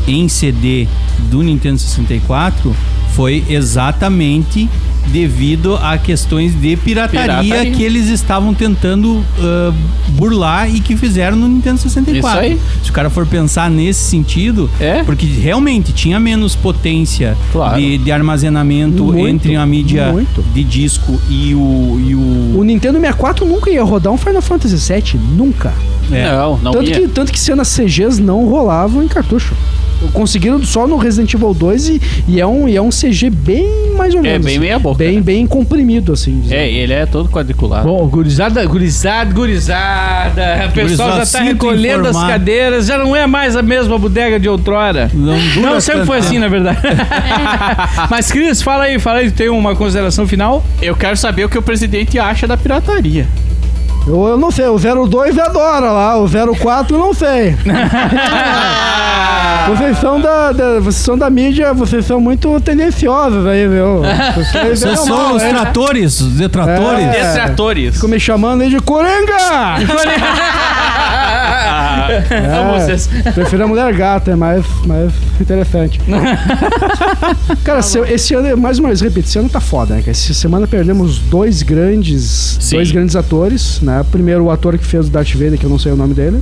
[SPEAKER 4] em CD do Nintendo 64 foi exatamente devido a questões de pirataria,
[SPEAKER 5] Pirataria.
[SPEAKER 4] que eles estavam tentando ah, burlar e que fizeram no Nintendo 64.
[SPEAKER 5] Isso aí.
[SPEAKER 4] Se o cara for pensar nesse sentido,
[SPEAKER 5] É.
[SPEAKER 4] porque realmente tinha menos potência
[SPEAKER 5] Claro.
[SPEAKER 4] de, de armazenamento
[SPEAKER 6] Muito,
[SPEAKER 4] entre a mídia
[SPEAKER 6] muito.
[SPEAKER 4] de disco e o. E
[SPEAKER 6] O
[SPEAKER 4] o,
[SPEAKER 6] Nintendo 64 nunca ia rodar um Final Fantasy VII, nunca.
[SPEAKER 4] é.
[SPEAKER 5] Não, não
[SPEAKER 6] tanto,
[SPEAKER 5] ia.
[SPEAKER 6] que, tanto que cenas CGs não rolavam em cartucho. Conseguiram só no Resident Evil 2 e, e é, um, e é um CG bem mais ou
[SPEAKER 5] É,
[SPEAKER 6] menos. assim.
[SPEAKER 5] bem meia boca,
[SPEAKER 6] Bem,
[SPEAKER 5] né?
[SPEAKER 6] bem comprimido, assim. dizer.
[SPEAKER 5] É, ele é todo quadriculado.
[SPEAKER 2] Bom, gurizada, gurizada, gurizada. O pessoal já
[SPEAKER 4] Gurizada,
[SPEAKER 2] tá
[SPEAKER 4] sinto
[SPEAKER 2] recolhendo as
[SPEAKER 4] informar.
[SPEAKER 2] cadeiras, já não é mais a mesma bodega de outrora.
[SPEAKER 4] Não dura
[SPEAKER 2] Não, sempre
[SPEAKER 4] tanto
[SPEAKER 2] foi assim, na verdade. Mas, Cris, fala aí, fala aí, tem uma consideração final?
[SPEAKER 5] Eu quero saber o que o presidente acha da pirataria.
[SPEAKER 6] Eu, eu não sei, o 02 adora lá, o 04 eu não sei. vocês, são da, da- vocês são da mídia, vocês são muito tendenciosos aí, viu? Vocês
[SPEAKER 4] Vocês
[SPEAKER 6] é
[SPEAKER 4] são
[SPEAKER 6] mal,
[SPEAKER 4] os
[SPEAKER 6] né?
[SPEAKER 4] tratores, os detratores.
[SPEAKER 6] É.
[SPEAKER 5] Detratores.
[SPEAKER 6] Ficam me chamando aí de Coringa!
[SPEAKER 2] Amo
[SPEAKER 6] É,
[SPEAKER 2] vocês.
[SPEAKER 6] Prefiro a mulher gata, é mais, mais interessante. cara, se- esse ano, mais uma vez, repito, esse ano tá foda, né? cara? Essa semana perdemos dois grandes,
[SPEAKER 5] Sim.
[SPEAKER 6] dois grandes atores, né? Primeiro o ator que fez o Darth Vader, que eu não sei o nome dele.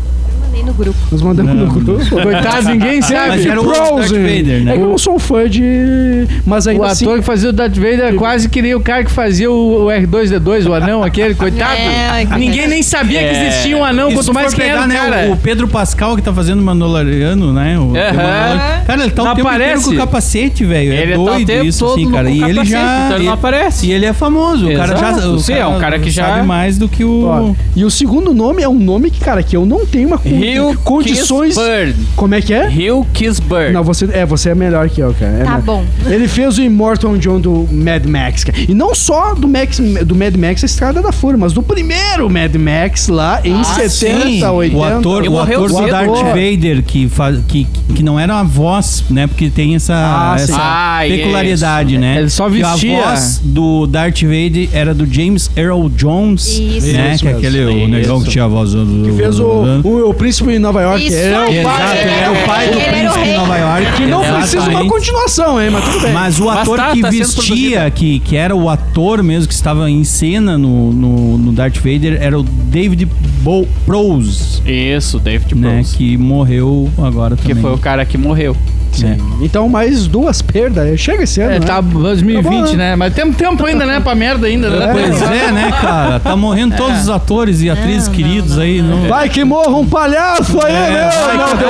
[SPEAKER 1] Nem no grupo.
[SPEAKER 6] Nós mandamos no grupo. Coitado, ninguém sabe.
[SPEAKER 4] Mas era o Darth Vader, né?
[SPEAKER 6] É que eu não sou um fã de... Mas
[SPEAKER 2] O
[SPEAKER 6] ainda assim...
[SPEAKER 2] ator que fazia o Darth Vader é quase que nem o cara que fazia o o R2-D2, o anão aquele, coitado.
[SPEAKER 1] É, que-
[SPEAKER 2] Ninguém nem sabia que existia um anão,
[SPEAKER 4] E se
[SPEAKER 2] quanto
[SPEAKER 4] tu
[SPEAKER 2] mais
[SPEAKER 4] for
[SPEAKER 5] é
[SPEAKER 2] que era o
[SPEAKER 4] né,
[SPEAKER 2] cara.
[SPEAKER 4] o Pedro Pascal que tá fazendo o Mandaloriano, né? O,
[SPEAKER 5] Aham.
[SPEAKER 4] Mandalorian. Cara, ele tá
[SPEAKER 2] Não
[SPEAKER 4] o tempo
[SPEAKER 2] aparece.
[SPEAKER 4] inteiro com o capacete, velho. É
[SPEAKER 5] Ele tá o
[SPEAKER 4] doido
[SPEAKER 5] tempo
[SPEAKER 4] isso,
[SPEAKER 5] todo
[SPEAKER 4] assim,
[SPEAKER 5] no-
[SPEAKER 4] cara.
[SPEAKER 5] com
[SPEAKER 4] E ele
[SPEAKER 5] capacete,
[SPEAKER 4] já.
[SPEAKER 5] então ele não
[SPEAKER 4] e-
[SPEAKER 5] aparece.
[SPEAKER 4] E ele é famoso. O cara já.
[SPEAKER 5] Exato,
[SPEAKER 4] O
[SPEAKER 5] sim, é um cara que já-
[SPEAKER 4] Sabe mais do que o.
[SPEAKER 6] Ó, e o segundo nome é um nome que, cara, que eu não tenho uma con-
[SPEAKER 5] Rio
[SPEAKER 6] condições...
[SPEAKER 5] Kisbird.
[SPEAKER 6] Como é que é?
[SPEAKER 5] Rio Kisbird.
[SPEAKER 6] Não, você é, você é melhor que eu, cara. É
[SPEAKER 1] Tá
[SPEAKER 6] me-
[SPEAKER 1] bom.
[SPEAKER 6] Ele fez o Immortal John do Mad Max, cara. E não só do, Max, do Mad Max A Estrada da Fúria, mas do primeiro Mad Max lá em 70,
[SPEAKER 4] sim,
[SPEAKER 6] 80.
[SPEAKER 4] o ator
[SPEAKER 5] Ele morreu
[SPEAKER 4] ator do
[SPEAKER 5] cedo.
[SPEAKER 4] Darth Vader, que, faz, que, que não era a voz, né? Porque tem essa,
[SPEAKER 2] Ah, sim.
[SPEAKER 4] essa
[SPEAKER 5] Ah, É,
[SPEAKER 4] peculiaridade,
[SPEAKER 2] isso.
[SPEAKER 4] né?
[SPEAKER 2] Ele só
[SPEAKER 4] Que
[SPEAKER 2] vestia.
[SPEAKER 4] a voz do Darth Vader era do James Earl Jones,
[SPEAKER 1] Isso.
[SPEAKER 4] né?
[SPEAKER 6] Isso
[SPEAKER 4] que é aquele o negão que tinha a voz do...
[SPEAKER 6] Que fez o, o, o príncipe em Nova York.
[SPEAKER 1] Isso
[SPEAKER 6] é,
[SPEAKER 1] aí.
[SPEAKER 4] Exato, ele era o pai do
[SPEAKER 1] Ele era o
[SPEAKER 4] príncipe
[SPEAKER 1] rei.
[SPEAKER 4] de Nova York.
[SPEAKER 6] que não precisa de uma
[SPEAKER 4] Exatamente.
[SPEAKER 6] continuação, hein? Mas tudo bem.
[SPEAKER 4] Mas o
[SPEAKER 5] Mas
[SPEAKER 4] ator
[SPEAKER 5] tá-
[SPEAKER 4] que
[SPEAKER 5] tá sendo
[SPEAKER 4] vestia, que, que era o ator mesmo, que estava em cena no, no, no Darth Vader, era o David Bo Prose,
[SPEAKER 5] Isso, David
[SPEAKER 4] né?
[SPEAKER 5] Prowse.
[SPEAKER 4] Que morreu agora
[SPEAKER 5] Que
[SPEAKER 4] também.
[SPEAKER 5] foi o cara que morreu.
[SPEAKER 4] né.
[SPEAKER 6] Então, mais duas perdas. Chega esse ano.
[SPEAKER 2] É,
[SPEAKER 6] né?
[SPEAKER 2] tá 2020,
[SPEAKER 6] Tá bom, né?
[SPEAKER 2] né? Mas temos tempo ainda, né? Pra merda ainda, né?
[SPEAKER 4] Pois é, né, cara? Tá morrendo todos os atores e atrizes queridos aí. Não...
[SPEAKER 6] Vai que morra um palhaço aí,
[SPEAKER 4] É,
[SPEAKER 6] meu! Não, deu-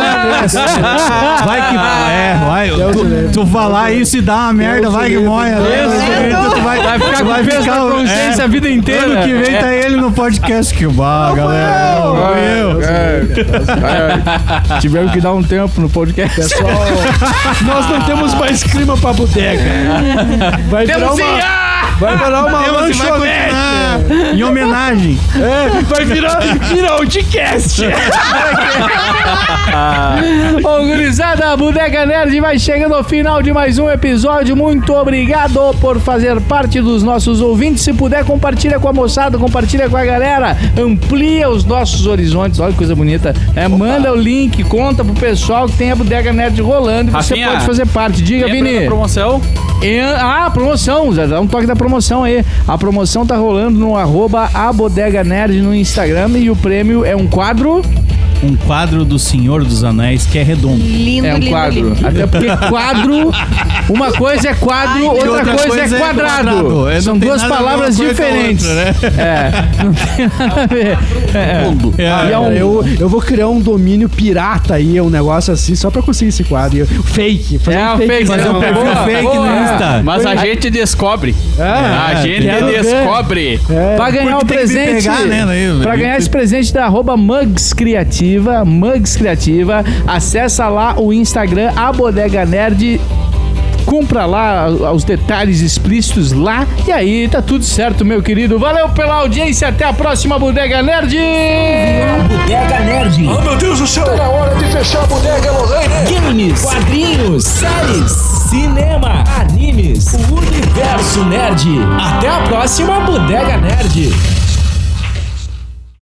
[SPEAKER 4] Vai que. É, vai.
[SPEAKER 6] Deus
[SPEAKER 4] tu,
[SPEAKER 6] me livre.
[SPEAKER 4] tu falar isso e dá uma merda,
[SPEAKER 6] Deus
[SPEAKER 4] vai
[SPEAKER 6] me
[SPEAKER 4] que
[SPEAKER 6] livre.
[SPEAKER 4] morre.
[SPEAKER 2] Deus
[SPEAKER 4] né?
[SPEAKER 2] me livre.
[SPEAKER 4] Tu vai,
[SPEAKER 2] Vai ficar
[SPEAKER 4] tu vai
[SPEAKER 2] com peso
[SPEAKER 4] ficar-
[SPEAKER 2] na consciência
[SPEAKER 4] é.
[SPEAKER 2] a vida inteira.
[SPEAKER 4] Ano que vem tá ele no podcast que bah, galera. Não fui eu.
[SPEAKER 2] É. É. Tivemos que dar um tempo no podcast.
[SPEAKER 6] Pessoal, nós não temos mais clima pra bodega. Vai virar uma, vai virar uma né?
[SPEAKER 4] Temos que
[SPEAKER 6] lanchonete.
[SPEAKER 4] continuar Em homenagem.
[SPEAKER 6] É, vai virar.
[SPEAKER 2] Ô, gurizada, a Bodega Nerd vai chegando ao final de mais um episódio. Muito obrigado por fazer parte dos nossos ouvintes. Se puder, compartilha com a moçada, compartilha com a galera. Amplia os nossos horizontes. Olha que coisa bonita. É, manda o link, conta pro pessoal que tem a Bodega Nerd rolando. e Você
[SPEAKER 5] Rafinha,
[SPEAKER 2] pode fazer parte. Diga,
[SPEAKER 5] Lembra da
[SPEAKER 2] Vini.
[SPEAKER 5] promoção?
[SPEAKER 2] E- ah, promoção, Zé, dá um toque da promoção aí. A promoção tá rolando no arroba a Bodega Nerd no Instagram e o prêmio é um quadro.
[SPEAKER 4] Um quadro do Senhor dos Anéis que é redondo.
[SPEAKER 1] Lindo,
[SPEAKER 2] É um
[SPEAKER 1] lindo,
[SPEAKER 2] quadro.
[SPEAKER 1] lindo.
[SPEAKER 2] Até porque quadro, uma coisa é quadro, outra,
[SPEAKER 4] outra
[SPEAKER 2] coisa,
[SPEAKER 4] coisa
[SPEAKER 2] é
[SPEAKER 4] é
[SPEAKER 2] quadrado.
[SPEAKER 4] quadrado. É, não
[SPEAKER 2] São
[SPEAKER 4] tem
[SPEAKER 2] duas
[SPEAKER 4] nada a ver uma
[SPEAKER 2] palavras
[SPEAKER 4] coisa com a
[SPEAKER 2] diferentes.
[SPEAKER 4] outra, né?
[SPEAKER 2] É, não tem nada a ver. É.
[SPEAKER 4] É,
[SPEAKER 2] E é um-
[SPEAKER 6] Eu, eu vou criar um domínio pirata aí, um negócio assim, só pra conseguir esse quadro. Eu- Fake. fazer
[SPEAKER 2] É, um fake,
[SPEAKER 4] fazer um
[SPEAKER 2] não,
[SPEAKER 4] perfil
[SPEAKER 2] boa,
[SPEAKER 4] fake
[SPEAKER 2] boa,
[SPEAKER 4] no
[SPEAKER 2] é.
[SPEAKER 4] Insta.
[SPEAKER 5] Mas a gente descobre. a gente
[SPEAKER 6] quero ver.
[SPEAKER 5] descobre.
[SPEAKER 6] É,
[SPEAKER 2] Pra ganhar o
[SPEAKER 4] Porque tem que me
[SPEAKER 2] presente.
[SPEAKER 4] pegar, né, daí,
[SPEAKER 2] pra
[SPEAKER 4] né?
[SPEAKER 2] ganhar esse presente da arroba Mugs Criativa, Mugs Criativa, acessa lá o Instagram, a Bodega Nerd. Compra lá os detalhes explícitos lá. E aí, tá tudo certo, meu querido. Valeu pela audiência. Até a próxima, Bodega Nerd!
[SPEAKER 3] Bodega Nerd. Oh, meu Deus do céu! Tá na hora de fechar a bodega, Lorraine. Games, quadrinhos, séries, cinema, animes, o universo nerd. Até a próxima Bodega Nerd.